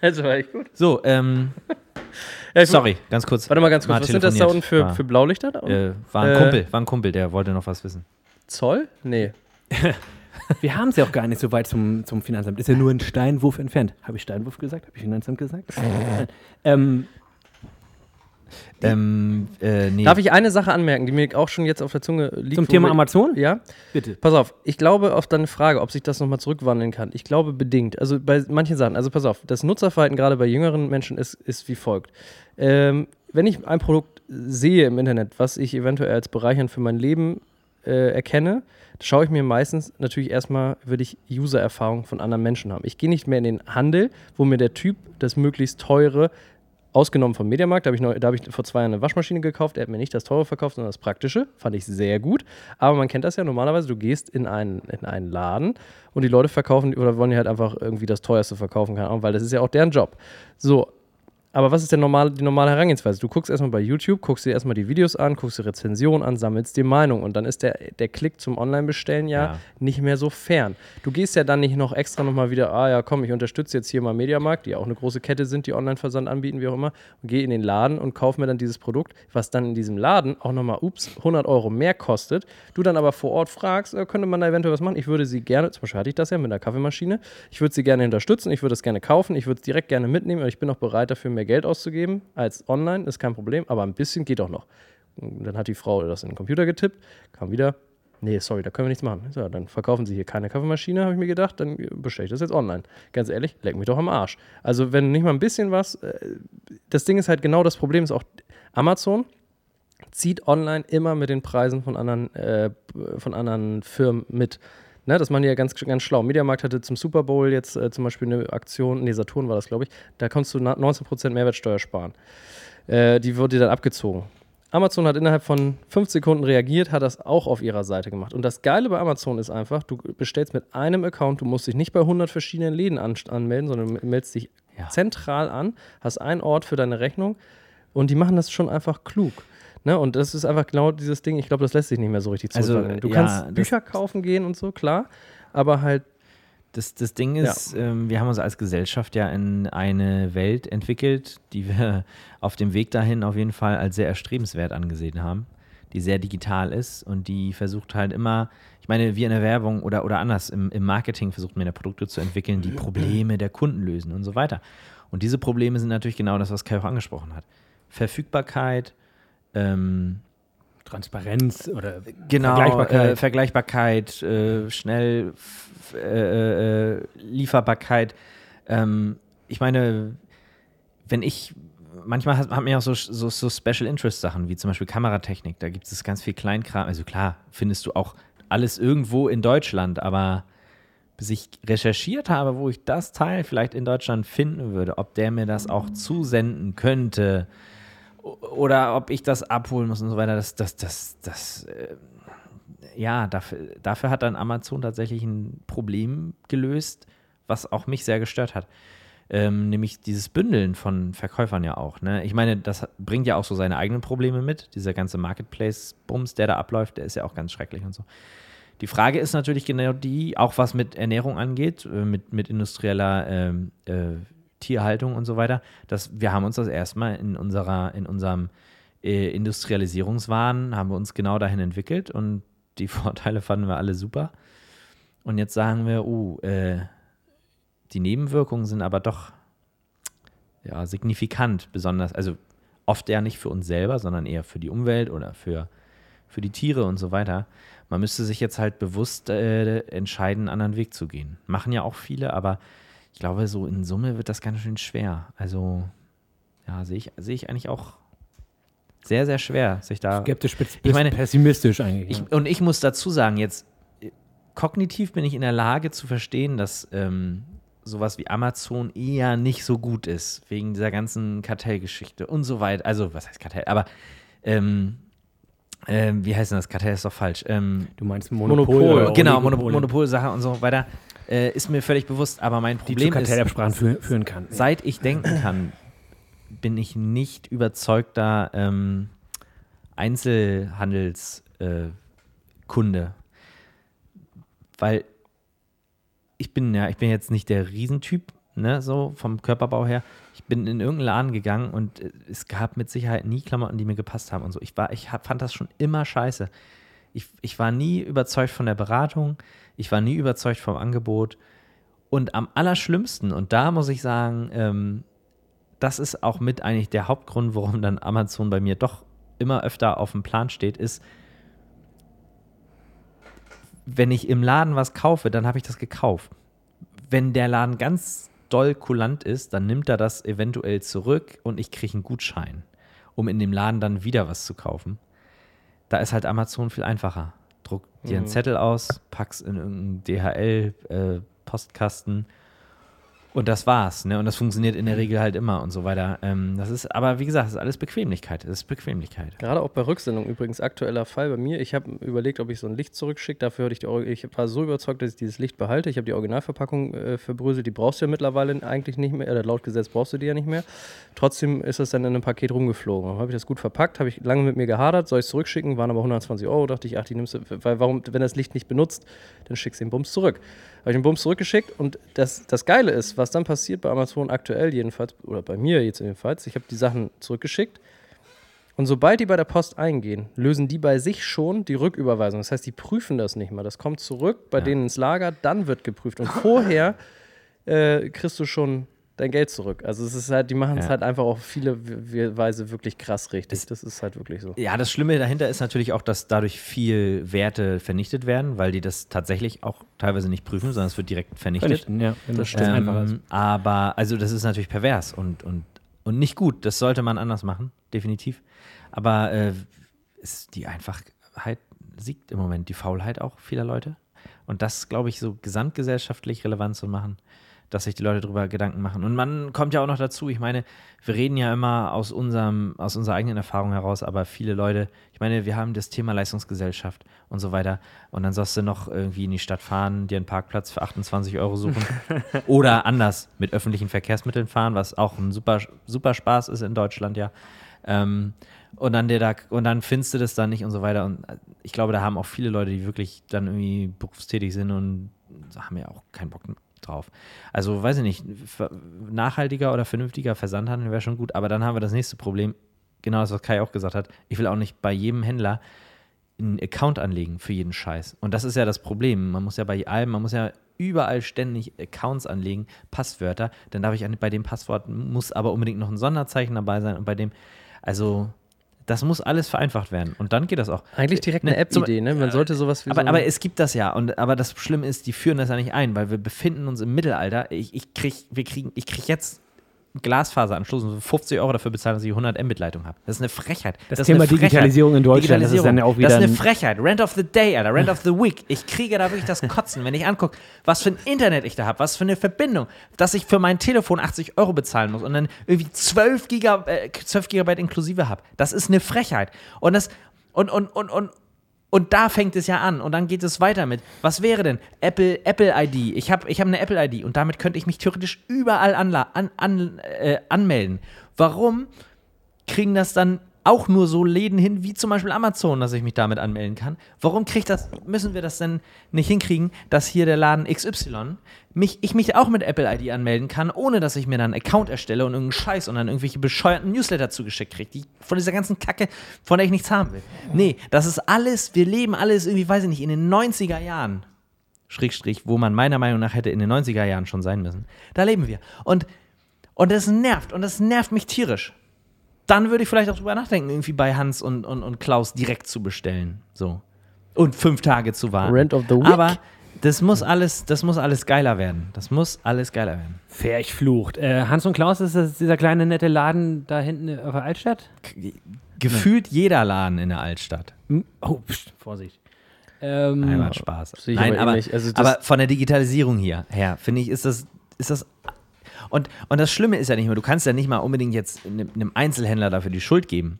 B: Also war echt gut.
C: So, ähm,
B: Ja, ich-
C: sorry, ganz kurz.
B: Hm. Warte mal ganz kurz,
C: Mal
B: was sind das da unten
C: telefoniert.
B: für, für Blaulichter? Da unten?
C: War, äh, war ein
B: Äh,
C: Kumpel, war ein Kumpel, der wollte noch was wissen.
B: Zoll? Nee.
A: Wir haben es ja auch gar nicht so weit zum, zum Finanzamt. Ist ja nur ein Steinwurf entfernt. Habe ich Steinwurf gesagt? Habe ich Finanzamt
C: (laughs)
A: gesagt? ähm,
C: Ähm, äh, nee.
B: Darf ich eine Sache anmerken, die mir auch schon jetzt auf der Zunge liegt?
A: zum
B: wo
A: Thema
B: wir-
A: Amazon?
B: Ja?
A: Bitte.
B: Pass auf, ich glaube auf deine Frage, ob sich das nochmal zurückwandeln kann. Ich glaube bedingt. Also bei manchen Sachen, also pass auf, das Nutzerverhalten gerade bei jüngeren Menschen ist, ist wie folgt. Ähm, wenn ich ein Produkt sehe im Internet, was ich eventuell als bereichernd für mein Leben äh, erkenne, schaue ich mir meistens natürlich erstmal, will ich User-Erfahrung von anderen Menschen haben. Ich gehe nicht mehr in den Handel, wo mir der Typ das möglichst teure Ausgenommen vom Mediamarkt, da habe ich, neu- da hab ich vor zwei Jahren eine Waschmaschine gekauft. Er hat mir nicht das teure verkauft, sondern das praktische. Fand ich sehr gut. Aber man kennt das ja normalerweise. Du gehst in einen, in einen Laden und die Leute verkaufen oder wollen dir halt einfach irgendwie das teuerste verkaufen, keine Ahnung, weil das ist ja auch deren Job. So. Aber was ist denn normal, die normale Herangehensweise? Du guckst erstmal bei YouTube, guckst dir erstmal die Videos an, guckst dir Rezensionen an, sammelst dir Meinung und dann ist der, der Klick zum Online-Bestellen ja,
C: Ja.
B: nicht mehr so fern. Du gehst ja dann nicht noch extra nochmal wieder, ah ja, komm, ich unterstütze jetzt hier mal Mediamarkt, die auch eine große Kette sind, die Online-Versand anbieten, wie auch immer, und gehe in den Laden und kaufe mir dann dieses Produkt, was dann in diesem Laden auch nochmal, ups, 100 Euro mehr kostet. Du dann aber vor Ort fragst, äh, könnte man da eventuell was machen? Ich würde sie gerne, zum Beispiel hatte ich das ja mit der Kaffeemaschine, ich würde sie gerne unterstützen, ich würde es gerne kaufen, ich würde es direkt gerne mitnehmen und ich bin auch bereit, dafür mehr Geld auszugeben als online, ist kein Problem, aber ein bisschen geht auch noch. Und Dann hat die Frau das in den Computer getippt, kam wieder, Nee, sorry, da können wir nichts machen. Ich So, ja, dann verkaufen sie hier keine Kaffeemaschine, habe ich mir gedacht, dann bestelle ich das jetzt online. Ganz ehrlich, leck mich doch am Arsch. Also, wenn du nicht mal ein bisschen was, äh, das Ding ist halt genau das Problem, ist auch Amazon zieht online immer mit den Preisen von anderen, äh, von anderen Firmen mit. Ne, das machen die ja ganz, ganz schlau. Mediamarkt hatte zum Super Bowl jetzt äh, zum Beispiel eine Aktion, nee, Saturn war das, glaube ich, da konntest du na- 19% Mehrwertsteuer sparen. Äh, die wurde dann abgezogen. Amazon hat innerhalb von fünf Sekunden reagiert, hat das auch auf ihrer Seite gemacht. Und das Geile bei Amazon ist einfach, du bestellst mit einem Account, du musst dich nicht bei 100 verschiedenen Läden an, anmelden, sondern du meldest dich
C: Ja.
B: zentral an, hast einen Ort für deine Rechnung und die machen das schon einfach klug. Ne? Und das ist einfach genau dieses Ding, ich glaube, das lässt sich nicht mehr so richtig
C: Also,
B: zurückhalten. du
C: ja, das-
B: kannst Bücher kaufen gehen und so, klar, aber halt
C: Das, das Ding ist, ähm, wir haben uns als Gesellschaft ja in eine Welt entwickelt, die wir (laughs) auf dem Weg dahin auf jeden Fall als sehr erstrebenswert angesehen haben, die sehr digital ist und die versucht halt immer, ich meine, wie in der Werbung oder, oder anders, im, im Marketing versucht man ja Produkte zu entwickeln, die Probleme der Kunden lösen und so weiter. Und diese Probleme sind natürlich genau das, was Kai auch angesprochen hat. Verfügbarkeit, ähm,
A: Transparenz oder
C: Genau, Vergleichbarkeit,
A: Vergleichbarkeit.
C: äh, Vergleichbarkeit äh, schnell f- äh, äh, Lieferbarkeit. Ähm, ich meine, wenn ich manchmal hat, hat man ja auch so, so, so Special Interest Sachen, wie zum Beispiel Kameratechnik. Da gibt es ganz viel Kleinkram. Also klar, findest du auch alles irgendwo in Deutschland, aber bis ich recherchiert habe, wo ich das Teil vielleicht in Deutschland finden würde, ob der mir das auch zusenden könnte o- oder ob ich das abholen muss und so weiter, das, das, das, das, äh, ja, dafür, dafür hat dann Amazon tatsächlich ein Problem gelöst, was auch mich sehr gestört hat. Ähm, nämlich dieses Bündeln von Verkäufern ja auch. Ne? Ich meine, das hat- bringt ja auch so seine eigenen Probleme mit. Dieser ganze Marketplace-Bums, der da abläuft, der ist ja auch ganz schrecklich und so. Die Frage ist natürlich genau die, auch was mit Ernährung angeht, äh, mit, mit industrieller ähm, äh, Tierhaltung und so weiter, dass wir haben uns das erstmal in unserer, in unserem äh, Industrialisierungswahn, haben wir uns genau dahin entwickelt und die (laughs) Vorteile fanden wir alle super. Und jetzt sagen wir, oh, äh, die Nebenwirkungen sind aber doch ja, signifikant, besonders, also oft ja nicht für uns selber, sondern eher für die Umwelt oder für, für die Tiere und so weiter. Man müsste sich jetzt halt bewusst äh, entscheiden, einen anderen Weg zu gehen. Machen ja auch viele, aber ich glaube, so in Summe wird das ganz schön schwer. Also, ja, sehe ich, sehe ich eigentlich auch sehr, sehr schwer, sich da.
A: Skeptisch, bis,
C: Ich meine,
A: pessimistisch eigentlich. ne?
C: Ich, und ich muss dazu sagen, jetzt äh, kognitiv bin ich in der Lage zu verstehen, dass ähm, sowas wie Amazon eher nicht so gut ist, wegen dieser ganzen Kartellgeschichte und so weiter. Also, was heißt Kartell? Aber ähm, ähm, wie heißt denn das? Kartell ist doch falsch. Ähm,
A: du meinst
B: Monopol,
A: Monopol. oder
C: genau, Monopol,
A: Oligopole,
C: Monopolsache und so weiter. Äh, ist mir völlig bewusst, aber mein
A: Die zu
C: Problem ist,
A: Kartellabsprachen fü führen kann.
C: seit ich denken kann, bin ich nicht überzeugter ähm, Einzelhandelskunde. Äh, Kunde. Weil ich bin ja, ich bin jetzt nicht der Riesentyp, ne, so vom Körperbau her. Ich bin in irgendeinen Laden gegangen und äh, es gab mit Sicherheit nie Klamotten, die mir gepasst haben und so. Ich war, ich hab, fand das schon immer scheiße. Ich, ich war nie überzeugt von der Beratung, ich war nie überzeugt vom Angebot. Und am allerschlimmsten, und da muss ich sagen, ähm, das ist auch mit eigentlich der Hauptgrund, warum dann Amazon bei mir doch immer öfter auf dem Plan steht, ist, wenn ich im Laden was kaufe, dann habe ich das gekauft. Wenn der Laden ganz doll kulant ist, dann nimmt er das eventuell zurück und ich kriege einen Gutschein, um in dem Laden dann wieder was zu kaufen. Da ist halt Amazon viel einfacher. Druck dir einen Zettel aus, pack's in irgendeinen DHL-Postkasten äh, und das war's. Ne? Und das funktioniert in der Regel halt immer und so weiter. Ähm, das ist, aber wie gesagt, das ist alles Bequemlichkeit. Das ist Bequemlichkeit.
B: Gerade auch bei Rücksendung übrigens aktueller Fall bei mir. Ich habe überlegt, ob ich so ein Licht zurückschicke. Dafür hatte ich die Or- ich war so überzeugt, dass ich dieses Licht behalte. Ich habe die Originalverpackung äh, verbröselt. Die brauchst du ja mittlerweile eigentlich nicht mehr. Oder laut Gesetz brauchst du die ja nicht mehr. Trotzdem ist das dann in einem Paket rumgeflogen. Dann Habe ich das gut verpackt, habe ich lange mit mir gehadert, soll ich es zurückschicken, waren aber 120 Euro. Dachte ich, ach, die nimmst du, weil warum, wenn das Licht nicht benutzt, dann schickst du den Bums zurück. Habe ich den Bums zurückgeschickt und das, das Geile ist, was dann passiert bei Amazon aktuell jedenfalls, oder bei mir jetzt jedenfalls, ich habe die Sachen zurückgeschickt. Und sobald die bei der Post eingehen, lösen die bei sich schon die Rücküberweisung. Das heißt, die prüfen das nicht mal. Das kommt zurück bei denen ins Lager, dann wird geprüft. Und
C: (laughs)
B: vorher äh, kriegst du schon dein Geld zurück. Also es ist halt, die machen es
C: Ja.
B: halt einfach auf viele We- We- Weise wirklich krass richtig. Das ist halt wirklich so.
C: Ja, das Schlimme dahinter ist natürlich auch, dass dadurch viel Werte vernichtet werden, weil die das tatsächlich auch teilweise nicht prüfen, sondern es wird direkt vernichtet.
A: Vernichten, ja, wenn das
C: Ähm,
A: einfacher ist.
C: aber also das ist natürlich pervers und, und, und nicht gut. Das sollte man anders machen, definitiv. Aber äh, ist die Einfachheit siegt im Moment, die Faulheit auch vieler Leute. Und das, glaube ich, so gesamtgesellschaftlich relevant zu machen, dass sich die Leute darüber Gedanken machen. Und man kommt ja auch noch dazu, ich meine, wir reden ja immer aus, unserem, aus unserer eigenen Erfahrung heraus, aber viele Leute, ich meine, wir haben das Thema Leistungsgesellschaft und so weiter. Und dann sollst du noch irgendwie in die Stadt fahren, dir einen Parkplatz für 28 Euro suchen.
A: (laughs)
C: Oder anders, mit öffentlichen Verkehrsmitteln fahren, was auch ein super, super Spaß ist in Deutschland, ja. Ähm, und dann der da, und dann findest du das dann nicht und so weiter. Und äh, ich glaube, da haben auch viele Leute, die wirklich dann irgendwie berufstätig sind und haben ja auch keinen Bock drauf. Also weiß ich nicht, ver- nachhaltiger oder vernünftiger Versandhandel wäre schon gut, aber dann haben wir das nächste Problem, genau das, was Kai auch gesagt hat. Ich will auch nicht bei jedem Händler einen Account anlegen für jeden Scheiß. Und das ist ja das Problem. Man muss ja bei allem, man muss ja überall ständig Accounts anlegen, Passwörter. Dann darf ich an- bei dem Passwort, muss aber unbedingt noch ein Sonderzeichen dabei sein und bei dem, also das muss alles vereinfacht werden. Und dann geht das auch.
B: Eigentlich direkt
C: Ne,
B: eine App-Idee, ne? Man sollte sowas wie
C: Aber,
B: so
C: aber es gibt das ja. Und, aber das Schlimme ist, die führen das ja nicht ein, weil wir befinden uns im Mittelalter. Ich, ich krieg, wir kriegen, ich krieg jetzt einen Glasfaseranschluss und 50 Euro dafür bezahlen, dass ich 100 Mbit-Leitung habe. Das ist eine Frechheit.
A: Das
C: ist
A: Thema
C: eine
A: Digitalisierung in Deutschland, das ist dann ja auch
C: Das ist
A: wieder
C: eine
A: ein-
C: Frechheit. Rent of the Day, Alter. Rent of the Week. Ich kriege da wirklich das Kotzen, wenn ich angucke, was für ein Internet ich da habe, was für eine Verbindung, dass ich für mein Telefon 80 Euro bezahlen muss und dann irgendwie 12, Giga, äh, 12 Gigabyte inklusive habe. Das ist eine Frechheit. Und das. Und, und, und, und, und da fängt es ja an und dann geht es weiter mit. Was wäre denn Apple Apple ID? Ich habe ich hab eine Apple ID und damit könnte ich mich theoretisch überall anla an, an, äh, anmelden. Warum kriegen das dann auch nur so Läden hin, wie zum Beispiel Amazon, dass ich mich damit anmelden kann. Warum kriegt das, müssen wir das denn nicht hinkriegen, dass hier der Laden XY mich, ich mich auch mit Apple ID anmelden kann, ohne dass ich mir dann einen Account erstelle und irgendeinen Scheiß und dann irgendwelche bescheuerten Newsletter zugeschickt kriege, die von dieser ganzen Kacke, von der ich nichts haben will. Nee, das ist alles, wir leben alles irgendwie, weiß ich nicht, in den 90er Jahren. Schrägstrich, wo man meiner Meinung nach hätte in den 90er Jahren schon sein müssen. Da leben wir. Und, und das nervt. Und das nervt mich tierisch. Dann würde ich vielleicht auch drüber nachdenken, irgendwie bei Hans und, und, und Klaus direkt zu bestellen. So. Und fünf Tage zu warten.
B: Rant of the week.
C: Aber das muss alles, das muss alles geiler werden. Das muss alles geiler werden.
A: Ferchflucht. Äh, Hans und Klaus, ist das dieser kleine nette Laden da hinten auf der Altstadt?
C: Gefühlt jeder Laden in der Altstadt.
A: Hm? Oh, pst, Vorsicht.
C: Nein,
A: Ähm,
C: macht Spaß.
B: sehe ich
C: Nein,
B: aber
C: aber,
B: ähnlich. Also das-
C: aber von der Digitalisierung hier her, finde ich, ist das, ist das. Und, und das Schlimme ist ja nicht mehr, du kannst ja nicht mal unbedingt jetzt einem einem Einzelhändler dafür die Schuld geben.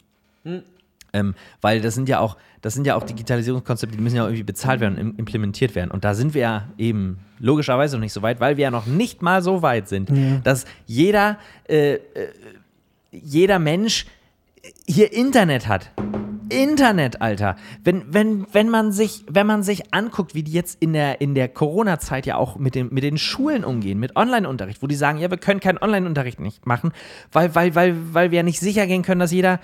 C: Ähm, weil das sind ja auch, das sind ja auch Digitalisierungskonzepte, die müssen ja auch irgendwie bezahlt werden und im, implementiert werden. Und da sind wir ja eben logischerweise noch nicht so weit, weil wir ja noch nicht mal so weit sind, dass jeder, äh, äh, jeder Mensch hier Internet hat. Internet, Alter. Wenn, wenn, wenn, man sich, wenn man sich anguckt, wie die jetzt in der, in der Corona-Zeit ja auch mit, dem, mit den Schulen umgehen, mit Online-Unterricht, wo die sagen, ja, wir können keinen Online-Unterricht nicht machen, weil, weil, weil, weil wir ja nicht sicher gehen können, dass jeder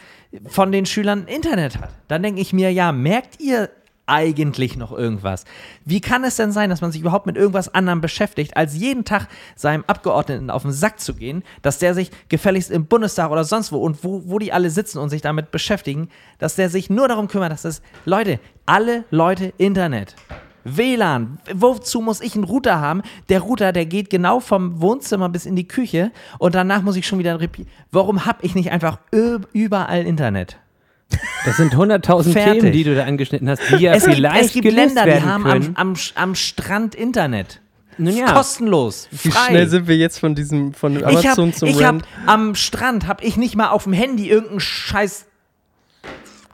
C: von den Schülern Internet hat. Dann denke ich mir, ja, merkt ihr eigentlich noch irgendwas? Wie kann es denn sein, dass man sich überhaupt mit irgendwas anderem beschäftigt, als jeden Tag seinem Abgeordneten auf den Sack zu gehen, dass der sich gefälligst im Bundestag oder sonst wo und wo, wo die alle sitzen und sich damit beschäftigen, dass der sich nur darum kümmert, dass das, Leute, alle Leute Internet. WLAN, wozu muss ich einen Router haben? Der Router, der geht genau vom Wohnzimmer bis in die Küche und danach muss ich schon wieder ein Repeat. Warum habe ich nicht einfach ö- überall Internet?
A: Das sind 100.000
C: Fertig.
A: Themen, die du da angeschnitten hast, die ja
C: Es gibt,
A: vielleicht
C: es gibt
A: gelöst
C: Länder, die
A: werden
C: haben am,
A: können.
C: am, am Strand Internet.
A: Nun ja.
C: Kostenlos,
B: Wie
C: frei.
B: schnell sind wir jetzt von diesem von
C: ich hab,
B: Amazon zum
C: ich hab,
B: Rand?
C: am Strand habe ich nicht mal auf dem Handy irgendeinen scheiß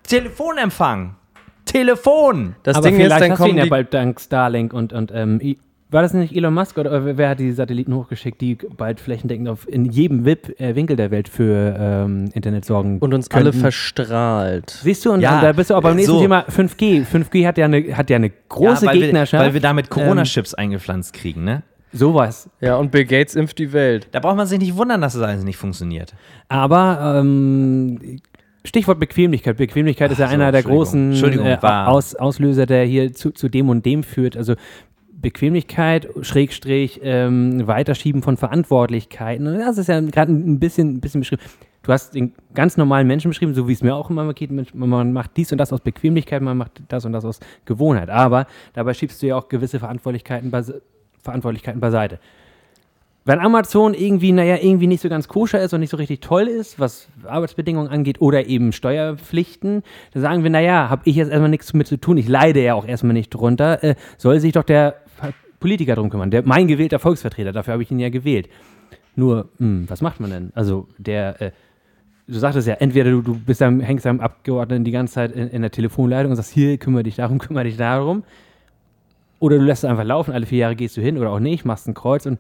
C: Telefonempfang. Telefon.
B: Das
A: aber
B: Ding ist,
A: vielleicht
B: dann
A: hast du ihn
B: kommen
A: ja
B: die,
A: bald dank Starlink und, und ähm, I- war das nicht Elon Musk oder wer- wer hat die Satelliten hochgeschickt, die bald flächendeckend auf in jedem Wip, äh, Winkel der Welt für ähm, Internet sorgen
B: und uns alle
A: könnten?
B: verstrahlt.
A: Siehst du, und
C: Ja,
A: und da bist du auch beim nächsten
C: so.
A: Thema 5G. 5G hat ja eine, hat ja eine große Ähm.
C: weil
A: Gegnerschaft.
C: Wir, weil wir damit Corona-Chips eingepflanzt kriegen, ne?
A: Sowas.
B: Ja, und Bill Gates impft die Welt.
C: Da braucht man sich nicht wundern, dass das alles nicht funktioniert.
A: Aber ähm, Stichwort Bequemlichkeit. Bequemlichkeit ist ja
C: Ach so,
A: einer der
C: Entschuldigung.
A: großen
C: Entschuldigung,
A: äh,
C: war-
A: Aus, Auslöser, der hier zu, zu dem und dem führt. Also Bequemlichkeit, Schrägstrich, ähm, Weiterschieben von Verantwortlichkeiten. Und Das ist ja gerade ein bisschen, ein bisschen beschrieben. Du hast den ganz normalen Menschen beschrieben, so wie es mir auch immer geht. Mensch, Man macht dies und das aus Bequemlichkeit, man macht das und das aus Gewohnheit. Aber dabei schiebst du ja auch gewisse Verantwortlichkeiten, beise- Verantwortlichkeiten beiseite. Wenn Amazon irgendwie, naja, irgendwie nicht so ganz koscher ist und nicht so richtig toll ist, was Arbeitsbedingungen angeht oder eben Steuerpflichten, dann sagen wir, naja, habe ich jetzt erstmal nichts mit zu tun, ich leide ja auch erstmal nicht drunter, äh, soll sich doch der Ver- Politiker drum kümmern, der, mein gewählter Volksvertreter, dafür habe ich ihn ja gewählt. Nur, hm, was macht man denn? Also der, äh, du sagtest ja, entweder du, du bist am, hängst am Abgeordneten die ganze Zeit in, in der Telefonleitung und sagst, hier, kümmere dich darum, kümmere dich darum. Oder du lässt es einfach laufen, alle vier Jahre gehst du hin oder auch nicht, machst ein Kreuz und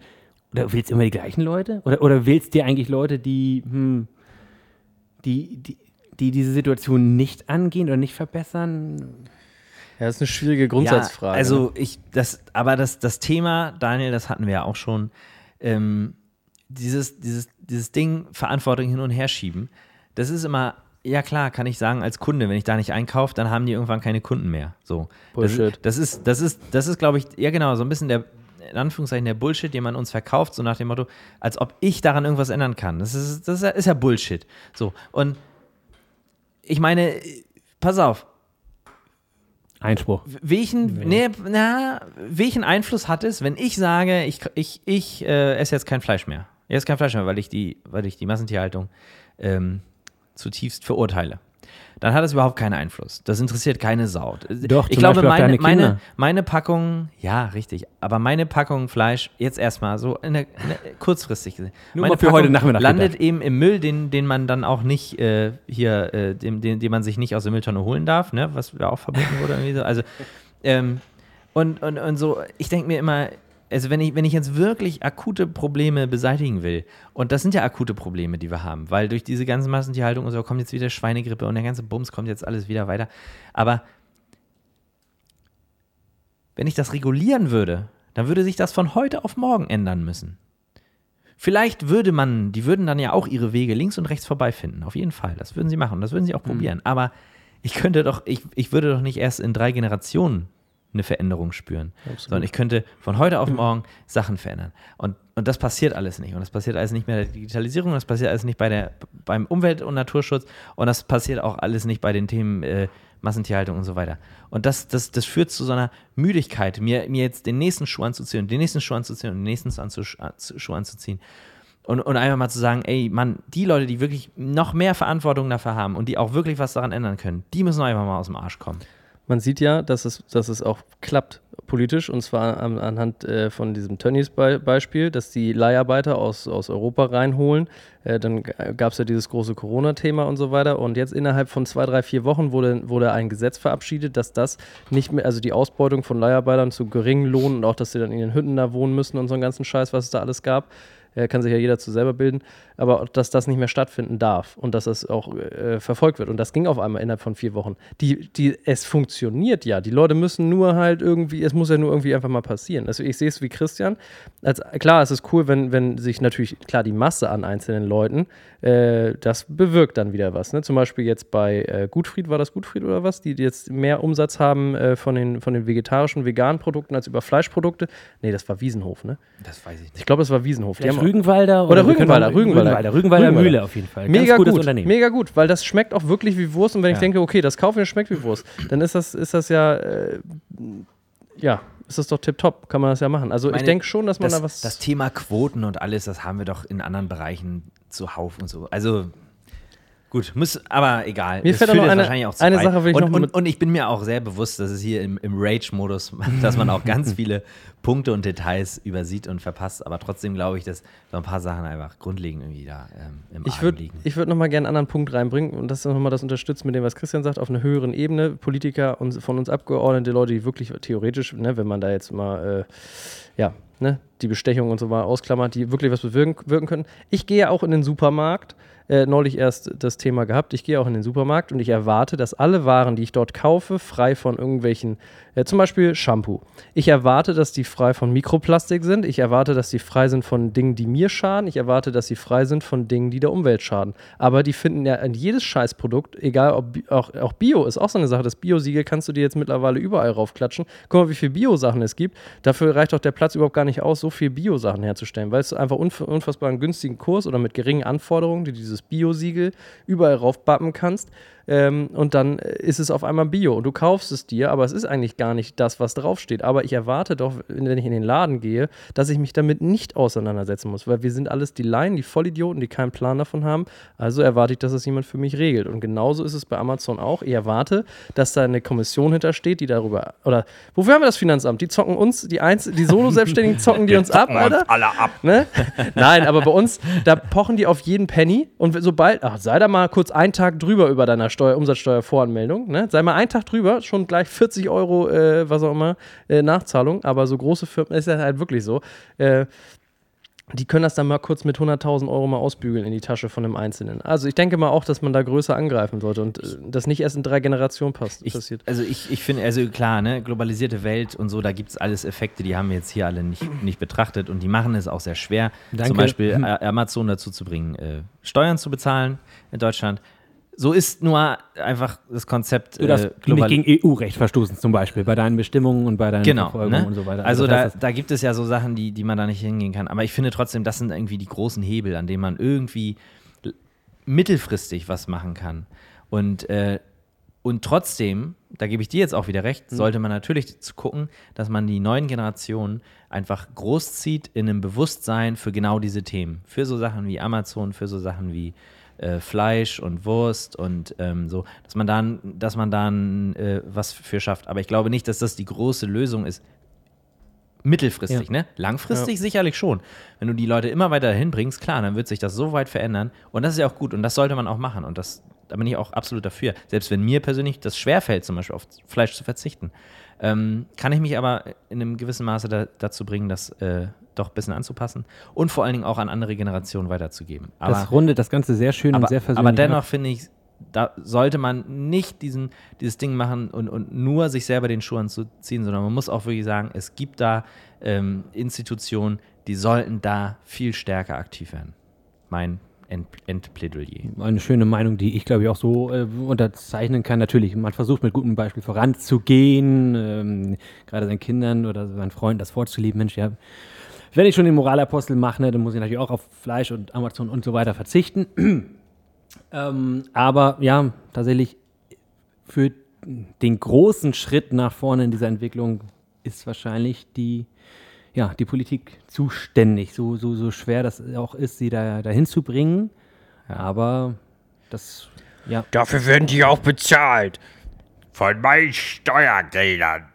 A: oder willst du immer die gleichen Leute? Oder, oder willst dir eigentlich Leute, die, hm, die, die, die diese Situation nicht angehen oder nicht verbessern?
B: Ja, das ist eine schwierige Grundsatzfrage. ne?
C: Ja, also ich, das, aber das, das Thema, Daniel, das hatten wir ja auch schon, ähm, dieses, dieses, dieses Ding, Verantwortung hin und her schieben, das ist immer, ja klar, kann ich sagen, als Kunde, wenn ich da nicht einkaufe, dann haben die irgendwann keine Kunden mehr. So.
B: Bullshit.
C: Das, ist- das ist, das ist, das ist, glaube ich, ja genau, so ein bisschen der, in Anführungszeichen, der Bullshit, den man uns verkauft, so nach dem Motto, als ob ich daran irgendwas ändern kann. Das ist, das ist, ja, ist ja Bullshit. So. Und ich meine, pass auf,
A: Einspruch.
C: welchen, nee. na, welchen Einfluss hat es, wenn ich sage, ich, ich, ich äh, esse jetzt kein Fleisch mehr? Ich esse kein Fleisch mehr, weil ich die, weil ich die Massentierhaltung ähm, zutiefst verurteile. Dann hat es überhaupt keinen Einfluss. Das interessiert keine Sau.
A: Doch,
C: ich
A: zum
C: glaube,
A: Beispiel auch
C: meine,
A: deine
C: meine,
A: Kinder.
C: meine Packung, ja, richtig, aber meine Packung Fleisch, jetzt erstmal so in der, in der, kurzfristig gesehen,
A: Nur
C: meine
A: mal für heute
C: Packung
A: Nachmittag
C: landet eben im Müll, den, den man dann auch nicht äh, hier, äh, den, den, den man sich nicht aus der Mülltonne holen darf, ne? was ja auch verboten wurde. Irgendwie so. Also, ähm, und, und, und so, ich denke mir immer, also wenn ich, wenn ich jetzt wirklich akute Probleme beseitigen will, und das sind ja akute Probleme, die wir haben, weil durch diese ganze Massentierhaltung und so kommt jetzt wieder Schweinegrippe und der ganze Bums kommt jetzt alles wieder weiter. Aber wenn ich das regulieren würde, dann würde sich das von heute auf morgen ändern müssen. Vielleicht würde man, die würden dann ja auch ihre Wege links und rechts vorbeifinden, auf jeden Fall. Das würden sie machen, das würden sie auch probieren. Aber ich könnte doch, ich, ich würde doch nicht erst in drei Generationen eine Veränderung spüren, sondern ich könnte von heute auf morgen Sachen verändern. Und, und das passiert alles nicht. Und das passiert alles nicht mehr bei der Digitalisierung, das passiert alles nicht bei der, beim Umwelt- und Naturschutz und das passiert auch alles nicht bei den Themen äh, Massentierhaltung und so weiter. Und das, das, das führt zu so einer Müdigkeit, mir, mir jetzt den nächsten Schuh anzuziehen, und den nächsten Schuh anzuziehen und den nächsten anzusch- anzu- äh, Schuh anzuziehen. Und, und einfach mal zu sagen, ey, Mann, die Leute, die wirklich noch mehr Verantwortung dafür haben und die auch wirklich was daran ändern können, die müssen einfach mal aus dem Arsch kommen.
B: Man sieht ja, dass es, dass es auch klappt politisch und zwar an, anhand äh, von diesem Tönnies-Beispiel, dass die Leiharbeiter aus, aus Europa reinholen. Äh, dann gab es ja dieses große Corona-Thema und so weiter. Und jetzt innerhalb von zwei, drei, vier Wochen wurde, wurde ein Gesetz verabschiedet, dass das nicht mehr, also die Ausbeutung von Leiharbeitern zu geringen Lohn und auch, dass sie dann in den Hütten da wohnen müssen und so einen ganzen Scheiß, was es da alles gab, äh, kann sich ja jeder zu selber bilden, aber dass das nicht mehr stattfinden darf und dass das auch äh, verfolgt wird. Und das ging auf einmal innerhalb von vier Wochen. Die, die, es funktioniert ja. Die Leute müssen nur halt irgendwie, es muss ja nur irgendwie einfach mal passieren. Also ich sehe es wie Christian. Als, klar, es ist cool, wenn, wenn sich natürlich, klar, die Masse an einzelnen Leuten, äh, das bewirkt dann wieder was. Ne? Zum Beispiel jetzt bei äh, Gutfried, war das Gutfried oder was? Die jetzt mehr Umsatz haben äh, von, den, von den vegetarischen, veganen Produkten als über Fleischprodukte. Nee, das war Wiesenhof, ne?
C: Das weiß ich nicht.
B: Ich glaube, das war Wiesenhof. Die
A: Vielleicht
B: haben-
A: Rügenwalder
B: Oder
A: Oh, wir können
B: Rügenwalder,
A: auch-
B: Rügenwalder.
A: Rügenwalder, Rügenwalder
B: Rügenwalder.
A: Mühle auf jeden Fall.
B: Mega
A: gutes
B: gut,
A: Unternehmen.
B: mega gut, weil das schmeckt auch wirklich wie Wurst und wenn ich
A: Ja.
B: denke, okay, das kaufen wir, schmeckt wie Wurst, dann ist das, ist das ja, äh, ja, ist das doch tipptopp, kann man das ja machen. Also ich
C: Meine-
B: denke schon, dass man
C: das,
B: da was,
C: das Thema Quoten und alles, das haben wir doch in anderen Bereichen zuhauf und so. Also gut, muss, aber egal.
B: Mir
C: Das
B: fällt auch
C: führt
B: noch
C: jetzt
B: eine-
C: wahrscheinlich auch zu
B: eine
C: weit.
B: Sache will ich
C: und,
B: noch
C: und,
B: mit-
C: und ich bin mir auch sehr bewusst, dass es hier im, im Rage-Modus, (laughs) dass man auch ganz viele Punkte und Details übersieht und verpasst. Aber trotzdem glaube ich, dass so ein paar Sachen einfach grundlegend irgendwie da ähm, im
B: ich
C: Argen
B: würde
C: liegen.
B: ich würd nochmal gerne einen anderen Punkt reinbringen und das ist nochmal das unterstützt mit dem, was Christian sagt, auf einer höheren Ebene, Politiker und von uns Abgeordnete, Leute, die wirklich theoretisch, ne, wenn man da jetzt mal, äh, ja, ne, die Bestechung und so mal ausklammert, die wirklich was bewirken wirken können. Ich gehe ja auch in den Supermarkt, äh, neulich erst das Thema gehabt, ich gehe auch in den Supermarkt und ich erwarte, dass alle Waren, die ich dort kaufe, frei von irgendwelchen, äh, zum Beispiel Shampoo. Ich erwarte, dass die frei von Mikroplastik sind, ich erwarte, dass die frei sind von Dingen, die mir schaden, ich erwarte, dass sie frei sind von Dingen, die der Umwelt schaden. Aber die finden ja in jedes Scheißprodukt, egal ob Bi- auch, auch Bio ist auch so eine Sache, das Bio-Siegel kannst du dir jetzt mittlerweile überall raufklatschen. Guck mal, wie viel Bio-Sachen es gibt. Dafür reicht doch der Platz überhaupt gar nicht aus, so viel Bio-Sachen herzustellen, weil es einfach unf unfassbar einen günstigen Kurs oder mit geringen Anforderungen, die dieses Bio-Siegel überall raufbappen kannst. Ähm, und dann äh, ist es auf einmal Bio und du kaufst es dir, aber es ist eigentlich gar nicht das, was draufsteht. Aber ich erwarte doch, wenn ich in den Laden gehe, dass ich mich damit nicht auseinandersetzen muss, weil wir sind alles die Laien, die Vollidioten, die keinen Plan davon haben. Also erwarte ich, dass es jemand für mich regelt. Und genauso ist es bei Amazon auch. Ich erwarte, dass da eine Kommission hintersteht, die darüber. Oder wofür haben wir das Finanzamt? Die zocken uns, die, Einzel die Solo-Selbstständigen zocken die uns ab, oder?
C: Alle ab.
B: Ne? (laughs) Nein, aber bei uns, da pochen die auf jeden Penny und sobald, ach, sei da mal kurz einen Tag drüber über deiner Steuer, Umsatzsteuervoranmeldung, ne? sei mal einen Tag drüber, schon gleich 40 Euro, äh, was auch immer, äh, Nachzahlung, aber so große Firmen, ist ja halt wirklich so, äh, die können das dann mal kurz mit 100.000 Euro mal ausbügeln in die Tasche von einem Einzelnen. Also ich denke mal auch, dass man da größer angreifen sollte und äh, das nicht erst in drei Generationen passt,
C: Ich,
B: passiert.
C: also ich, ich finde, also klar, ne, globalisierte Welt und so, da gibt es alles Effekte, die haben wir jetzt hier
A: (clears throat)
C: alle nicht, nicht betrachtet und die machen es auch sehr schwer,
A: Danke. Mhm.
C: zum Beispiel A- Amazon dazu zu bringen, äh, Steuern zu bezahlen in Deutschland. So ist nur einfach das Konzept äh,
A: Du darfst
C: global-
A: nicht gegen EU-Recht verstoßen, zum Beispiel, bei deinen Bestimmungen und bei deinen
C: Genau.
A: Verfolgungen
C: Ne?
A: und so weiter.
C: Also,
A: das heißt,
C: da,
A: das-
C: da gibt es ja so Sachen, die, die man da nicht hingehen kann. Aber ich finde trotzdem, das sind irgendwie die großen Hebel, an denen man irgendwie l- mittelfristig was machen kann. Und, äh, und trotzdem, da gebe ich dir jetzt auch wieder recht, sollte man natürlich zu gucken, dass man die neuen Generationen einfach großzieht in einem Bewusstsein für genau diese Themen. Für so Sachen wie Amazon, für so Sachen wie äh, Fleisch und Wurst und ähm, so, dass man dann, dass man dann äh, was für schafft. Aber ich glaube nicht, dass das die große Lösung ist. Mittelfristig, ne? Langfristig sicherlich schon. Wenn du die Leute immer weiter dahin bringst, klar, dann wird sich das so weit verändern. Und das ist ja auch gut und das sollte man auch machen. Und das, da bin ich auch absolut dafür. Selbst wenn mir persönlich das schwerfällt, zum Beispiel auf Fleisch zu verzichten, Ähm, kann ich mich aber in einem gewissen Maße da, dazu bringen, das äh, doch ein bisschen anzupassen und vor allen Dingen auch an andere Generationen weiterzugeben. Aber,
A: das rundet das Ganze sehr schön und
C: aber,
A: sehr
C: aber
A: versöhnlich
C: dennoch
A: ab.
C: finde ich, da sollte man nicht diesen, dieses Ding machen und, und nur sich selber den Schuh anzuziehen, sondern man muss auch wirklich sagen, es gibt da ähm, Institutionen, die sollten da viel stärker aktiv werden. Mein End Endplädoyer.
A: eine schöne Meinung, die ich glaube ich auch so äh, unterzeichnen kann. Natürlich, man versucht mit gutem Beispiel voranzugehen, ähm, gerade seinen Kindern oder seinen Freunden das vorzuleben. Mensch, ja, wenn ich schon den Moralapostel mache, ne, dann muss ich natürlich auch auf Fleisch und Amazon und so weiter verzichten. (clears throat) ähm, aber ja, tatsächlich für den großen Schritt nach vorne in dieser Entwicklung ist wahrscheinlich die ja, die Politik zuständig, so, so, so schwer das auch ist, sie da, dahin zu bringen. Aber das, ja,
E: Dafür werden die auch bezahlt. Von meinen Steuergeldern.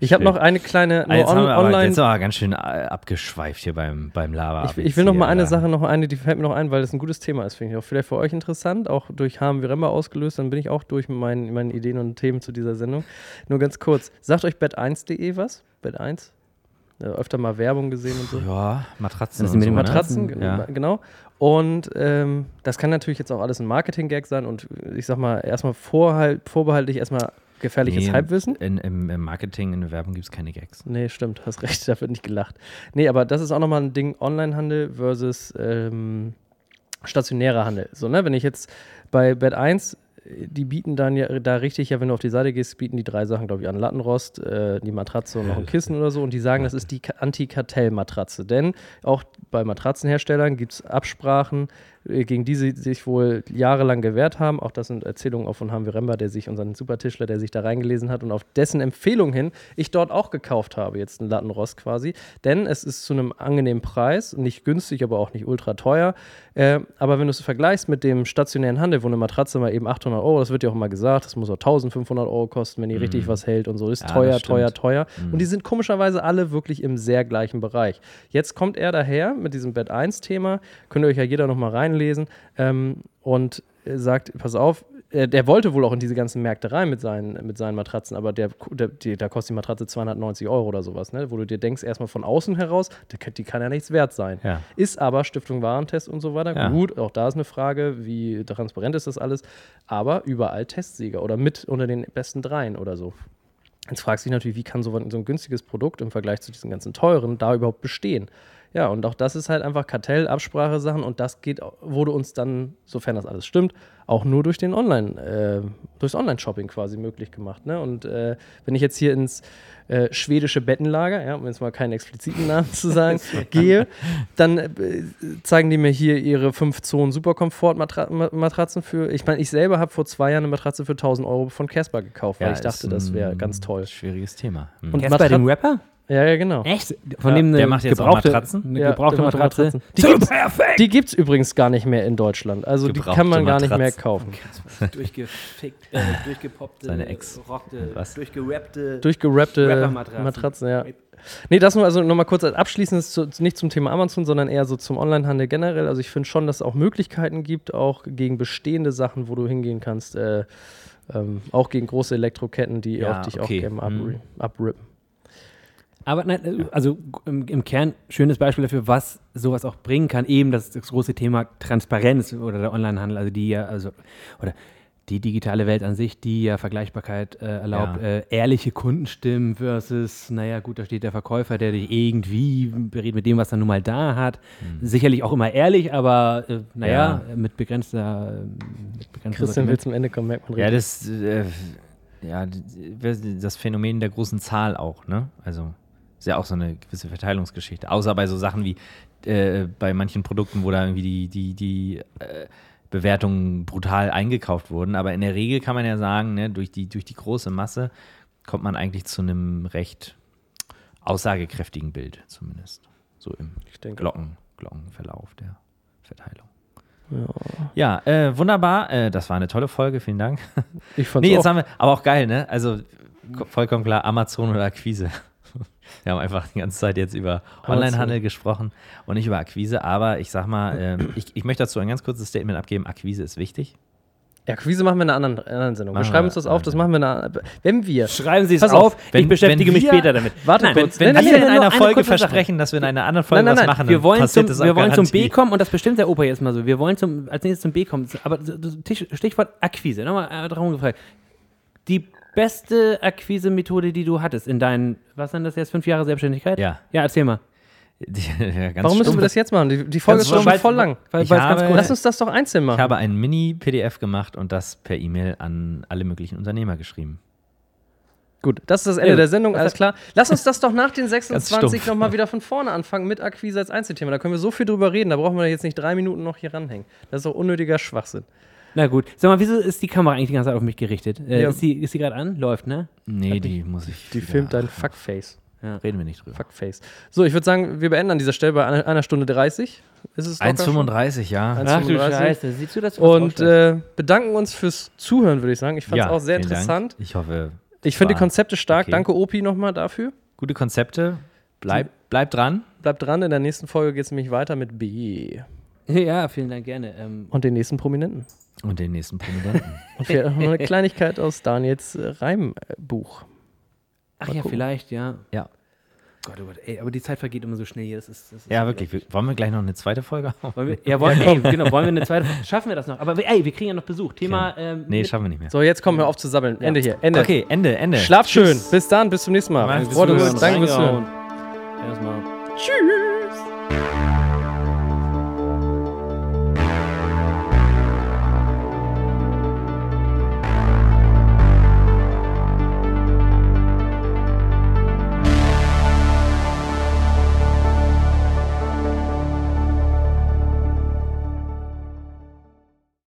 B: Ich habe noch eine kleine
C: Ah,
B: nur
C: Jetzt
B: on,
C: haben wir aber,
B: online.
C: jetzt aber ganz schön äh, abgeschweift hier beim, beim Lava.
B: Ich, ich will noch mal eine Sache, noch eine, die fällt mir noch ein, weil das ein gutes Thema ist, finde ich auch vielleicht für euch interessant, auch durch Harm Viremba ausgelöst, dann bin ich auch durch mit meinen, meinen Ideen und Themen zu dieser Sendung. Nur ganz kurz, sagt euch bet1.de was? Bet1? Äh, öfter mal Werbung gesehen und so.
C: Ja, Matratzen.
A: Das ist mit den
C: ne?
B: Matratzen,
C: Ja.
B: ge- genau. Und ähm, das kann natürlich jetzt auch alles ein Marketing-Gag sein und äh, ich sag mal, erstmal vorhalt, vorbehaltlich erstmal gefährliches
C: Nee,
B: Halbwissen.
C: In, im, Im Marketing, in der Werbung gibt es keine Gags.
B: Nee, stimmt, (laughs) hast recht, da wird nicht gelacht. Nee, aber das ist auch nochmal ein Ding, Onlinehandel versus ähm, stationärer Handel. So, ne, wenn ich jetzt bei Bad 1, die bieten dann ja da richtig, ja, wenn du auf die Seite gehst, bieten die drei Sachen, glaube ich, an. Lattenrost, äh, die Matratze und noch ein Kissen oder so. Und die sagen, das ist die Ka- Anti-Kartell-Matratze. Denn auch bei Matratzenherstellern gibt es Absprachen, äh, gegen die sie sich wohl jahrelang gewehrt haben. Auch das sind Erzählungen auch von Harvey Rember, der sich, unseren Supertischler, der sich da reingelesen hat und auf dessen Empfehlung hin ich dort auch gekauft habe, jetzt einen Lattenrost quasi. Denn es ist zu einem angenehmen Preis, nicht günstig, aber auch nicht ultra teuer. Äh, aber wenn du es vergleichst mit dem stationären Handel, wo eine Matratze mal eben 800 Euro, das wird ja auch mal gesagt, das muss auch 1500 Euro kosten, wenn die richtig was hält und so, ist
C: Mhm. das
B: teuer,
C: stimmt.
B: teuer, teuer.
C: Mhm.
B: Und die sind komischerweise alle wirklich im sehr gleichen Bereich. Jetzt kommt er daher mit diesem Bett 1 Thema, könnt ihr euch ja jeder nochmal reinlesen ähm, und äh, sagt, pass auf, äh, der wollte wohl auch in diese ganzen Märkte rein mit seinen, mit seinen Matratzen, aber der, der, die, da kostet die Matratze 290 Euro oder sowas, ne? wo du dir denkst, erstmal von außen heraus, die, kann- die kann ja nichts wert sein.
C: Ja.
B: Ist aber Stiftung Warentest und so weiter.
C: Ja.
B: Gut, auch da ist eine Frage, wie transparent ist das alles. Aber überall Testsieger oder mit unter den besten dreien oder so. Jetzt fragst du dich natürlich, wie kann so, ein- so ein günstiges Produkt im Vergleich zu diesen ganzen teuren da überhaupt bestehen? Ja, und auch das ist halt einfach Kartell, Absprache, Sachen und das geht, wurde uns dann, sofern das alles stimmt, auch nur durch den Online, äh, durchs Online-Shopping quasi möglich gemacht. Ne? Und äh, wenn ich jetzt hier ins äh, schwedische Bettenlager, ja, um jetzt mal keinen expliziten Namen zu sagen, gehe, dann äh, zeigen die mir hier ihre 5 Zonen Superkomfort-Matratzen für. Ich meine, ich selber habe vor zwei Jahren eine Matratze für 1000 Euro von Casper gekauft, weil
C: Ja,
B: ich dachte,
C: ist
B: das wäre
C: ein
B: ganz toll.
C: Schwieriges Thema. Hm.
B: Und
A: Casper,
B: Matrat-
A: den Rapper?
B: Ja, ja, genau.
A: Echt? Von
B: Ja,
A: dem eine
C: der macht jetzt auch
A: gebrauchte,
C: Matratzen?
A: Eine
B: Ja,
A: gebrauchte
B: der macht
A: Matratze.
B: Matratzen. Die
A: So
B: gibt's-
A: perfekt!
B: Die gibt es übrigens gar nicht mehr in Deutschland. Also die kann man gar
C: Gebrauchte
B: nicht mehr
C: Matratzen.
B: kaufen.
A: Durchgefickt, (laughs) durchgepoppte,
C: Seine Ex.
A: rockte,
C: Was?
A: durchgerappte.
B: Durchgerappte
A: Rapper-Matratzen.
B: Matratzen. ja. Nee, das nur also nochmal kurz als abschließendes, zu, nicht zum Thema Amazon, sondern eher so zum Onlinehandel generell. Also ich finde schon, dass es auch Möglichkeiten gibt, auch gegen bestehende Sachen, wo du hingehen kannst, äh, ähm, auch gegen große Elektroketten, die
C: Ja,
B: auf dich
C: okay.
B: auch gerne
C: Hm.
B: abri abrippen.
A: Aber nein, äh, also im, im Kern schönes Beispiel dafür, was sowas auch bringen kann. Eben das, das große Thema Transparenz oder der Onlinehandel, also die ja, also oder die digitale Welt an sich, die ja Vergleichbarkeit äh, erlaubt,
C: Ja.
A: äh, ehrliche Kundenstimmen versus, naja gut, da steht der Verkäufer, der dich irgendwie berät mit dem, was er nun mal da hat. Sicherlich auch immer ehrlich, aber äh, naja, mit begrenzter, äh, mit begrenzter
B: Christian will
A: Sortiment.
B: zum Ende kommen, merkt man
C: Ja, das, äh, ja, das Phänomen der großen Zahl auch, ne? Also ist ja auch so eine gewisse Verteilungsgeschichte. Außer bei so Sachen wie äh, bei manchen Produkten, wo da irgendwie die, die, die äh, Bewertungen brutal eingekauft wurden. Aber in der Regel kann man ja sagen, ne, durch, die, durch die große Masse kommt man eigentlich zu einem recht aussagekräftigen Bild, zumindest. So im
B: Ich denke.
C: Glocken, Glockenverlauf der Verteilung.
B: Ja.
C: Ja, äh, wunderbar. Äh, das war eine tolle Folge. Vielen Dank.
B: Ich fand's
C: Nee, jetzt
B: auch.
C: haben wir, aber auch geil, ne? Also ko- vollkommen klar, Amazon oder Akquise. (laughs) Wir haben einfach die ganze Zeit jetzt über Onlinehandel gesprochen und nicht (clears throat) über Akquise, aber ich sag mal, ähm, ich, ich möchte dazu ein ganz kurzes Statement abgeben. Akquise ist wichtig.
B: Ja, Quizze machen wir in einer anderen, anderen Sendung.
C: Machen
B: wir schreiben
C: wir-
B: uns das auf, das machen wir in einer. Wenn wir.
A: Schreiben Sie es
B: Pass
A: auf,
B: auf,
C: wenn-
A: ich beschäftige
C: wenn
A: mich
C: wir-
A: später damit.
B: Warte
A: Nein,
B: kurz.
C: Wenn
B: Nein,
C: wir
B: nein,
C: in
A: nur
C: einer
A: eine
C: Folge
A: kurze Sache.
C: versprechen, dass wir in einer anderen Folge
B: Nein, nein,
C: was machen,
A: Wir wollen, zum,
C: passiert das auf
A: wir wollen zum
C: Garantie.
A: B kommen und das bestimmt der Opa jetzt mal so. Wir wollen zum, als nächstes zum B kommen. Aber so- so Tisch- Stichwort Akquise. Nochmal äh, darum gefragt. Die beste Akquise-Methode, die du hattest in deinen, was sind das jetzt, fünf Jahre Selbstständigkeit?
C: Ja.
A: Ja, erzähl mal.
C: (laughs) ja, ganz
B: Warum müssen wir
C: stumpf.
B: das jetzt machen? Die, die Folge
C: Ganz
B: ist schon
C: stumpf.
B: voll lang.
A: Weil,
C: Ich
A: weil es ganz
C: habe-
A: cool
B: Lass
A: ist.
B: uns das doch einzeln
C: Ich
B: machen.
C: habe ein Mini-PDF gemacht und das per E-Mail an alle möglichen Unternehmer geschrieben.
B: Gut, das ist das Ende
A: Ja.
B: der Sendung, alles klar. Lass uns das doch nach den
C: stumpf.
B: 26 nochmal wieder von vorne anfangen mit Akquise als Einzelthema. Da können wir so viel drüber reden, da brauchen wir jetzt nicht drei Minuten noch hier ranhängen. Das ist doch unnötiger Schwachsinn.
A: Na gut. Sag mal, wieso ist die Kamera eigentlich die ganze Zeit auf mich gerichtet? Äh,
B: Ja.
A: Ist die, ist die gerade an? Läuft, ne?
C: Nee, die muss ich.
B: Die
C: wieder-
B: filmt dein Fuckface.
C: Reden wir nicht drüber.
B: Fuckface. So, ich würde sagen, wir beenden an dieser Stelle bei einer, einer Stunde 30. Ist es locker schon?
C: 1,35, ja.
B: 1,35.
A: Siehst du das?
B: Und äh, bedanken uns fürs Zuhören, würde ich sagen. Ich fand es auch sehr
C: vielen
B: interessant.
C: Dank. Ich hoffe,
B: Ich finde die
C: War-
B: Konzepte stark.
C: okay.
B: Danke, Opi, nochmal dafür.
C: gute Konzepte. Bleib, bleib dran.
B: Bleibt dran, in der nächsten Folge geht es nämlich weiter mit B
A: (laughs)
B: äh,
A: ja, vielen Dank, gerne. Ähm,
B: und den nächsten Prominenten.
C: Und den nächsten Prominenten.
B: Und vielleicht auch noch eine Kleinigkeit aus Daniels äh, Reimbuch.
A: ach ja, vielleicht, ja.
C: (laughs) ja.
A: Gott, oh Gott, ey, aber die Zeit vergeht immer so schnell hier. Das ist, das ist
C: Ja, wirklich. Wir- Wollen wir gleich noch eine zweite Folge (laughs) haben?
A: Wollen wir, ja, wollen, ey, genau, wollen wir eine zweite? Schaffen wir das noch? Aber ey, wir kriegen ja noch Besuch. Thema. Ähm,
C: Nee,
A: mit-
C: schaffen wir nicht mehr.
B: So, jetzt kommen wir auf zu sabbeln. Ende hier. Ende.
C: Okay, Ende, Ende.
B: Schlaf schön. Bis dann. Bis zum nächsten Mal.
C: Mach's
B: Freut uns.
A: Zuhören.
B: Danke fürs Zuhören.
A: Erstmal.
B: Tschüss.